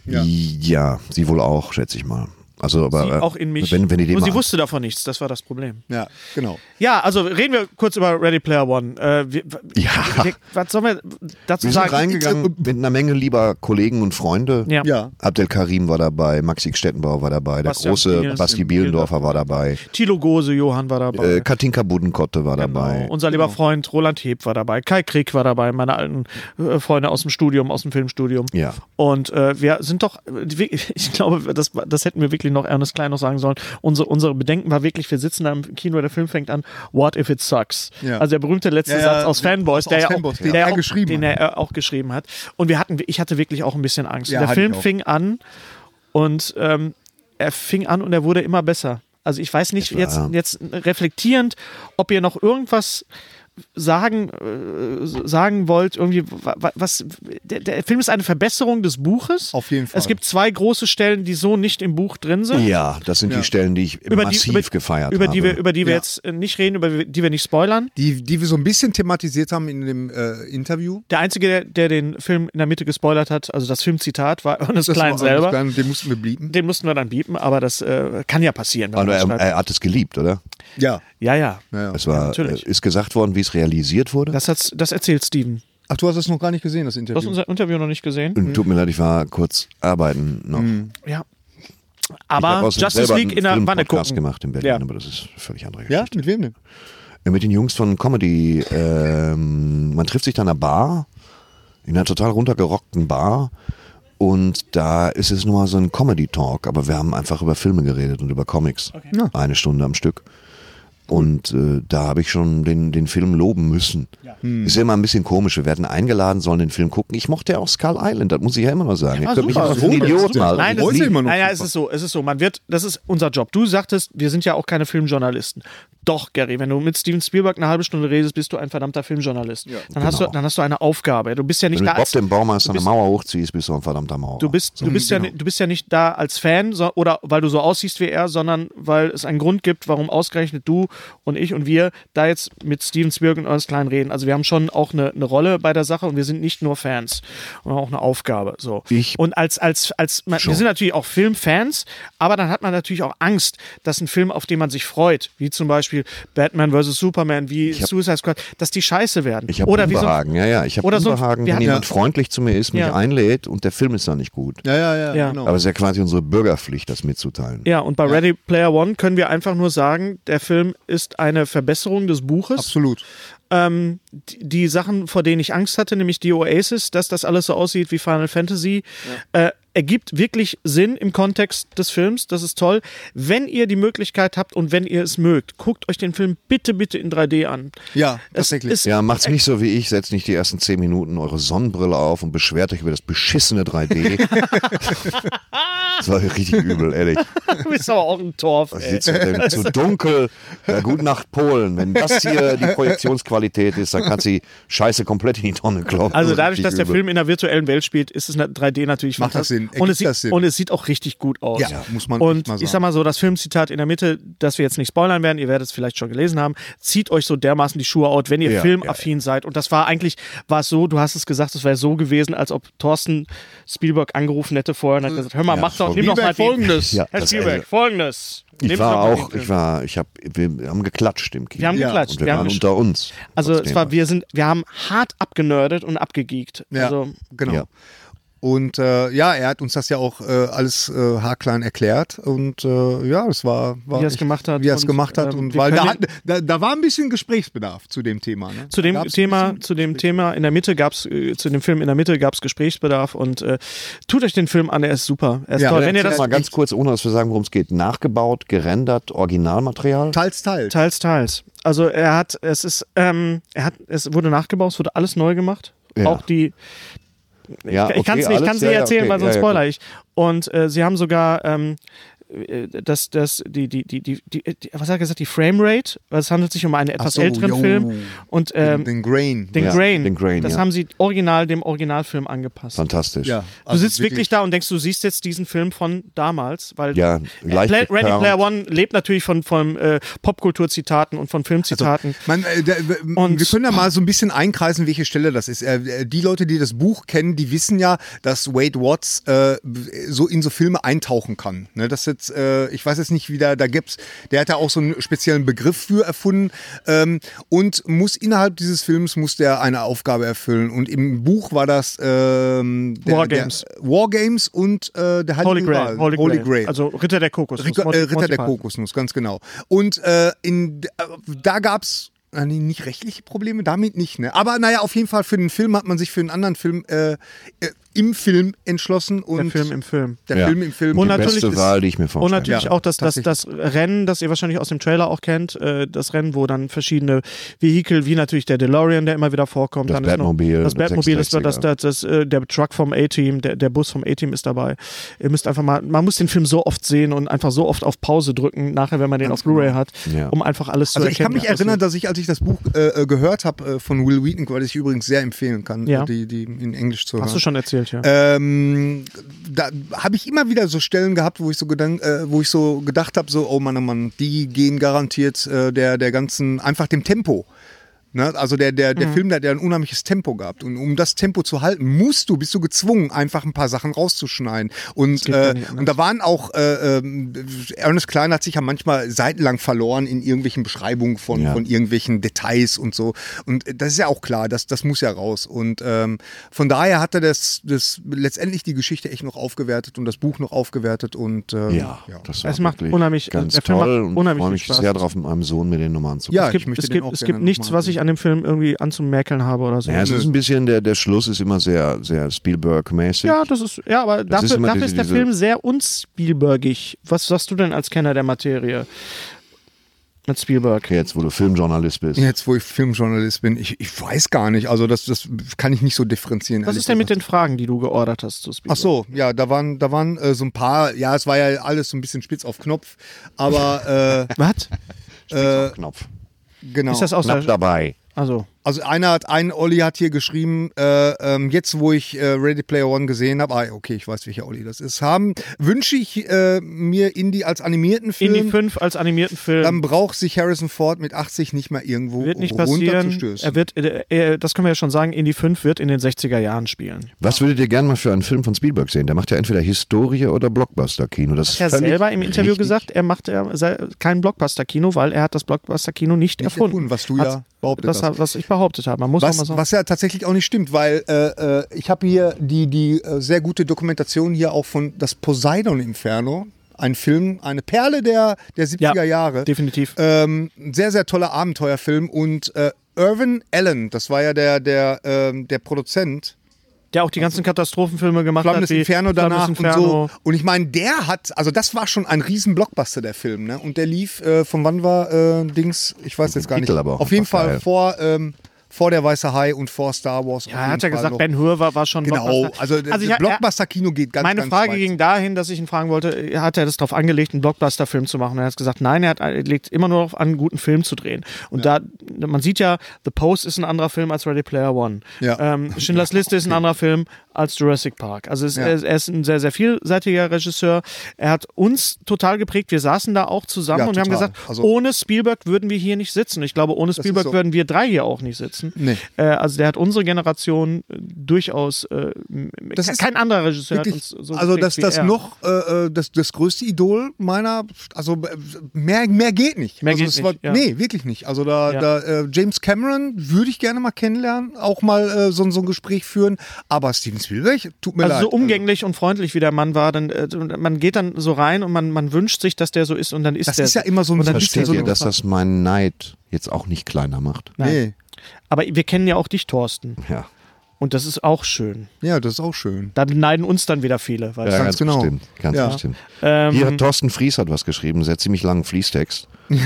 Speaker 3: Ja. sie wohl auch, schätze ich mal. Also aber
Speaker 1: Die,
Speaker 3: äh,
Speaker 1: auch in mich.
Speaker 3: Wenn, wenn die den
Speaker 1: Nur sie
Speaker 3: mal-
Speaker 1: wusste davon nichts, das war das Problem.
Speaker 2: Ja, genau.
Speaker 1: Ja, also reden wir kurz über Ready Player One. Äh, wir,
Speaker 3: Ja.
Speaker 1: wir, was sollen wir dazu
Speaker 3: wir sind
Speaker 1: sagen? äh,
Speaker 3: reingegangen mit einer Menge lieber Kollegen und Freunde.
Speaker 1: Ja.
Speaker 2: Ja.
Speaker 3: Abdel Karim war dabei, Maxi Stettenbauer war dabei, der
Speaker 1: Bastian
Speaker 3: große
Speaker 1: Bielendorfer.
Speaker 3: Basti Bielendorfer war dabei,
Speaker 1: Thilo Gose, Johann war dabei.
Speaker 3: äh, Katinka Budenkotte war
Speaker 1: Genau.
Speaker 3: dabei.
Speaker 1: Unser lieber Freund Roland Heb war dabei, Kai Krieg war dabei, meine alten äh, Freunde aus dem Studium, aus dem Filmstudium.
Speaker 3: Ja.
Speaker 1: Und äh, wir sind doch, ich glaube, das, das hätten wir wirklich noch Ernest Klein noch sagen sollen. Unsere, unsere Bedenken war wirklich, wir sitzen da im Kino, der Film fängt an, what if it sucks?
Speaker 2: Ja.
Speaker 1: Also der berühmte letzte
Speaker 2: Ja, ja,
Speaker 1: Satz aus
Speaker 2: den-
Speaker 1: Fanboys,
Speaker 2: aus
Speaker 1: der, ja
Speaker 2: Fanboys,
Speaker 1: auch,
Speaker 2: den
Speaker 1: der
Speaker 2: er
Speaker 1: auch,
Speaker 2: geschrieben
Speaker 1: den
Speaker 2: hat.
Speaker 1: er äh, auch geschrieben hat. Und wir hatten, ich hatte wirklich auch ein bisschen Angst.
Speaker 2: Ja,
Speaker 1: Und der
Speaker 2: hatte ich
Speaker 1: Film
Speaker 2: auch.
Speaker 1: fing an und ähm, er fing an und er wurde immer besser. Also ich weiß nicht, jetzt, jetzt reflektierend, ob ihr noch irgendwas sagen, äh, sagen wollt, irgendwie, wa- wa- was, der, der Film ist eine Verbesserung des Buches.
Speaker 2: Auf jeden Fall.
Speaker 1: Es gibt zwei große Stellen, die so nicht im Buch drin sind.
Speaker 3: Ja, das sind die Stellen, die ich massiv gefeiert
Speaker 1: über die
Speaker 3: habe.
Speaker 1: wir, über die wir
Speaker 2: Ja.
Speaker 1: jetzt äh, nicht reden, über die wir nicht spoilern.
Speaker 2: Die, die wir so ein bisschen thematisiert haben in dem äh, Interview.
Speaker 1: Der Einzige, der, der den Film in der Mitte gespoilert hat, also das Filmzitat, war Ernest Klein
Speaker 2: war-
Speaker 1: selber.
Speaker 2: Klein, Den mussten wir blieben.
Speaker 1: Den mussten wir dann biepen, aber das äh, kann ja passieren. wenn
Speaker 3: Aber
Speaker 1: man
Speaker 3: er, äh,
Speaker 1: schreibt.
Speaker 3: er hat es geliebt, oder?
Speaker 2: Ja.
Speaker 1: ja, ja.
Speaker 2: ja.
Speaker 3: Es war,
Speaker 1: natürlich.
Speaker 3: äh, ist gesagt worden, wie es realisiert wurde.
Speaker 1: Das, hat's, das erzählt Steven.
Speaker 2: Ach, du hast es noch gar nicht gesehen, das
Speaker 1: Du hast
Speaker 3: Mhm.
Speaker 2: Interview.
Speaker 1: unser Interview noch nicht gesehen.
Speaker 3: Und tut mir leid, ich war kurz arbeiten noch.
Speaker 1: Ja.
Speaker 3: Ich hab
Speaker 1: Aber
Speaker 3: aus dem
Speaker 1: Mhm. Justice
Speaker 3: selber
Speaker 1: League
Speaker 3: einen
Speaker 1: in der Wanne
Speaker 3: Filmpodcast
Speaker 1: gucken.
Speaker 3: gemacht in Berlin,
Speaker 1: Ja.
Speaker 3: aber das ist eine völlig andere
Speaker 2: Ja,
Speaker 3: Geschichte.
Speaker 2: mit wem denn?
Speaker 3: Ja. Mit den Jungs von Comedy, ähm, man trifft sich da in einer Bar, in einer total runtergerockten Bar. Und da ist es nur mal so ein Comedy-Talk, aber wir haben einfach über Filme geredet und über Comics. Eine Stunde am Stück. Und äh, da habe ich schon den, den Film loben müssen. Hm. Ist ja immer ein bisschen komisch. Wir werden eingeladen, sollen den Film gucken. Ich mochte ja auch Skull Island, das muss ich ja immer noch sagen. Ihr
Speaker 1: Ah,
Speaker 3: könnt mich
Speaker 1: super.
Speaker 3: immer für einen Idioten halten.
Speaker 1: Nein,
Speaker 3: Ich
Speaker 1: das
Speaker 2: wollte
Speaker 1: ist,
Speaker 2: immer noch
Speaker 1: nein, nein, es
Speaker 2: super.
Speaker 1: ist so, es ist so. Man wird, das ist unser Job. Du sagtest, wir sind ja auch keine Filmjournalisten. Doch, Gary, wenn du mit Steven Spielberg eine halbe Stunde redest, bist du ein verdammter Filmjournalist. dann, hast du,
Speaker 3: Genau.
Speaker 1: dann hast du eine Aufgabe. Du bist ja nicht
Speaker 3: Wenn
Speaker 1: da
Speaker 3: du Bob
Speaker 1: als,
Speaker 3: den Baumeister
Speaker 1: du
Speaker 3: eine
Speaker 1: bist-
Speaker 3: Mauer hochziehst, bist du ein verdammter Mauer.
Speaker 1: Du bist, du bist,
Speaker 3: genau.
Speaker 1: ja, ni- du bist ja nicht da als Fan so, oder weil du so aussiehst wie er, sondern weil es einen Grund gibt, warum ausgerechnet du und ich und wir da jetzt mit Steven Spielberg und Ernst Klein reden. Also wir haben schon auch eine, eine Rolle bei der Sache und wir sind nicht nur Fans, sondern auch eine Aufgabe. So.
Speaker 3: Ich-
Speaker 1: und als, als, als man, wir sind natürlich auch Filmfans, aber dann hat man natürlich auch Angst, dass ein Film, auf den man sich freut, wie zum Beispiel Batman vs. Superman, wie Suicide Squad, dass die scheiße werden.
Speaker 3: ich habe
Speaker 1: oder wie so,
Speaker 3: Unbehagen, ja, ja. Ich habe
Speaker 1: oder so-
Speaker 3: Unbehagen,
Speaker 1: wir
Speaker 3: wenn
Speaker 1: hatten-
Speaker 3: jemand freundlich zu mir ist, mich
Speaker 1: Ja.
Speaker 3: einlädt und der Film ist dann nicht gut.
Speaker 2: Ja, ja, ja,
Speaker 1: Ja.
Speaker 2: genau.
Speaker 3: Aber es ist ja quasi unsere Bürgerpflicht, das mitzuteilen.
Speaker 1: Ja, und bei Ready Player One können wir einfach nur sagen, der Film ist eine Verbesserung des Buches.
Speaker 2: Absolut.
Speaker 1: Die, die Sachen, vor denen ich Angst hatte, nämlich die Oasis, dass das alles so aussieht wie Final Fantasy, äh, ergibt wirklich Sinn im Kontext des Films. Das ist toll. Wenn ihr die Möglichkeit habt und wenn ihr es mögt, guckt euch den Film bitte, bitte in 3D an.
Speaker 2: Ja,
Speaker 1: Es
Speaker 2: tatsächlich.
Speaker 1: ist
Speaker 3: Ja, macht's nicht so wie ich, setzt nicht die ersten zehn Minuten eure Sonnenbrille auf und beschwert euch über das beschissene 3D. das war richtig übel, ehrlich.
Speaker 1: Du bist aber auch ein Torf.
Speaker 3: Das
Speaker 1: Ey.
Speaker 3: ist äh, zu dunkel. Ja, gut Nacht Polen. Wenn das hier die Projektionsqualität ist, dann kann sie Scheiße komplett in die Tonne kloppen.
Speaker 1: Also dadurch,
Speaker 3: Richtig
Speaker 1: dass der
Speaker 3: übel.
Speaker 1: Film in einer virtuellen Welt spielt, ist es in 3D natürlich
Speaker 2: Macht das
Speaker 1: fantastisch.
Speaker 2: Sinn,
Speaker 1: Und
Speaker 2: ergibt
Speaker 1: es, sieht,
Speaker 2: das Sinn.
Speaker 1: und es sieht auch richtig gut aus.
Speaker 2: Ja, muss man
Speaker 1: Und
Speaker 2: echt mal
Speaker 1: ich sag
Speaker 2: sagen.
Speaker 1: mal so, das Filmzitat in der Mitte, das wir jetzt nicht spoilern werden, ihr werdet es vielleicht schon gelesen haben, zieht euch so dermaßen die Schuhe out, wenn ihr
Speaker 3: Ja,
Speaker 1: filmaffin seid. Und das war eigentlich, war es so, du hast es gesagt, es wäre so gewesen, als ob Thorsten Spielberg angerufen hätte vorher und hat gesagt, hör mal, mach doch, nimm doch mal
Speaker 2: Äh, Spielberg
Speaker 1: folgendes.
Speaker 3: Ja,
Speaker 1: Herr
Speaker 3: das-
Speaker 1: Spielberg, folgendes.
Speaker 3: Ich
Speaker 1: Nehmt
Speaker 3: war
Speaker 1: doch mal den
Speaker 3: auch,
Speaker 1: Film.
Speaker 3: ich war, ich habe, wir haben geklatscht im Kino.
Speaker 1: Wir haben
Speaker 3: Ja.
Speaker 1: geklatscht,
Speaker 3: Und wir,
Speaker 1: wir haben
Speaker 3: waren
Speaker 1: gesch-
Speaker 3: unter uns.
Speaker 1: also es
Speaker 3: Trotzdem.
Speaker 1: war, wir sind, wir haben hart abgenördet und abgegeekt.
Speaker 2: Ja,
Speaker 1: Also,
Speaker 2: genau.
Speaker 3: Ja.
Speaker 2: Und äh, ja, er hat uns das ja auch äh, alles äh, haarklein erklärt und äh, ja, es war, war
Speaker 1: Wie er es
Speaker 2: echt-
Speaker 1: gemacht hat
Speaker 2: wie er es
Speaker 1: und,
Speaker 2: gemacht hat
Speaker 1: ähm,
Speaker 2: und
Speaker 1: wir
Speaker 2: weil da,
Speaker 1: können
Speaker 2: hat- da, da war ein bisschen Gesprächsbedarf zu dem Thema. Ne?
Speaker 1: zu dem
Speaker 2: Gab's ein
Speaker 1: Thema,
Speaker 2: bisschen-
Speaker 1: zu dem Thema in der Mitte gab's, äh, zu dem Film in der Mitte gab's Gesprächsbedarf und äh, tut euch den Film an, er ist super. Er ist
Speaker 2: Ja,
Speaker 1: toll.
Speaker 2: der
Speaker 1: Wenn ihr
Speaker 3: das
Speaker 1: das
Speaker 3: mal ganz kurz, ohne dass wir sagen, worum es geht, nachgebaut, gerendert, Originalmaterial.
Speaker 2: teils teils.
Speaker 1: teils, teils. Also er hat, es ist, ähm, er hat, es wurde nachgebaut, es wurde alles neu gemacht.
Speaker 3: Ja.
Speaker 1: auch die.
Speaker 3: Ja,
Speaker 1: ich kann es nicht, ich
Speaker 3: okay, alles,
Speaker 1: kann's nicht
Speaker 3: ja, ja,
Speaker 1: erzählen,
Speaker 3: okay,
Speaker 1: weil sonst
Speaker 3: ja, ja,
Speaker 1: spoiler ich. Und äh, sie haben sogar ähm, äh, das, das, die, die, die, die, die, die, was hat er gesagt, die Framerate, weil es handelt sich um einen etwas
Speaker 2: so,
Speaker 1: älteren
Speaker 2: jo.
Speaker 1: Film. Und ähm,
Speaker 2: den Grain.
Speaker 1: den,
Speaker 3: Ja,
Speaker 1: Grain,
Speaker 3: den Grain,
Speaker 1: das
Speaker 3: ja.
Speaker 1: haben sie original dem Originalfilm angepasst.
Speaker 3: Fantastisch.
Speaker 2: ja,
Speaker 1: du sitzt wirklich, da und denkst, du siehst jetzt diesen Film von damals, weil
Speaker 3: Ja,
Speaker 1: äh,
Speaker 3: leicht
Speaker 1: Pla- Ready
Speaker 3: getarnt.
Speaker 1: Player One lebt natürlich von, von äh, Popkulturzitaten und von Filmzitaten.
Speaker 2: Man, äh, da, w-
Speaker 1: Und-
Speaker 2: wir können da mal so ein bisschen einkreisen, welche Stelle das ist. Äh, äh, die Leute, die das Buch kennen, die wissen ja, dass Wade Watts äh, so in so Filme eintauchen kann. Ne, das jetzt, äh, ich weiß jetzt nicht, wie da, da gibt's, der hat da auch so einen speziellen Begriff für erfunden ähm, und muss innerhalb dieses Films muss der eine Aufgabe erfüllen. Und im Buch war das ähm, der,
Speaker 1: War Games.
Speaker 2: der War Games und äh, der
Speaker 1: Holy
Speaker 2: Heilige
Speaker 1: Grail,
Speaker 2: Gral, Holy Grail.
Speaker 1: Also Ritter der Kokos.
Speaker 2: Ritter, äh, Ritter der Kokosnuss, ganz genau. Und äh, in, äh, da gab es nee, nicht rechtliche Probleme, damit nicht. Ne? Aber naja, auf jeden Fall für den Film hat man sich für einen anderen Film äh, äh, im Film entschlossen. Und
Speaker 1: Der Film im Film.
Speaker 2: der
Speaker 3: Ja.
Speaker 2: Film im Film.
Speaker 1: Und
Speaker 3: Die
Speaker 1: natürlich
Speaker 3: beste
Speaker 1: ist-
Speaker 3: Wahl, die ich mir
Speaker 1: Und
Speaker 3: vorstelle.
Speaker 1: natürlich
Speaker 2: Ja,
Speaker 1: auch das, das, das
Speaker 2: tatsächlich.
Speaker 1: Rennen, das ihr wahrscheinlich aus dem Trailer auch kennt, äh, das Rennen, wo dann verschiedene Vehikel, wie natürlich der DeLorean, der immer wieder vorkommt.
Speaker 3: Das
Speaker 1: dann ist noch-
Speaker 3: Batmobil,
Speaker 1: Das Batmobil ist da, das,
Speaker 3: 66er.
Speaker 1: das, das, äh, der Truck vom A-Team, der, der Bus vom A-Team ist dabei. Ihr müsst einfach mal, man muss den Film so oft sehen und einfach so oft auf Pause drücken, nachher, wenn man den auf Blu-ray hat,
Speaker 3: Ja.
Speaker 1: um einfach alles zu
Speaker 2: genau. also ich
Speaker 1: erkennen.
Speaker 2: kann mich
Speaker 1: was
Speaker 2: erinnern, dass ich, als ich das Buch äh, äh, gehört habe äh, von Will Wheaton, weil ich es übrigens sehr empfehlen kann,
Speaker 1: Ja.
Speaker 2: die, die in Englisch zu
Speaker 1: ist.
Speaker 2: hören.
Speaker 1: Hast du schon erzählt, ja.
Speaker 2: Ähm, da habe ich immer wieder so Stellen gehabt, wo ich so, gedank, äh, wo ich so gedacht habe, so, oh Mann, oh Mann, die gehen garantiert äh, der, der ganzen, einfach dem Tempo. Ne? Also der, der,
Speaker 1: Mhm.
Speaker 2: der Film, der hat ja ein unheimliches Tempo gehabt. Und um das Tempo zu halten, musst du, bist du gezwungen, einfach ein paar Sachen rauszuschneiden. Und, äh, und da waren auch, äh, ähm, Ernest Klein hat sich ja manchmal seitenlang verloren in irgendwelchen Beschreibungen von,
Speaker 3: Ja.
Speaker 2: von irgendwelchen Details und so. Und äh, das ist ja auch klar, das, das muss ja raus. Und ähm, von daher hat er das, das letztendlich die Geschichte echt noch aufgewertet und das Buch noch aufgewertet. Und ähm,
Speaker 3: Ja, das war
Speaker 1: Es macht
Speaker 3: wirklich
Speaker 1: unheimlich-
Speaker 3: ganz
Speaker 1: der Film macht
Speaker 3: toll und
Speaker 1: unheimlich
Speaker 3: freue
Speaker 1: viel
Speaker 3: mich
Speaker 1: Spaß.
Speaker 3: sehr darauf, mit meinem Sohn mir den nochmal anzugucken.
Speaker 2: Ja,
Speaker 1: es gibt,
Speaker 2: ich möchte
Speaker 1: es
Speaker 2: den
Speaker 1: gibt,
Speaker 2: auch
Speaker 1: es
Speaker 2: gerne
Speaker 1: gibt nichts,
Speaker 2: nochmal
Speaker 1: was ich an dem Film irgendwie anzumäkeln habe oder so.
Speaker 3: Ja, es ist ein bisschen, der, der Schluss ist immer sehr, sehr Spielberg-mäßig.
Speaker 1: Ja, das ist, ja, aber dafür,
Speaker 3: ist immer
Speaker 1: dafür
Speaker 3: diese-
Speaker 1: ist der
Speaker 3: diese-
Speaker 1: Film sehr unspielbergig. Was sagst du denn als Kenner der Materie mit Spielberg?
Speaker 3: Okay, jetzt, wo du Filmjournalist bist.
Speaker 2: Jetzt, wo ich Filmjournalist bin, ich, ich weiß gar nicht. Also das, das kann ich nicht so differenzieren.
Speaker 1: Was
Speaker 2: ehrlich
Speaker 1: ist denn mit
Speaker 2: gesagt.
Speaker 1: den Fragen, die du geordert hast zu Spielberg?
Speaker 2: Ach so, ja, da waren, da waren äh, so ein paar, ja, es war ja alles so ein bisschen spitz auf Knopf, aber
Speaker 1: Was?
Speaker 2: äh, äh,
Speaker 3: Knopf.
Speaker 2: genau.
Speaker 1: Ist das aus
Speaker 3: Knapp
Speaker 1: der,
Speaker 3: dabei.
Speaker 1: also,
Speaker 2: Also einer hat, ein Olli hat hier geschrieben, äh, ähm, jetzt wo ich äh, Ready Player One gesehen habe, ah, okay, ich weiß, welcher Olli das ist, haben, wünsche ich äh, mir Indie als animierten Film.
Speaker 1: Indie 5 als animierten
Speaker 2: dann
Speaker 1: Film
Speaker 2: braucht sich Harrison Ford mit 80 nicht mal irgendwo
Speaker 1: wird nicht passieren.
Speaker 2: runterzustößen.
Speaker 1: Er wird, äh, äh, das können wir ja schon sagen, Indie 5 wird in den 60er Jahren spielen.
Speaker 3: Was würdet ihr gerne mal für einen Film von Spielberg sehen? Der macht ja entweder Historie oder Blockbuster-Kino. Das ist
Speaker 1: Er hat
Speaker 3: völlig
Speaker 1: selber im Interview
Speaker 3: richtig.
Speaker 1: gesagt, er macht äh, sei- kein Blockbuster-Kino, weil er hat das Blockbuster-Kino nicht,
Speaker 2: Nicht
Speaker 1: erfunden.
Speaker 2: erfunden, was du ja behauptet
Speaker 1: das,
Speaker 2: hast.
Speaker 1: Was ich behauptet habe. Man muss auch mal
Speaker 2: Was,
Speaker 1: sagen.
Speaker 2: was ja tatsächlich auch nicht stimmt, weil äh, äh, ich habe hier die, die äh, sehr gute Dokumentation hier auch von das Poseidon Inferno, ein Film, eine Perle der, der 70er Jahre.
Speaker 1: definitiv.
Speaker 2: Ähm, ein sehr, sehr toller Abenteuerfilm und äh, Irvin Allen, das war ja der, der, ähm, der Produzent.
Speaker 1: Der auch die ganzen Katastrophenfilme gemacht
Speaker 2: Flammendes
Speaker 1: hat. wie
Speaker 2: Inferno
Speaker 1: Flammendes
Speaker 2: danach
Speaker 1: Inferno.
Speaker 2: und so. Und ich meine, der hat, also das war schon ein riesen Blockbuster, der Film, ne? Und der lief, äh, von wann war äh, Dings, ich weiß jetzt gar
Speaker 3: Titel
Speaker 2: nicht.
Speaker 3: aber auch
Speaker 2: Auf jeden
Speaker 3: einfach
Speaker 2: Fall
Speaker 3: geil.
Speaker 2: vor, ähm, vor der Weiße Hai und vor Star Wars. auf
Speaker 1: Ja, er hat ja
Speaker 2: jeden Fall
Speaker 1: gesagt,
Speaker 2: noch.
Speaker 1: Ben Hur war, war schon
Speaker 2: Genau,
Speaker 1: Blockbuster.
Speaker 2: also, also
Speaker 1: ich-
Speaker 2: Blockbuster-Kino geht
Speaker 1: er-
Speaker 2: ganz,
Speaker 1: Meine
Speaker 2: ganz
Speaker 1: Frage
Speaker 2: weit.
Speaker 1: ging dahin, dass ich ihn fragen wollte, hat er das darauf angelegt, einen Blockbuster-Film zu machen? Und er hat gesagt, nein, er, hat, er legt immer nur darauf an, einen guten Film zu drehen. Und da, man sieht ja, The Post ist ein anderer Film als Ready Player One.
Speaker 2: Ja.
Speaker 1: Ähm, Schindlers Liste ist ein anderer Film als Jurassic Park. Also es, er, er ist ein sehr, sehr vielseitiger Regisseur. Er hat uns total geprägt. Wir saßen da auch zusammen
Speaker 2: Ja,
Speaker 1: und wir haben
Speaker 2: total.
Speaker 1: gesagt,
Speaker 2: Also-
Speaker 1: ohne Spielberg würden wir hier nicht sitzen. Ich glaube, ohne Spielberg
Speaker 2: so.
Speaker 1: würden wir drei hier auch nicht sitzen.
Speaker 2: Nee.
Speaker 1: Äh, also der hat unsere Generation äh, durchaus äh, m-
Speaker 2: Das
Speaker 1: ke-
Speaker 2: ist
Speaker 1: kein anderer Regisseur hat
Speaker 2: Wirklich,
Speaker 1: uns so
Speaker 2: also
Speaker 1: geprägt
Speaker 2: das,
Speaker 1: wie
Speaker 2: das
Speaker 1: er.
Speaker 2: noch äh, äh, das, das größte Idol meiner, also äh, mehr, mehr geht nicht.
Speaker 1: Mehr
Speaker 2: also
Speaker 1: geht
Speaker 2: es war,
Speaker 1: nicht, ja.
Speaker 2: Nee, wirklich nicht. Also da,
Speaker 1: Ja.
Speaker 2: da äh, James Cameron würde ich gerne mal kennenlernen, auch mal äh, so, so ein Gespräch führen. Aber Steven Spielberg, tut mir
Speaker 1: Also
Speaker 2: leid.
Speaker 1: so umgänglich und freundlich wie der Mann war, dann äh, man geht dann so rein und man, man wünscht sich, dass der so ist und dann ist
Speaker 2: Das
Speaker 1: der.
Speaker 2: ist ja immer so ein
Speaker 1: und dann ist der
Speaker 3: Versteht
Speaker 2: so
Speaker 3: ihr,
Speaker 2: eine
Speaker 3: dass
Speaker 2: Sache.
Speaker 3: das meinen Neid jetzt auch nicht kleiner macht?
Speaker 2: Also, nee.
Speaker 1: Aber wir kennen ja auch dich, Thorsten.
Speaker 3: Ja,
Speaker 1: Und das ist auch schön.
Speaker 2: Ja, das ist auch schön.
Speaker 1: Da beneiden uns dann wieder viele. Weißt
Speaker 3: ja
Speaker 1: du?
Speaker 2: ganz genau.
Speaker 3: bestimmt. Ganz
Speaker 2: Ja.
Speaker 3: bestimmt.
Speaker 1: Ähm,
Speaker 3: Hier hat Thorsten Fries hat was geschrieben, sehr ziemlich langen Fließtext.
Speaker 2: Den,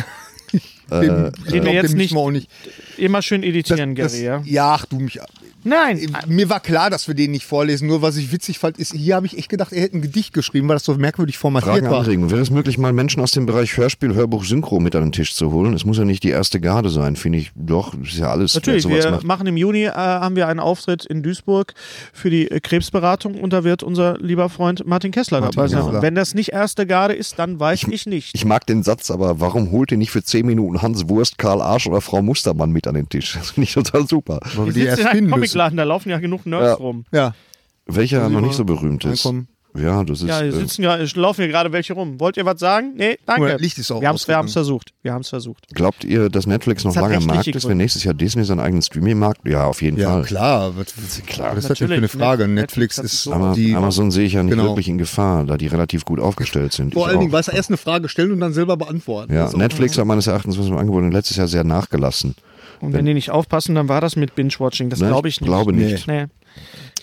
Speaker 1: wir jetzt
Speaker 2: den müssen
Speaker 1: nicht-
Speaker 2: wir äh, auch nicht.
Speaker 1: Immer schön editieren,
Speaker 2: das,
Speaker 1: Gary. Ja?
Speaker 2: ja, ach du mich. äh,
Speaker 1: Nein,
Speaker 2: Mir war klar, dass wir den nicht vorlesen. Nur was ich witzig fand, ist, hier habe ich echt gedacht, er hätte ein Gedicht geschrieben, weil das so merkwürdig formatiert
Speaker 3: Fragen
Speaker 2: war.
Speaker 3: anregen. Wäre es möglich, mal Menschen aus dem Bereich Hörspiel, Hörbuch, Synchro mit an den Tisch zu holen? Es muss ja nicht die erste Garde sein, finde ich. Doch, ist ja alles. wer
Speaker 1: Natürlich,
Speaker 3: sowas
Speaker 1: wir
Speaker 3: macht.
Speaker 1: machen im Juni äh, haben wir einen Auftritt in Duisburg für die äh, Krebsberatung und da wird unser lieber Freund Martin Kessler dabei sein.
Speaker 3: Kessler.
Speaker 1: Und wenn das nicht erste Garde ist, dann weiß ich, nicht.
Speaker 3: Ich mag den Satz, aber warum holt ihr nicht für 10 Minuten Hans Wurst, Karl Arsch oder Frau Mustermann mit an den Tisch? Das finde ich total super.
Speaker 2: Weil wir
Speaker 1: Ich
Speaker 2: die
Speaker 1: sitze
Speaker 2: erst
Speaker 1: in einem
Speaker 2: finden müssen.
Speaker 1: Comicladen, da laufen ja genug Nerds
Speaker 3: Ja.
Speaker 1: rum.
Speaker 2: Ja,
Speaker 3: Welcher noch nicht so berühmt ist.
Speaker 2: reinkommen.
Speaker 3: Ja, das ist.
Speaker 1: Ja, hier
Speaker 3: äh,
Speaker 1: sitzen ja, es laufen hier gerade welche rum. Wollt ihr was sagen? Nee, danke.
Speaker 2: Moment, Licht ist auch
Speaker 1: wir haben es
Speaker 2: ausgegangen.
Speaker 1: versucht. Wir haben es versucht.
Speaker 3: glaubt ihr, dass Netflix noch
Speaker 1: Das hat
Speaker 3: lange am
Speaker 1: rechtliche
Speaker 3: Markt ist, wenn
Speaker 1: Gründe.
Speaker 3: nächstes Jahr Disney seinen eigenen Streaming markt? Ja, auf jeden
Speaker 2: ja
Speaker 3: Fall.
Speaker 2: klar. Was, was, klar. Das ist
Speaker 1: halt
Speaker 2: natürlich eine Frage.
Speaker 1: Netflix
Speaker 2: Netflix,
Speaker 1: hat
Speaker 2: ist
Speaker 1: so-
Speaker 3: Aber
Speaker 2: die.
Speaker 3: Amazon sehe ich ja nicht
Speaker 2: Genau.
Speaker 3: wirklich in Gefahr, da die relativ gut aufgestellt sind.
Speaker 2: vor
Speaker 3: Ich
Speaker 2: allen Dingen,
Speaker 3: auch.
Speaker 2: weißt du, erst eine Frage stellen und dann selber beantworten.
Speaker 3: Ja,
Speaker 2: Also,
Speaker 3: Netflix hat meines Erachtens, was im Angebot und letztes Jahr sehr nachgelassen.
Speaker 1: Und wenn die nicht aufpassen, dann war das mit Binge-Watching. Das
Speaker 3: Ne?
Speaker 1: glaube ich nicht.
Speaker 3: Glaube nicht.
Speaker 1: Nee.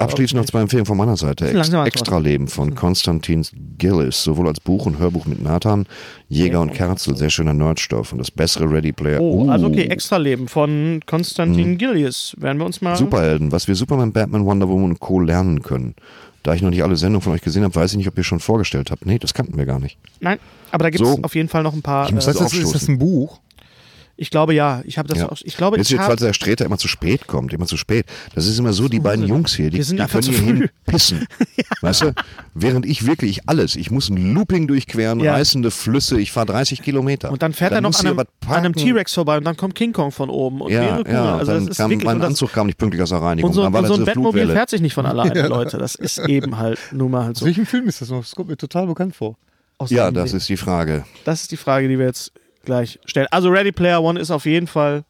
Speaker 3: Abschließend noch zwei Empfehlungen von meiner Seite. Ex
Speaker 1: Langsam antworten.
Speaker 3: Extraleben von Konstantin Gillis, sowohl als Buch und Hörbuch mit Nathan, Jäger und Kerzel, sehr schöner Nerdstoff und das bessere Ready Player.
Speaker 1: Oh,
Speaker 3: Uh,
Speaker 1: also okay, Extraleben von Konstantin
Speaker 3: Hm.
Speaker 1: Gillies. Werden wir uns mal.
Speaker 3: Superhelden, was wir Superman, Batman, Wonder Woman und Co. lernen können. Da ich noch nicht alle Sendungen von euch gesehen habe, weiß ich nicht, ob ihr schon vorgestellt habt. Nee, das kannten wir gar nicht.
Speaker 1: Nein, aber da gibt es
Speaker 3: So.
Speaker 1: auf jeden Fall noch ein paar.
Speaker 3: Ich muss
Speaker 1: äh,
Speaker 2: Weißt du, das ist das ein Buch?
Speaker 1: ich glaube ja. Ich habe das
Speaker 3: Ja.
Speaker 1: auch. Ich glaube,
Speaker 3: Jetzt
Speaker 1: ich
Speaker 3: steht,
Speaker 1: hab,
Speaker 3: falls der Streter immer zu spät kommt, immer zu spät. Das ist immer so, die beiden Jungs hier, die,
Speaker 1: Wir sind
Speaker 3: die
Speaker 1: einfach
Speaker 3: können
Speaker 1: zu
Speaker 3: hier
Speaker 1: früh.
Speaker 3: hin pissen. Weißt du? Während ich wirklich alles, ich muss ein Looping durchqueren,
Speaker 1: Ja.
Speaker 3: reißende Flüsse, ich fahre 30 Kilometer.
Speaker 1: und dann fährt er noch
Speaker 3: muss
Speaker 1: an
Speaker 3: hier
Speaker 1: einem,
Speaker 3: was
Speaker 1: an einem
Speaker 3: parken.
Speaker 1: T-Rex vorbei und dann kommt King Kong von oben und
Speaker 3: Ja,
Speaker 1: wäre cool.
Speaker 3: ja,
Speaker 1: also das
Speaker 3: dann
Speaker 1: ist
Speaker 3: kam,
Speaker 1: wirklich
Speaker 3: mein
Speaker 1: und das,
Speaker 3: Anzug kam nicht pünktlich aus der Reinigung.
Speaker 1: und so,
Speaker 3: dann war
Speaker 1: und so
Speaker 3: das
Speaker 1: ein
Speaker 3: eine
Speaker 1: Bettmobil
Speaker 3: Flugwelle.
Speaker 1: fährt sich nicht von alleine, Leute. Das ist eben halt nun mal halt
Speaker 2: Aus
Speaker 1: so.
Speaker 2: welchem Film ist das noch? Das kommt mir total bekannt vor.
Speaker 1: Aus
Speaker 3: Ja,
Speaker 1: dem
Speaker 3: das
Speaker 1: Ding.
Speaker 3: ist die Frage.
Speaker 1: das ist die Frage, die wir jetzt gleich stellen. Also Ready Player One ist auf jeden Fall.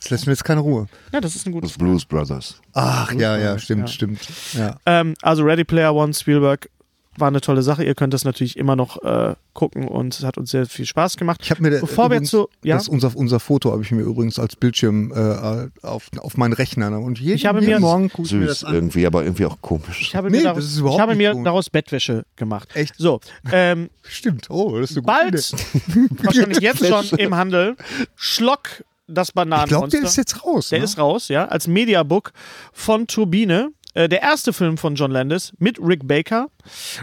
Speaker 2: Das lässt mir jetzt keine Ruhe.
Speaker 1: Ja, das ist ein gutes.
Speaker 3: Das Blues Brothers.
Speaker 2: Ach ja, ja, stimmt, stimmt. Ja.
Speaker 1: Ähm, also Ready Player One, Spielberg, war eine tolle Sache. Ihr könnt das natürlich immer noch äh, gucken und es hat uns sehr viel Spaß gemacht.
Speaker 2: Ich habe mir da
Speaker 1: Bevor wir
Speaker 2: übrigens-
Speaker 1: zu. Ja,
Speaker 2: das unser, unser Foto habe ich mir übrigens als Bildschirm äh, auf, auf meinen Rechner ne? und jeden,
Speaker 1: Ich habe
Speaker 2: jeden
Speaker 1: mir-
Speaker 2: Morgen gucke ich mir das
Speaker 3: Süß
Speaker 2: an.
Speaker 3: irgendwie, aber irgendwie auch komisch.
Speaker 1: ich habe
Speaker 2: Nee,
Speaker 1: mir,
Speaker 2: das
Speaker 1: daraus,
Speaker 2: ist überhaupt
Speaker 1: ich habe
Speaker 2: nicht
Speaker 1: mir
Speaker 2: gut.
Speaker 1: daraus Bettwäsche gemacht.
Speaker 2: Echt?
Speaker 1: So, ähm,
Speaker 2: Stimmt. Oh, das ist eine gute
Speaker 1: bald,
Speaker 2: Idee.
Speaker 1: wahrscheinlich jetzt schon im Handel, Schlock, das
Speaker 2: Ich glaube,
Speaker 1: Bananenmonster.
Speaker 2: der ist jetzt raus.
Speaker 1: Der
Speaker 2: ne?
Speaker 1: ist raus, ja, als Mediabook von Turbine. Äh, Der erste Film von John Landis mit Rick Baker.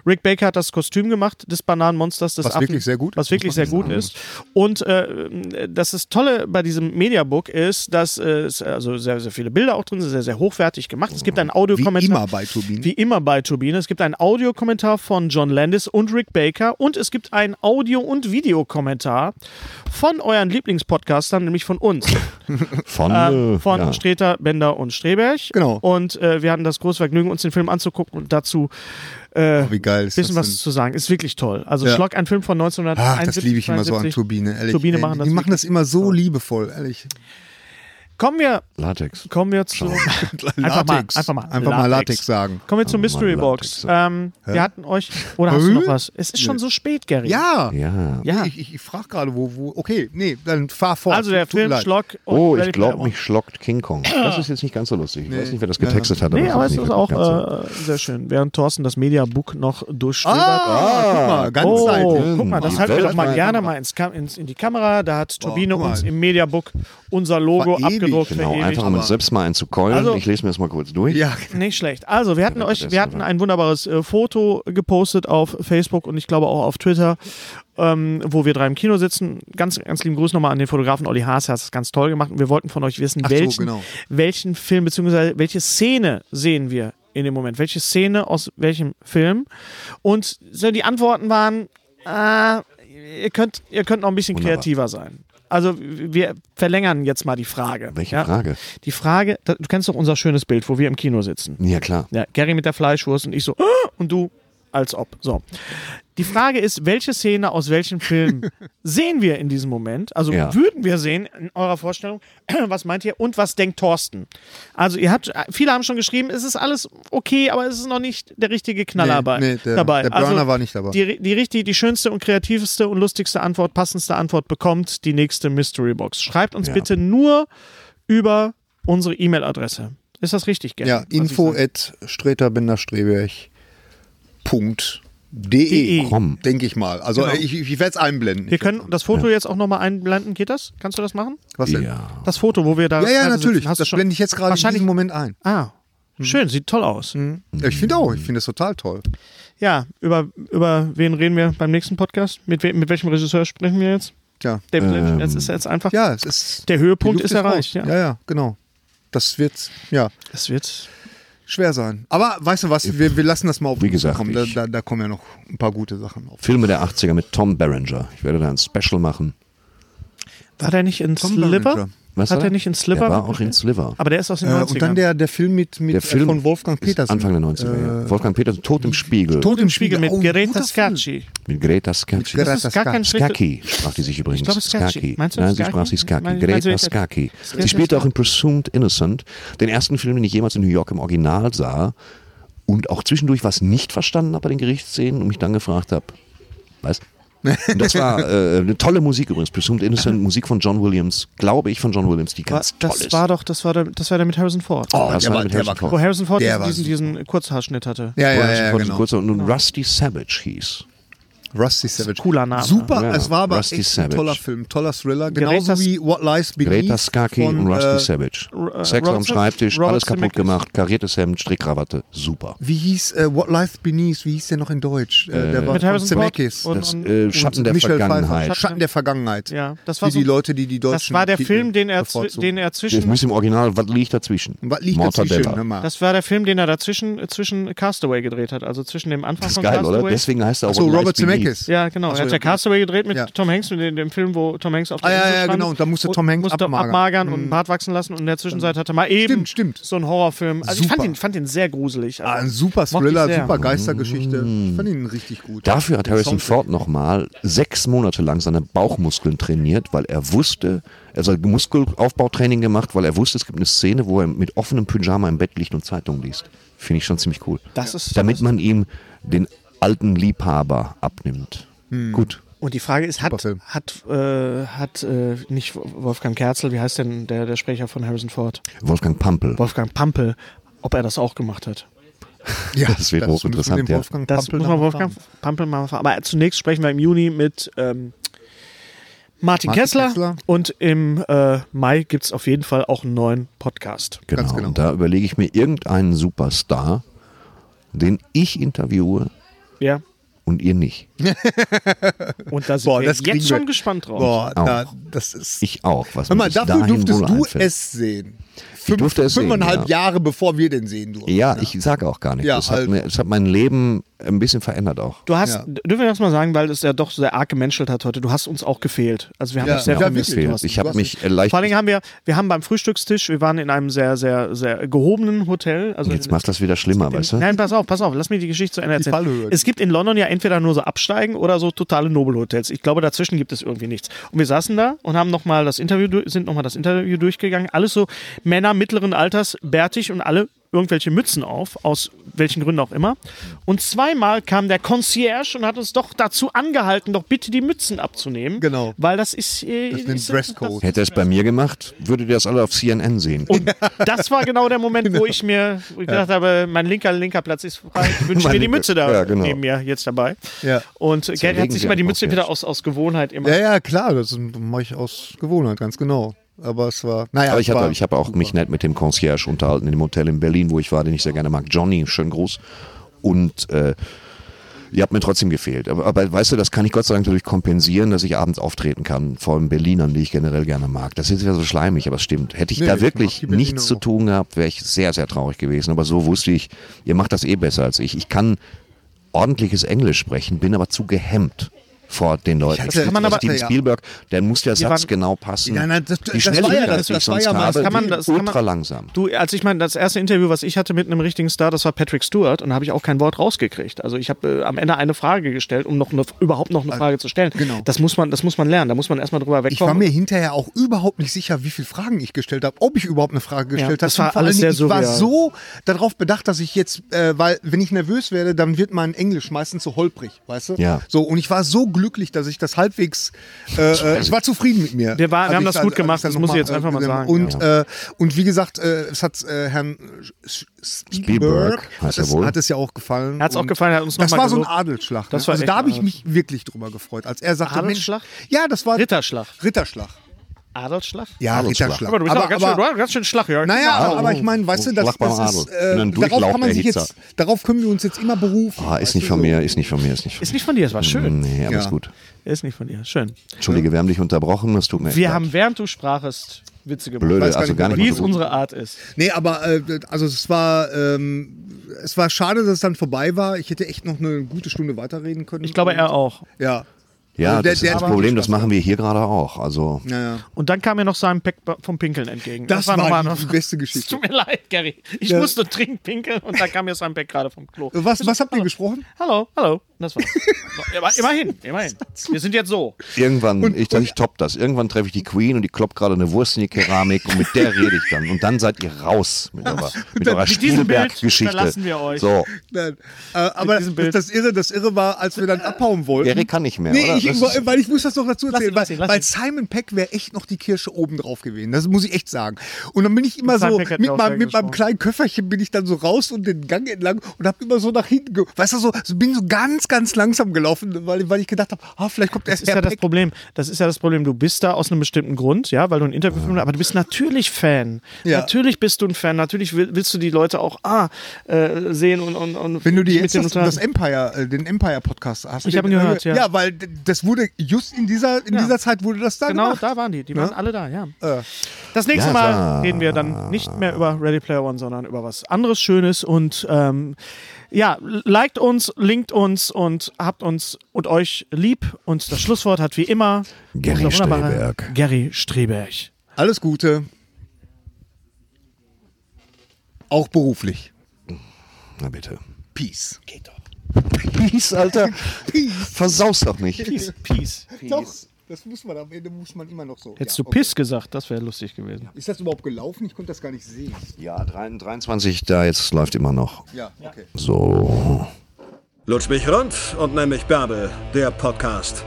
Speaker 1: Rick Baker hat das Kostüm gemacht des Bananenmonsters. Des
Speaker 2: Was
Speaker 1: Affen,
Speaker 2: wirklich sehr gut
Speaker 1: Was
Speaker 2: ist,
Speaker 1: wirklich
Speaker 2: muss man
Speaker 1: sehr gut ist. Und äh, das ist Tolle bei diesem Mediabook ist, dass äh, es also sehr, sehr viele Bilder auch drin sind, sehr, sehr hochwertig gemacht. Es gibt einen
Speaker 2: Wie
Speaker 1: Audiokommentar.
Speaker 2: immer bei Turbinen.
Speaker 1: Wie immer bei Turbine. Es gibt einen Audiokommentar von John Landis und Rick Baker und es gibt einen Audio- und Videokommentar von euren Lieblingspodcastern, nämlich von uns,
Speaker 3: Von,
Speaker 1: ähm,
Speaker 3: äh,
Speaker 1: von
Speaker 3: ja.
Speaker 1: Streter, Bender und Streberg.
Speaker 2: Genau.
Speaker 1: Und äh, wir hatten das große Vergnügen, uns den Film anzugucken und dazu äh,
Speaker 2: Oh, Wie geil ist
Speaker 1: bisschen
Speaker 2: das
Speaker 1: was
Speaker 2: denn?
Speaker 1: zu sagen. Ist wirklich toll. Also
Speaker 2: Ja.
Speaker 1: Schlock, ein Film von
Speaker 2: Ach,
Speaker 1: 1971.
Speaker 2: das liebe ich immer so an
Speaker 1: 72.
Speaker 2: Turbine, ehrlich.
Speaker 1: Turbine
Speaker 2: Ey,
Speaker 1: machen das
Speaker 2: die machen das immer so liebevoll, ehrlich.
Speaker 1: Kommen wir,
Speaker 3: Latex.
Speaker 1: kommen wir zu... Einfach mal,
Speaker 2: Latex.
Speaker 1: einfach mal.
Speaker 2: Einfach mal Latex sagen.
Speaker 1: Kommen wir zur
Speaker 3: Oh Mann,
Speaker 1: Mystery Box.
Speaker 3: Latex.
Speaker 1: Ähm, wir hatten euch. Oder hast du
Speaker 2: Hä?
Speaker 1: noch was? Es ist schon so spät, Gary.
Speaker 2: Ja.
Speaker 3: Ja.
Speaker 1: Ja.
Speaker 2: Ich, ich, ich frage gerade, wo, wo. Okay, nee, dann fahr fort.
Speaker 1: Ah. Also der
Speaker 2: Tut mir
Speaker 1: Film
Speaker 2: leid.
Speaker 1: Schlock und
Speaker 3: Oh, ich
Speaker 1: Ready
Speaker 3: glaube,
Speaker 1: Player
Speaker 3: mich schlockt King Kong. Das ist jetzt nicht ganz so lustig. Ich weiß nicht, wer das
Speaker 2: Ja, ja.
Speaker 3: getextet hat.
Speaker 1: One. Nee, aber es
Speaker 3: nicht
Speaker 1: ist
Speaker 3: wirklich
Speaker 1: auch
Speaker 3: ganz so.
Speaker 1: äh, sehr schön. Während Thorsten das Mediabook noch durchstöbert.
Speaker 2: Ah, guck mal, ganz
Speaker 1: oh,
Speaker 2: seitlich.
Speaker 1: guck mal, das
Speaker 3: Hm, Die
Speaker 1: halten wir
Speaker 3: Welt
Speaker 1: doch mal
Speaker 3: war- Oh,
Speaker 1: gerne mal ins Kam ins, in die Kamera. Da hat Turbine
Speaker 2: guck mal.
Speaker 1: uns im Mediabook unser Logo
Speaker 2: Verewigt.
Speaker 1: abgedruckt.
Speaker 3: Genau,
Speaker 1: verewigt.
Speaker 3: einfach um uns selbst mal einzukeulen.
Speaker 1: Also-
Speaker 3: ich lese mir das mal kurz durch.
Speaker 2: Ja, genau.
Speaker 1: Nicht schlecht. Also, wir hatten euch, wir hatten ein wunderbares äh, Foto gepostet auf Facebook und ich glaube auch auf Twitter, ähm, wo wir drei im Kino sitzen. Ganz, ganz lieben Gruß nochmal an den Fotografen Olli Haas, der hat es ganz toll gemacht. Und wir wollten von euch wissen,
Speaker 2: Ach so,
Speaker 1: welchen,
Speaker 2: genau.
Speaker 1: welchen Film bzw. welche Szene sehen wir in dem Moment? Welche Szene aus welchem Film? Und so die Antworten waren, ah, ihr, könnt, ihr könnt noch ein bisschen
Speaker 3: Wunderbar.
Speaker 1: kreativer sein. Also wir verlängern jetzt mal die Frage.
Speaker 3: Welche
Speaker 1: ja?
Speaker 3: Frage?
Speaker 1: Die Frage, da- du kennst doch unser schönes Bild, wo wir im Kino sitzen.
Speaker 3: Ja, klar.
Speaker 1: Ja, Gary mit der Fleischwurst und ich so, "Ah!" und du, als ob. So. Die Frage ist, welche Szene aus welchem Film sehen wir in diesem Moment? Also
Speaker 3: Ja.
Speaker 1: würden wir sehen in eurer Vorstellung, was meint ihr und was denkt Thorsten? Also ihr habt, viele haben schon geschrieben, es ist alles okay, aber es ist noch nicht der richtige Knaller
Speaker 2: Nee,
Speaker 1: bei,
Speaker 2: nee, der-
Speaker 1: dabei. Also
Speaker 2: der Burner war nicht dabei.
Speaker 1: Die, die richtig, die schönste und kreativste und lustigste Antwort, passendste Antwort bekommt die nächste Mystery Box. Schreibt uns bitte nur über unsere E-Mail-Adresse. Ist das richtig, Gary?
Speaker 2: ja
Speaker 1: was ich
Speaker 2: info
Speaker 1: sage?
Speaker 2: at streter-streberg.de De,
Speaker 3: Komm.
Speaker 2: denke ich mal. Also
Speaker 1: E. Genau.
Speaker 2: ich, ich werde es einblenden.
Speaker 1: Wir können das Foto jetzt auch nochmal einblenden. Geht das? Kannst du das machen?
Speaker 2: Was denn?
Speaker 3: Ja.
Speaker 1: Also, Das Foto, wo wir da.
Speaker 2: Ah. Ja, ja,
Speaker 1: gerade sitzen.
Speaker 2: natürlich.
Speaker 1: Hast du
Speaker 2: Das
Speaker 1: schon-
Speaker 2: blende ich jetzt gerade in
Speaker 1: Wahrscheinlich.
Speaker 2: diesem Moment Hm. ein.
Speaker 1: Ah, schön, sieht toll aus.
Speaker 2: Ja, ich finde auch, ich finde das total toll.
Speaker 1: Ja, über, über wen reden wir beim nächsten Podcast? Mit, we mit welchem Regisseur sprechen wir jetzt?
Speaker 2: Ja,
Speaker 1: David Lynch. Das ist jetzt einfach.
Speaker 2: Ähm, ja es ist.
Speaker 1: Der
Speaker 2: die
Speaker 1: Höhepunkt
Speaker 2: Luft
Speaker 1: ist erreicht.
Speaker 2: raus.
Speaker 1: Ja.
Speaker 2: ja, ja, genau. Das wird, ja,
Speaker 1: Das wird.
Speaker 2: schwer sein. Aber weißt du was, wir, wir lassen das mal auf
Speaker 3: Wie
Speaker 2: uns
Speaker 3: gesagt,
Speaker 2: zukommen. Da,
Speaker 3: ich-
Speaker 2: da, da kommen ja noch ein paar gute Sachen auf.
Speaker 3: Filme der 80er mit Tom Berenger. Ich werde da ein Special machen.
Speaker 1: War der nicht in
Speaker 2: Tom
Speaker 1: Sliver?
Speaker 2: Berenger.
Speaker 3: Was
Speaker 1: Hat er nicht in Sliver?
Speaker 3: Der war auch in Sliver.
Speaker 1: Aber der ist aus den
Speaker 2: Äh,
Speaker 1: 90ern.
Speaker 2: und dann der, der Film mit, mit
Speaker 3: Der Film
Speaker 2: äh, von Wolfgang
Speaker 3: ist
Speaker 2: Petersen. Äh,
Speaker 3: Anfang der 90er. ja. Wolfgang Petersen, Tod im Spiegel.
Speaker 2: Tod im
Speaker 1: Spiegel mit
Speaker 2: Oh,
Speaker 1: Greta
Speaker 2: guter
Speaker 1: Scacchi.
Speaker 3: Mit Greta Skacki.
Speaker 2: Greta
Speaker 1: Das ist gar
Speaker 2: Ska-
Speaker 1: kein schlechter.
Speaker 3: Skaki sprach die sich übrigens.
Speaker 1: Ich glaube, Skaki. Meinst du,
Speaker 3: Nein, sie
Speaker 1: Skaki?
Speaker 3: sprach sich Skaki.
Speaker 1: Mein- meinst du
Speaker 3: Greta
Speaker 1: nicht, dass-
Speaker 3: Skaki.
Speaker 1: Greta
Speaker 3: Sie spielte auch
Speaker 1: Skaki?
Speaker 3: in Presumed Innocent, den ersten Film, den ich jemals in New York im Original sah und auch zwischendurch was nicht verstanden habe bei den Gerichtsszenen und mich dann gefragt habe, weißt und das war äh, eine tolle Musik übrigens, Presumed Innocent, Musik von John Williams, glaube ich von John Williams, die ganz toll
Speaker 1: Das
Speaker 3: ist.
Speaker 1: war doch, das war der, das war der mit Harrison Ford.
Speaker 3: oh, das
Speaker 2: der war-
Speaker 3: mit
Speaker 2: der
Speaker 3: Harrison
Speaker 2: war
Speaker 3: Ford.
Speaker 1: Wo Harrison Ford
Speaker 2: Der
Speaker 1: diesen,
Speaker 2: war
Speaker 1: diesen, diesen Kurzhaarschnitt hatte.
Speaker 2: Ja, ja,
Speaker 3: Harrison
Speaker 2: ja, ja,
Speaker 3: Ford ist
Speaker 2: genau.
Speaker 3: kurzer und nun Rusty Savage hieß.
Speaker 2: Rusty Savage.
Speaker 1: Cooler Name.
Speaker 2: Super,
Speaker 3: Ja,
Speaker 2: es war aber
Speaker 3: Rusty
Speaker 2: echt ein
Speaker 3: Savage.
Speaker 2: toller Film, toller Thriller.
Speaker 1: Greta
Speaker 2: Genauso
Speaker 1: Sk-
Speaker 2: wie What Lies Beneath.
Speaker 3: Greta Skaki
Speaker 2: von,
Speaker 3: und Rusty
Speaker 2: äh,
Speaker 3: Savage.
Speaker 1: R- äh,
Speaker 3: Sex am
Speaker 1: Robert Zem-
Speaker 3: Schreibtisch,
Speaker 1: Robert
Speaker 3: alles kaputt
Speaker 1: Zemeckis.
Speaker 3: gemacht, kariertes Hemd, Strickkrawatte, super.
Speaker 2: Wie hieß äh, What Lies Beneath? Wie hieß der noch in Deutsch? Äh, der war
Speaker 1: Mit
Speaker 2: von
Speaker 1: Harrison Ford
Speaker 2: Zemeckis.
Speaker 1: und-
Speaker 3: Das, äh, Schatten der
Speaker 2: Michelle
Speaker 3: Vergangenheit.
Speaker 2: Pfeiffer. Schatten der Vergangenheit.
Speaker 1: Ja, das
Speaker 2: Wie
Speaker 1: war
Speaker 2: die
Speaker 1: so-
Speaker 2: Leute, die die deutschen
Speaker 1: Das war der
Speaker 2: Titel
Speaker 1: Film, den er, zwi-
Speaker 2: bevorzugen.
Speaker 1: den er
Speaker 3: Jetzt
Speaker 1: zwischen.
Speaker 3: muss im Original, was liegt dazwischen?
Speaker 2: Was liegt
Speaker 3: Mortadella.
Speaker 2: dazwischen? Hör ne, mal.
Speaker 1: Das war der Film, den er dazwischen äh, zwischen Castaway gedreht hat. Also zwischen dem Anfang
Speaker 3: Das ist
Speaker 1: von
Speaker 3: geil,
Speaker 1: Castaway.
Speaker 3: oder? Deswegen heißt er auch
Speaker 2: Achso,
Speaker 3: What Lies
Speaker 2: Robert
Speaker 3: Beneath.
Speaker 2: Zemeckis.
Speaker 1: Ja, genau.
Speaker 2: Ach so,
Speaker 1: er hat ja
Speaker 2: ja.
Speaker 1: Castaway gedreht mit
Speaker 2: Ja.
Speaker 1: Tom Hanks, in dem Film, wo Tom Hanks auf der
Speaker 2: Ah, ja,
Speaker 1: Insel
Speaker 2: ja,
Speaker 1: stand
Speaker 2: genau. Und da musste Tom Hanks
Speaker 1: musste
Speaker 2: abmagern. Mhm.
Speaker 1: und einen Bart wachsen lassen. Und in der Zwischenzeit hatte er mal eben
Speaker 2: Stimmt, stimmt.
Speaker 1: so einen Horrorfilm. Also ich fand
Speaker 2: Super.
Speaker 1: ihn, fand ihn sehr gruselig.
Speaker 2: Ah,
Speaker 1: Also
Speaker 2: ein super
Speaker 1: mochte ich
Speaker 2: Thriller,
Speaker 1: sehr.
Speaker 2: super Geistergeschichte. Ich fand ihn richtig gut.
Speaker 3: Dafür hat Harrison
Speaker 2: Soundtrack.
Speaker 3: Ford nochmal sechs Monate lang seine Bauchmuskeln trainiert, weil er wusste, also er hat Muskelaufbautraining gemacht, weil er wusste, es gibt eine Szene, wo er mit offenem Pyjama im Bett liegt und Zeitung liest. Finde ich schon ziemlich cool.
Speaker 1: Das ist-
Speaker 3: Damit man ihm den alten Liebhaber abnimmt.
Speaker 2: Hm.
Speaker 3: Gut.
Speaker 1: Und die Frage ist, hat,
Speaker 2: Film.
Speaker 1: hat, äh, hat äh, nicht Wolfgang Kerzel, wie heißt denn der, der Sprecher von Harrison Ford?
Speaker 3: Wolfgang Pampel.
Speaker 1: Wolfgang Pampel, ob er das auch gemacht hat.
Speaker 2: Ja,
Speaker 3: Das
Speaker 2: müssen
Speaker 3: wird
Speaker 2: wir
Speaker 3: hochinteressant,
Speaker 2: dem
Speaker 3: ja.
Speaker 2: Wolfgang
Speaker 1: Das
Speaker 2: Pampel
Speaker 1: muss man
Speaker 2: noch
Speaker 1: Wolfgang
Speaker 2: fragen.
Speaker 1: Pampel mal fragen. Aber zunächst sprechen wir im Juni mit ähm, Martin,
Speaker 2: Martin
Speaker 1: Kessler.
Speaker 2: Kessler.
Speaker 1: Und im äh, Mai gibt es auf jeden Fall auch einen neuen Podcast.
Speaker 3: Genau.
Speaker 2: Ganz genau.
Speaker 3: Und da überlege ich mir irgendeinen Superstar, den ich interviewe
Speaker 1: Ja.
Speaker 3: und ihr nicht.
Speaker 1: Und da sind
Speaker 2: Boah,
Speaker 1: wir
Speaker 2: das kriegen
Speaker 1: jetzt schon
Speaker 2: wir.
Speaker 1: gespannt drauf.
Speaker 2: Boah,
Speaker 3: Auch.
Speaker 2: na, das ist.
Speaker 3: Ich auch. Was
Speaker 2: Hör
Speaker 3: mir
Speaker 2: mal,
Speaker 3: bis
Speaker 2: dafür
Speaker 3: dahin
Speaker 2: durftest
Speaker 3: wohl
Speaker 2: du
Speaker 3: einfällt.
Speaker 2: es sehen. Fünf,
Speaker 3: durfte es sehen,
Speaker 2: fünfeinhalb
Speaker 3: ja.
Speaker 2: Jahre bevor wir den sehen durften.
Speaker 3: Ja, ich sage auch gar nicht.
Speaker 2: Ja,
Speaker 3: das, hat
Speaker 2: halt.
Speaker 3: mir, das hat mein Leben ein bisschen verändert auch.
Speaker 1: Du hast,
Speaker 2: Ja.
Speaker 1: dürfen wir das mal sagen, weil es ja doch sehr arg gemenschelt hat heute. Du hast uns auch gefehlt. Also wir haben
Speaker 2: Ja.
Speaker 1: dich sehr
Speaker 2: Ja,
Speaker 1: vermisst.
Speaker 2: wirklich.
Speaker 1: Thorsten.
Speaker 3: ich
Speaker 2: du
Speaker 3: habe
Speaker 2: hast
Speaker 3: mich äh, leicht.
Speaker 1: Vor allen Dingen haben wir, wir haben beim Frühstückstisch, wir waren in einem sehr, sehr, sehr gehobenen Hotel. Also
Speaker 3: jetzt machst du das wieder schlimmer, weißt du?
Speaker 1: Nein, pass auf, pass auf, lass mir die Geschichte zu Ende erzählen.
Speaker 2: Fallhöhe.
Speaker 1: Es gibt in London ja entweder nur so Absteigen oder so totale Nobelhotels. Ich glaube, dazwischen gibt es irgendwie nichts. Und wir saßen da und haben noch mal das Interview, du- sind nochmal das Interview durchgegangen. Alles so Männer mittleren Alters, bärtig und alle irgendwelche Mützen auf, aus welchen Gründen auch immer. Und zweimal kam der Concierge und hat uns doch dazu angehalten, doch bitte die Mützen abzunehmen.
Speaker 2: Genau.
Speaker 1: Weil das ist... Äh,
Speaker 2: Das ist ein Dresscode.
Speaker 3: Hätte er es bei mir gemacht, würdet ihr das alle auf CNN sehen.
Speaker 1: und das war genau der Moment, wo ich mir gedacht habe, mein linker, linker Platz ist frei. Ich wünsche
Speaker 3: Mein
Speaker 1: mir die
Speaker 3: linker-
Speaker 1: Mütze da
Speaker 3: ja, genau.
Speaker 1: neben mir jetzt dabei.
Speaker 2: Ja.
Speaker 1: Und Gerd hat
Speaker 3: legen
Speaker 1: sich
Speaker 3: wir
Speaker 1: immer die
Speaker 3: einfach
Speaker 1: Mütze
Speaker 3: jetzt.
Speaker 1: wieder aus, aus Gewohnheit immer.
Speaker 2: Ja, ja, klar, das mache ich aus Gewohnheit, ganz genau. Aber es war. Naja,
Speaker 3: Aber ich
Speaker 2: es war,
Speaker 3: habe ich hab auch mich nett mit dem Concierge unterhalten in dem Hotel in Berlin, wo ich war, den ich sehr gerne mag. Johnny, schönen Gruß. Und äh, ihr habt mir trotzdem gefehlt. Aber, aber weißt du, das kann ich Gott sei Dank dadurch kompensieren, dass ich abends auftreten kann, vor allem Berlinern, die ich generell gerne mag. Das ist ja so schleimig, aber es stimmt. Hätte ich
Speaker 2: Nee,
Speaker 3: da
Speaker 2: ich mag
Speaker 3: wirklich
Speaker 2: die Berliner
Speaker 3: nichts zu
Speaker 2: auch.
Speaker 3: tun gehabt, wäre ich sehr, sehr traurig gewesen. Aber so wusste ich, ihr macht das eh besser als ich. Ich kann ordentliches Englisch sprechen, bin aber zu gehemmt vor den Leuten.
Speaker 2: hatte-
Speaker 3: das kann man aber,
Speaker 2: ich hatte
Speaker 3: Steven
Speaker 2: ja-
Speaker 3: Spielberg, dann muss der Satz
Speaker 1: waren-
Speaker 3: genau passen.
Speaker 2: Nein, nein, das-
Speaker 3: Die
Speaker 2: das war ja
Speaker 3: Schnelligkeit,
Speaker 2: das-
Speaker 3: die ich
Speaker 2: das war
Speaker 3: sonst
Speaker 2: ja mal-
Speaker 3: habe,
Speaker 2: das
Speaker 1: kann man- das kann man-
Speaker 3: ultra langsam.
Speaker 1: Du, als ich meine, das erste Interview, was ich hatte mit einem richtigen Star, das war Patrick Stewart und da habe ich auch kein Wort rausgekriegt. Also ich habe äh, am Ende eine Frage gestellt, um noch eine, überhaupt noch eine Frage zu stellen.
Speaker 2: genau.
Speaker 1: Das muss man, das muss man lernen. Da muss man erstmal drüber
Speaker 2: ich war
Speaker 1: wegkommen.
Speaker 2: mir hinterher auch überhaupt nicht sicher, wie viele Fragen ich gestellt habe, ob ich überhaupt eine Frage
Speaker 1: Ja,
Speaker 2: gestellt habe.
Speaker 1: das war
Speaker 2: Und vor allen
Speaker 1: alles
Speaker 2: Dingen,
Speaker 1: sehr
Speaker 2: Ich war
Speaker 1: surreal.
Speaker 2: so darauf bedacht, dass ich jetzt, äh, weil wenn ich nervös werde, dann wird mein Englisch meistens so holprig, weißt du?
Speaker 3: Ja.
Speaker 2: So und ich war so glücklich, dass ich das halbwegs. Äh, äh, ich war zufrieden mit mir.
Speaker 1: Wir, war,
Speaker 2: Als
Speaker 1: wir haben
Speaker 2: ich
Speaker 1: das
Speaker 2: da-
Speaker 1: gut
Speaker 2: als ich
Speaker 1: gemacht, das muss ich
Speaker 2: nochmal,
Speaker 1: jetzt einfach mal
Speaker 2: äh,
Speaker 1: sagen.
Speaker 2: Und,
Speaker 1: Ja.
Speaker 2: äh, und wie gesagt, äh, es hat äh, Herrn S- S- Spielberg,
Speaker 3: Spielberg,
Speaker 2: hat,
Speaker 3: heißt er
Speaker 2: es,
Speaker 3: wohl.
Speaker 2: hat es ja auch gefallen.
Speaker 1: Hat's auch
Speaker 2: Und
Speaker 1: gefallen, hat uns noch
Speaker 2: Das
Speaker 1: mal
Speaker 2: war so ein
Speaker 1: gelobt.
Speaker 2: Adelsschlag.
Speaker 1: Das
Speaker 2: ne?
Speaker 1: war
Speaker 2: also
Speaker 1: echt
Speaker 2: da habe ich
Speaker 1: ein
Speaker 2: mich wirklich drüber gefreut. Als er sagte, Mensch,
Speaker 1: Adelsschlag?
Speaker 2: ja, das war
Speaker 1: Ritterschlag.
Speaker 2: Ritterschlag.
Speaker 1: Adelsschlag?
Speaker 2: Ja,
Speaker 3: Adelsschlag.
Speaker 2: Ritterschlag.
Speaker 1: Aber du bist aber, ganz, schön, du hast ganz schön Schlag, ja.
Speaker 2: Naja,
Speaker 3: Ja, oh,
Speaker 2: aber, aber ich meine, weißt du, das,
Speaker 3: Schlag beim
Speaker 2: das ist,
Speaker 3: Adel. Und
Speaker 2: äh,
Speaker 3: dann
Speaker 2: darauf kann man sich
Speaker 3: Durchlauferhitzer.
Speaker 2: jetzt, darauf können wir uns jetzt immer berufen.
Speaker 3: Ah,
Speaker 2: weißt
Speaker 3: ist nicht
Speaker 2: du,
Speaker 3: von
Speaker 2: so.
Speaker 3: mir, ist nicht von mir, ist nicht von
Speaker 1: Ist nicht von dir, das war schön.
Speaker 3: mir. Nee, aber
Speaker 2: Ja.
Speaker 3: ist gut.
Speaker 1: Ist nicht von dir, schön.
Speaker 3: Entschuldige, wir haben dich unterbrochen, das tut mir echt
Speaker 1: Wir
Speaker 3: leid.
Speaker 1: haben, während du sprachest, Witze gemacht.
Speaker 3: Blöde,
Speaker 2: Weiß gar
Speaker 3: also
Speaker 2: nicht,
Speaker 3: gar nicht
Speaker 1: Wie
Speaker 3: mal
Speaker 1: es
Speaker 3: so gut.
Speaker 1: unsere Art ist.
Speaker 2: Nee, aber äh, also es war, ähm, es war schade, dass es dann vorbei war. Ich hätte echt noch eine gute Stunde weiterreden können.
Speaker 1: Ich glaube, er auch.
Speaker 2: Ja.
Speaker 3: Ja,
Speaker 2: Also der-
Speaker 3: das
Speaker 2: der
Speaker 3: ist das
Speaker 2: hat
Speaker 3: Problem,
Speaker 2: Spaß
Speaker 3: das machen wir hier gerade auch. Also,
Speaker 2: Naja.
Speaker 1: Und dann kam mir noch sein Pack vom Pinkeln entgegen.
Speaker 2: Das, war,
Speaker 1: nochmal
Speaker 2: die, die beste
Speaker 1: Es
Speaker 2: Geschichte.
Speaker 1: tut mir leid, Gary. Ich musste dringend pinkeln und dann kam mir sein Pack gerade vom Klo.
Speaker 2: Was, was habt ihr gesprochen?
Speaker 1: Hallo, hallo. Das war's. So, aber immerhin, immerhin. Wir sind jetzt so.
Speaker 3: irgendwann, ich, ich top das. Irgendwann treffe ich die Queen und die kloppt gerade eine Wurst in die Keramik und mit der rede ich dann. Und dann seid ihr raus mit eurer, mit eurer
Speaker 1: mit diesem Bild
Speaker 3: Spielberg-Geschichte.
Speaker 1: verlassen wir euch.
Speaker 3: So,
Speaker 2: Nein. Äh, aber
Speaker 1: diesem
Speaker 2: das,
Speaker 1: Bild.
Speaker 2: das Irre, das Irre war, als wir dann abhauen wollten.
Speaker 3: Erik kann nicht mehr,
Speaker 2: Nee,
Speaker 3: oder?
Speaker 2: Ich,
Speaker 3: Das ist-
Speaker 2: weil ich muss das noch dazu
Speaker 1: Lass ihn,
Speaker 2: erzählen,
Speaker 1: lass ihn,
Speaker 2: weil,
Speaker 1: lass
Speaker 2: weil
Speaker 1: ihn.
Speaker 2: Simon Peck wäre echt noch die Kirsche oben drauf gewesen. Das muss ich echt sagen. Und dann bin ich immer
Speaker 1: Mit Simon
Speaker 2: so,
Speaker 1: Peck hätten wir
Speaker 2: mit,
Speaker 1: auch
Speaker 2: meinem,
Speaker 1: sehr
Speaker 2: mit meinem
Speaker 1: gesprochen.
Speaker 2: kleinen Köfferchen bin ich dann so raus und den Gang entlang und habe immer so nach hinten, ge weißt du, so, so bin so ganz, ganz langsam gelaufen, weil, weil ich gedacht habe, ah, vielleicht kommt
Speaker 1: Das
Speaker 2: erst
Speaker 1: ist ja
Speaker 2: Herr
Speaker 1: das
Speaker 2: Peck.
Speaker 1: Problem. Das ist ja das Problem. Du bist da aus einem bestimmten Grund, ja, weil du ein Interview führst, aber du bist natürlich Fan.
Speaker 2: Ja.
Speaker 1: Natürlich bist du ein Fan. Natürlich will- willst du die Leute auch ah, äh, sehen und, und, und
Speaker 2: Wenn du dir
Speaker 1: dich
Speaker 2: jetzt
Speaker 1: denen
Speaker 2: das, das
Speaker 1: unterhalten.
Speaker 2: Empire, äh, den Empire-Podcast hast.
Speaker 1: Ich
Speaker 2: den-
Speaker 1: hab ihn gehört, ja.
Speaker 2: Ja, weil d- das wurde, just in dieser, in
Speaker 1: Ja.
Speaker 2: dieser Zeit wurde das da
Speaker 1: Genau,
Speaker 2: gemacht.
Speaker 1: da waren die. Die waren alle da, ja.
Speaker 2: Äh.
Speaker 1: Das nächste
Speaker 3: Ja,
Speaker 1: Mal
Speaker 3: klar.
Speaker 1: reden wir dann nicht mehr über Ready Player One, sondern über was anderes Schönes. Und ähm, ja, liked uns, linkt uns und habt uns und euch lieb. Und das Schlusswort hat wie immer
Speaker 3: Gary
Speaker 1: unser wunderbarer
Speaker 3: Streberg.
Speaker 1: Gary Streberg.
Speaker 2: Alles Gute. Auch beruflich.
Speaker 3: Na bitte.
Speaker 2: Peace.
Speaker 3: Peace, Alter. Versaus doch nicht.
Speaker 1: Peace, peace.
Speaker 2: Doch, das muss man am Ende muss man immer noch so.
Speaker 1: Hättest
Speaker 2: Ja,
Speaker 1: du
Speaker 2: okay.
Speaker 1: Piss gesagt, das wäre lustig gewesen.
Speaker 2: Ist das überhaupt gelaufen? Ich konnte das gar nicht sehen.
Speaker 3: Ja, 23 da, jetzt läuft immer noch.
Speaker 2: Ja, okay.
Speaker 3: So.
Speaker 7: Lutsch mich rund und nenn mich Bärbel, der Podcast.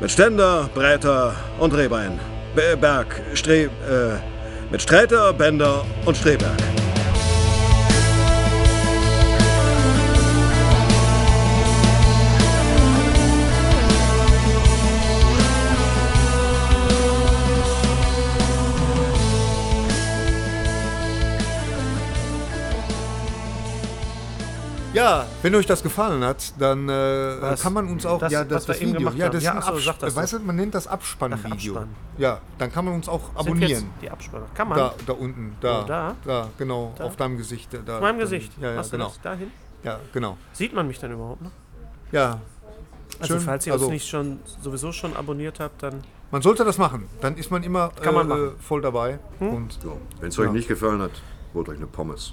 Speaker 7: Mit Ständer, Breiter und Rehbein. Be- Berg, Stre... Äh, mit Streiter, Bender und Streberg.
Speaker 5: Ja, wenn euch das gefallen hat, dann äh, kann man uns auch
Speaker 6: Das,
Speaker 5: ja das,
Speaker 6: was wir
Speaker 5: das
Speaker 6: eben
Speaker 5: Video,
Speaker 6: gemacht
Speaker 5: ja
Speaker 6: haben.
Speaker 5: das
Speaker 6: Ja,
Speaker 5: ist ein
Speaker 6: ach so,
Speaker 5: Absp-
Speaker 6: sag das
Speaker 5: weißt du,
Speaker 6: doch.
Speaker 5: man nennt das Abspannvideo.
Speaker 6: Abspann.
Speaker 5: Ja, dann kann man uns auch
Speaker 6: Sind jetzt
Speaker 5: abonnieren.
Speaker 6: die Abspanner. Kann man?
Speaker 5: Da, da unten, da,
Speaker 6: Oh, da?
Speaker 5: da, genau, auf deinem Gesicht, da.
Speaker 6: Auf meinem Gesicht.
Speaker 5: Ja, ja,
Speaker 6: Hast du
Speaker 5: genau,
Speaker 6: das dahin?
Speaker 5: ja, genau,
Speaker 6: Sieht man mich dann überhaupt noch?
Speaker 5: ja.
Speaker 6: Also
Speaker 5: Schön,
Speaker 6: falls ihr
Speaker 5: also-
Speaker 6: uns nicht schon sowieso schon abonniert habt, dann
Speaker 5: Man sollte das machen, dann ist man immer
Speaker 6: Kann man
Speaker 5: äh,
Speaker 6: machen. Hm?
Speaker 5: voll dabei. Und,
Speaker 7: Wenn es euch nicht gefallen hat, holt euch eine Pommes.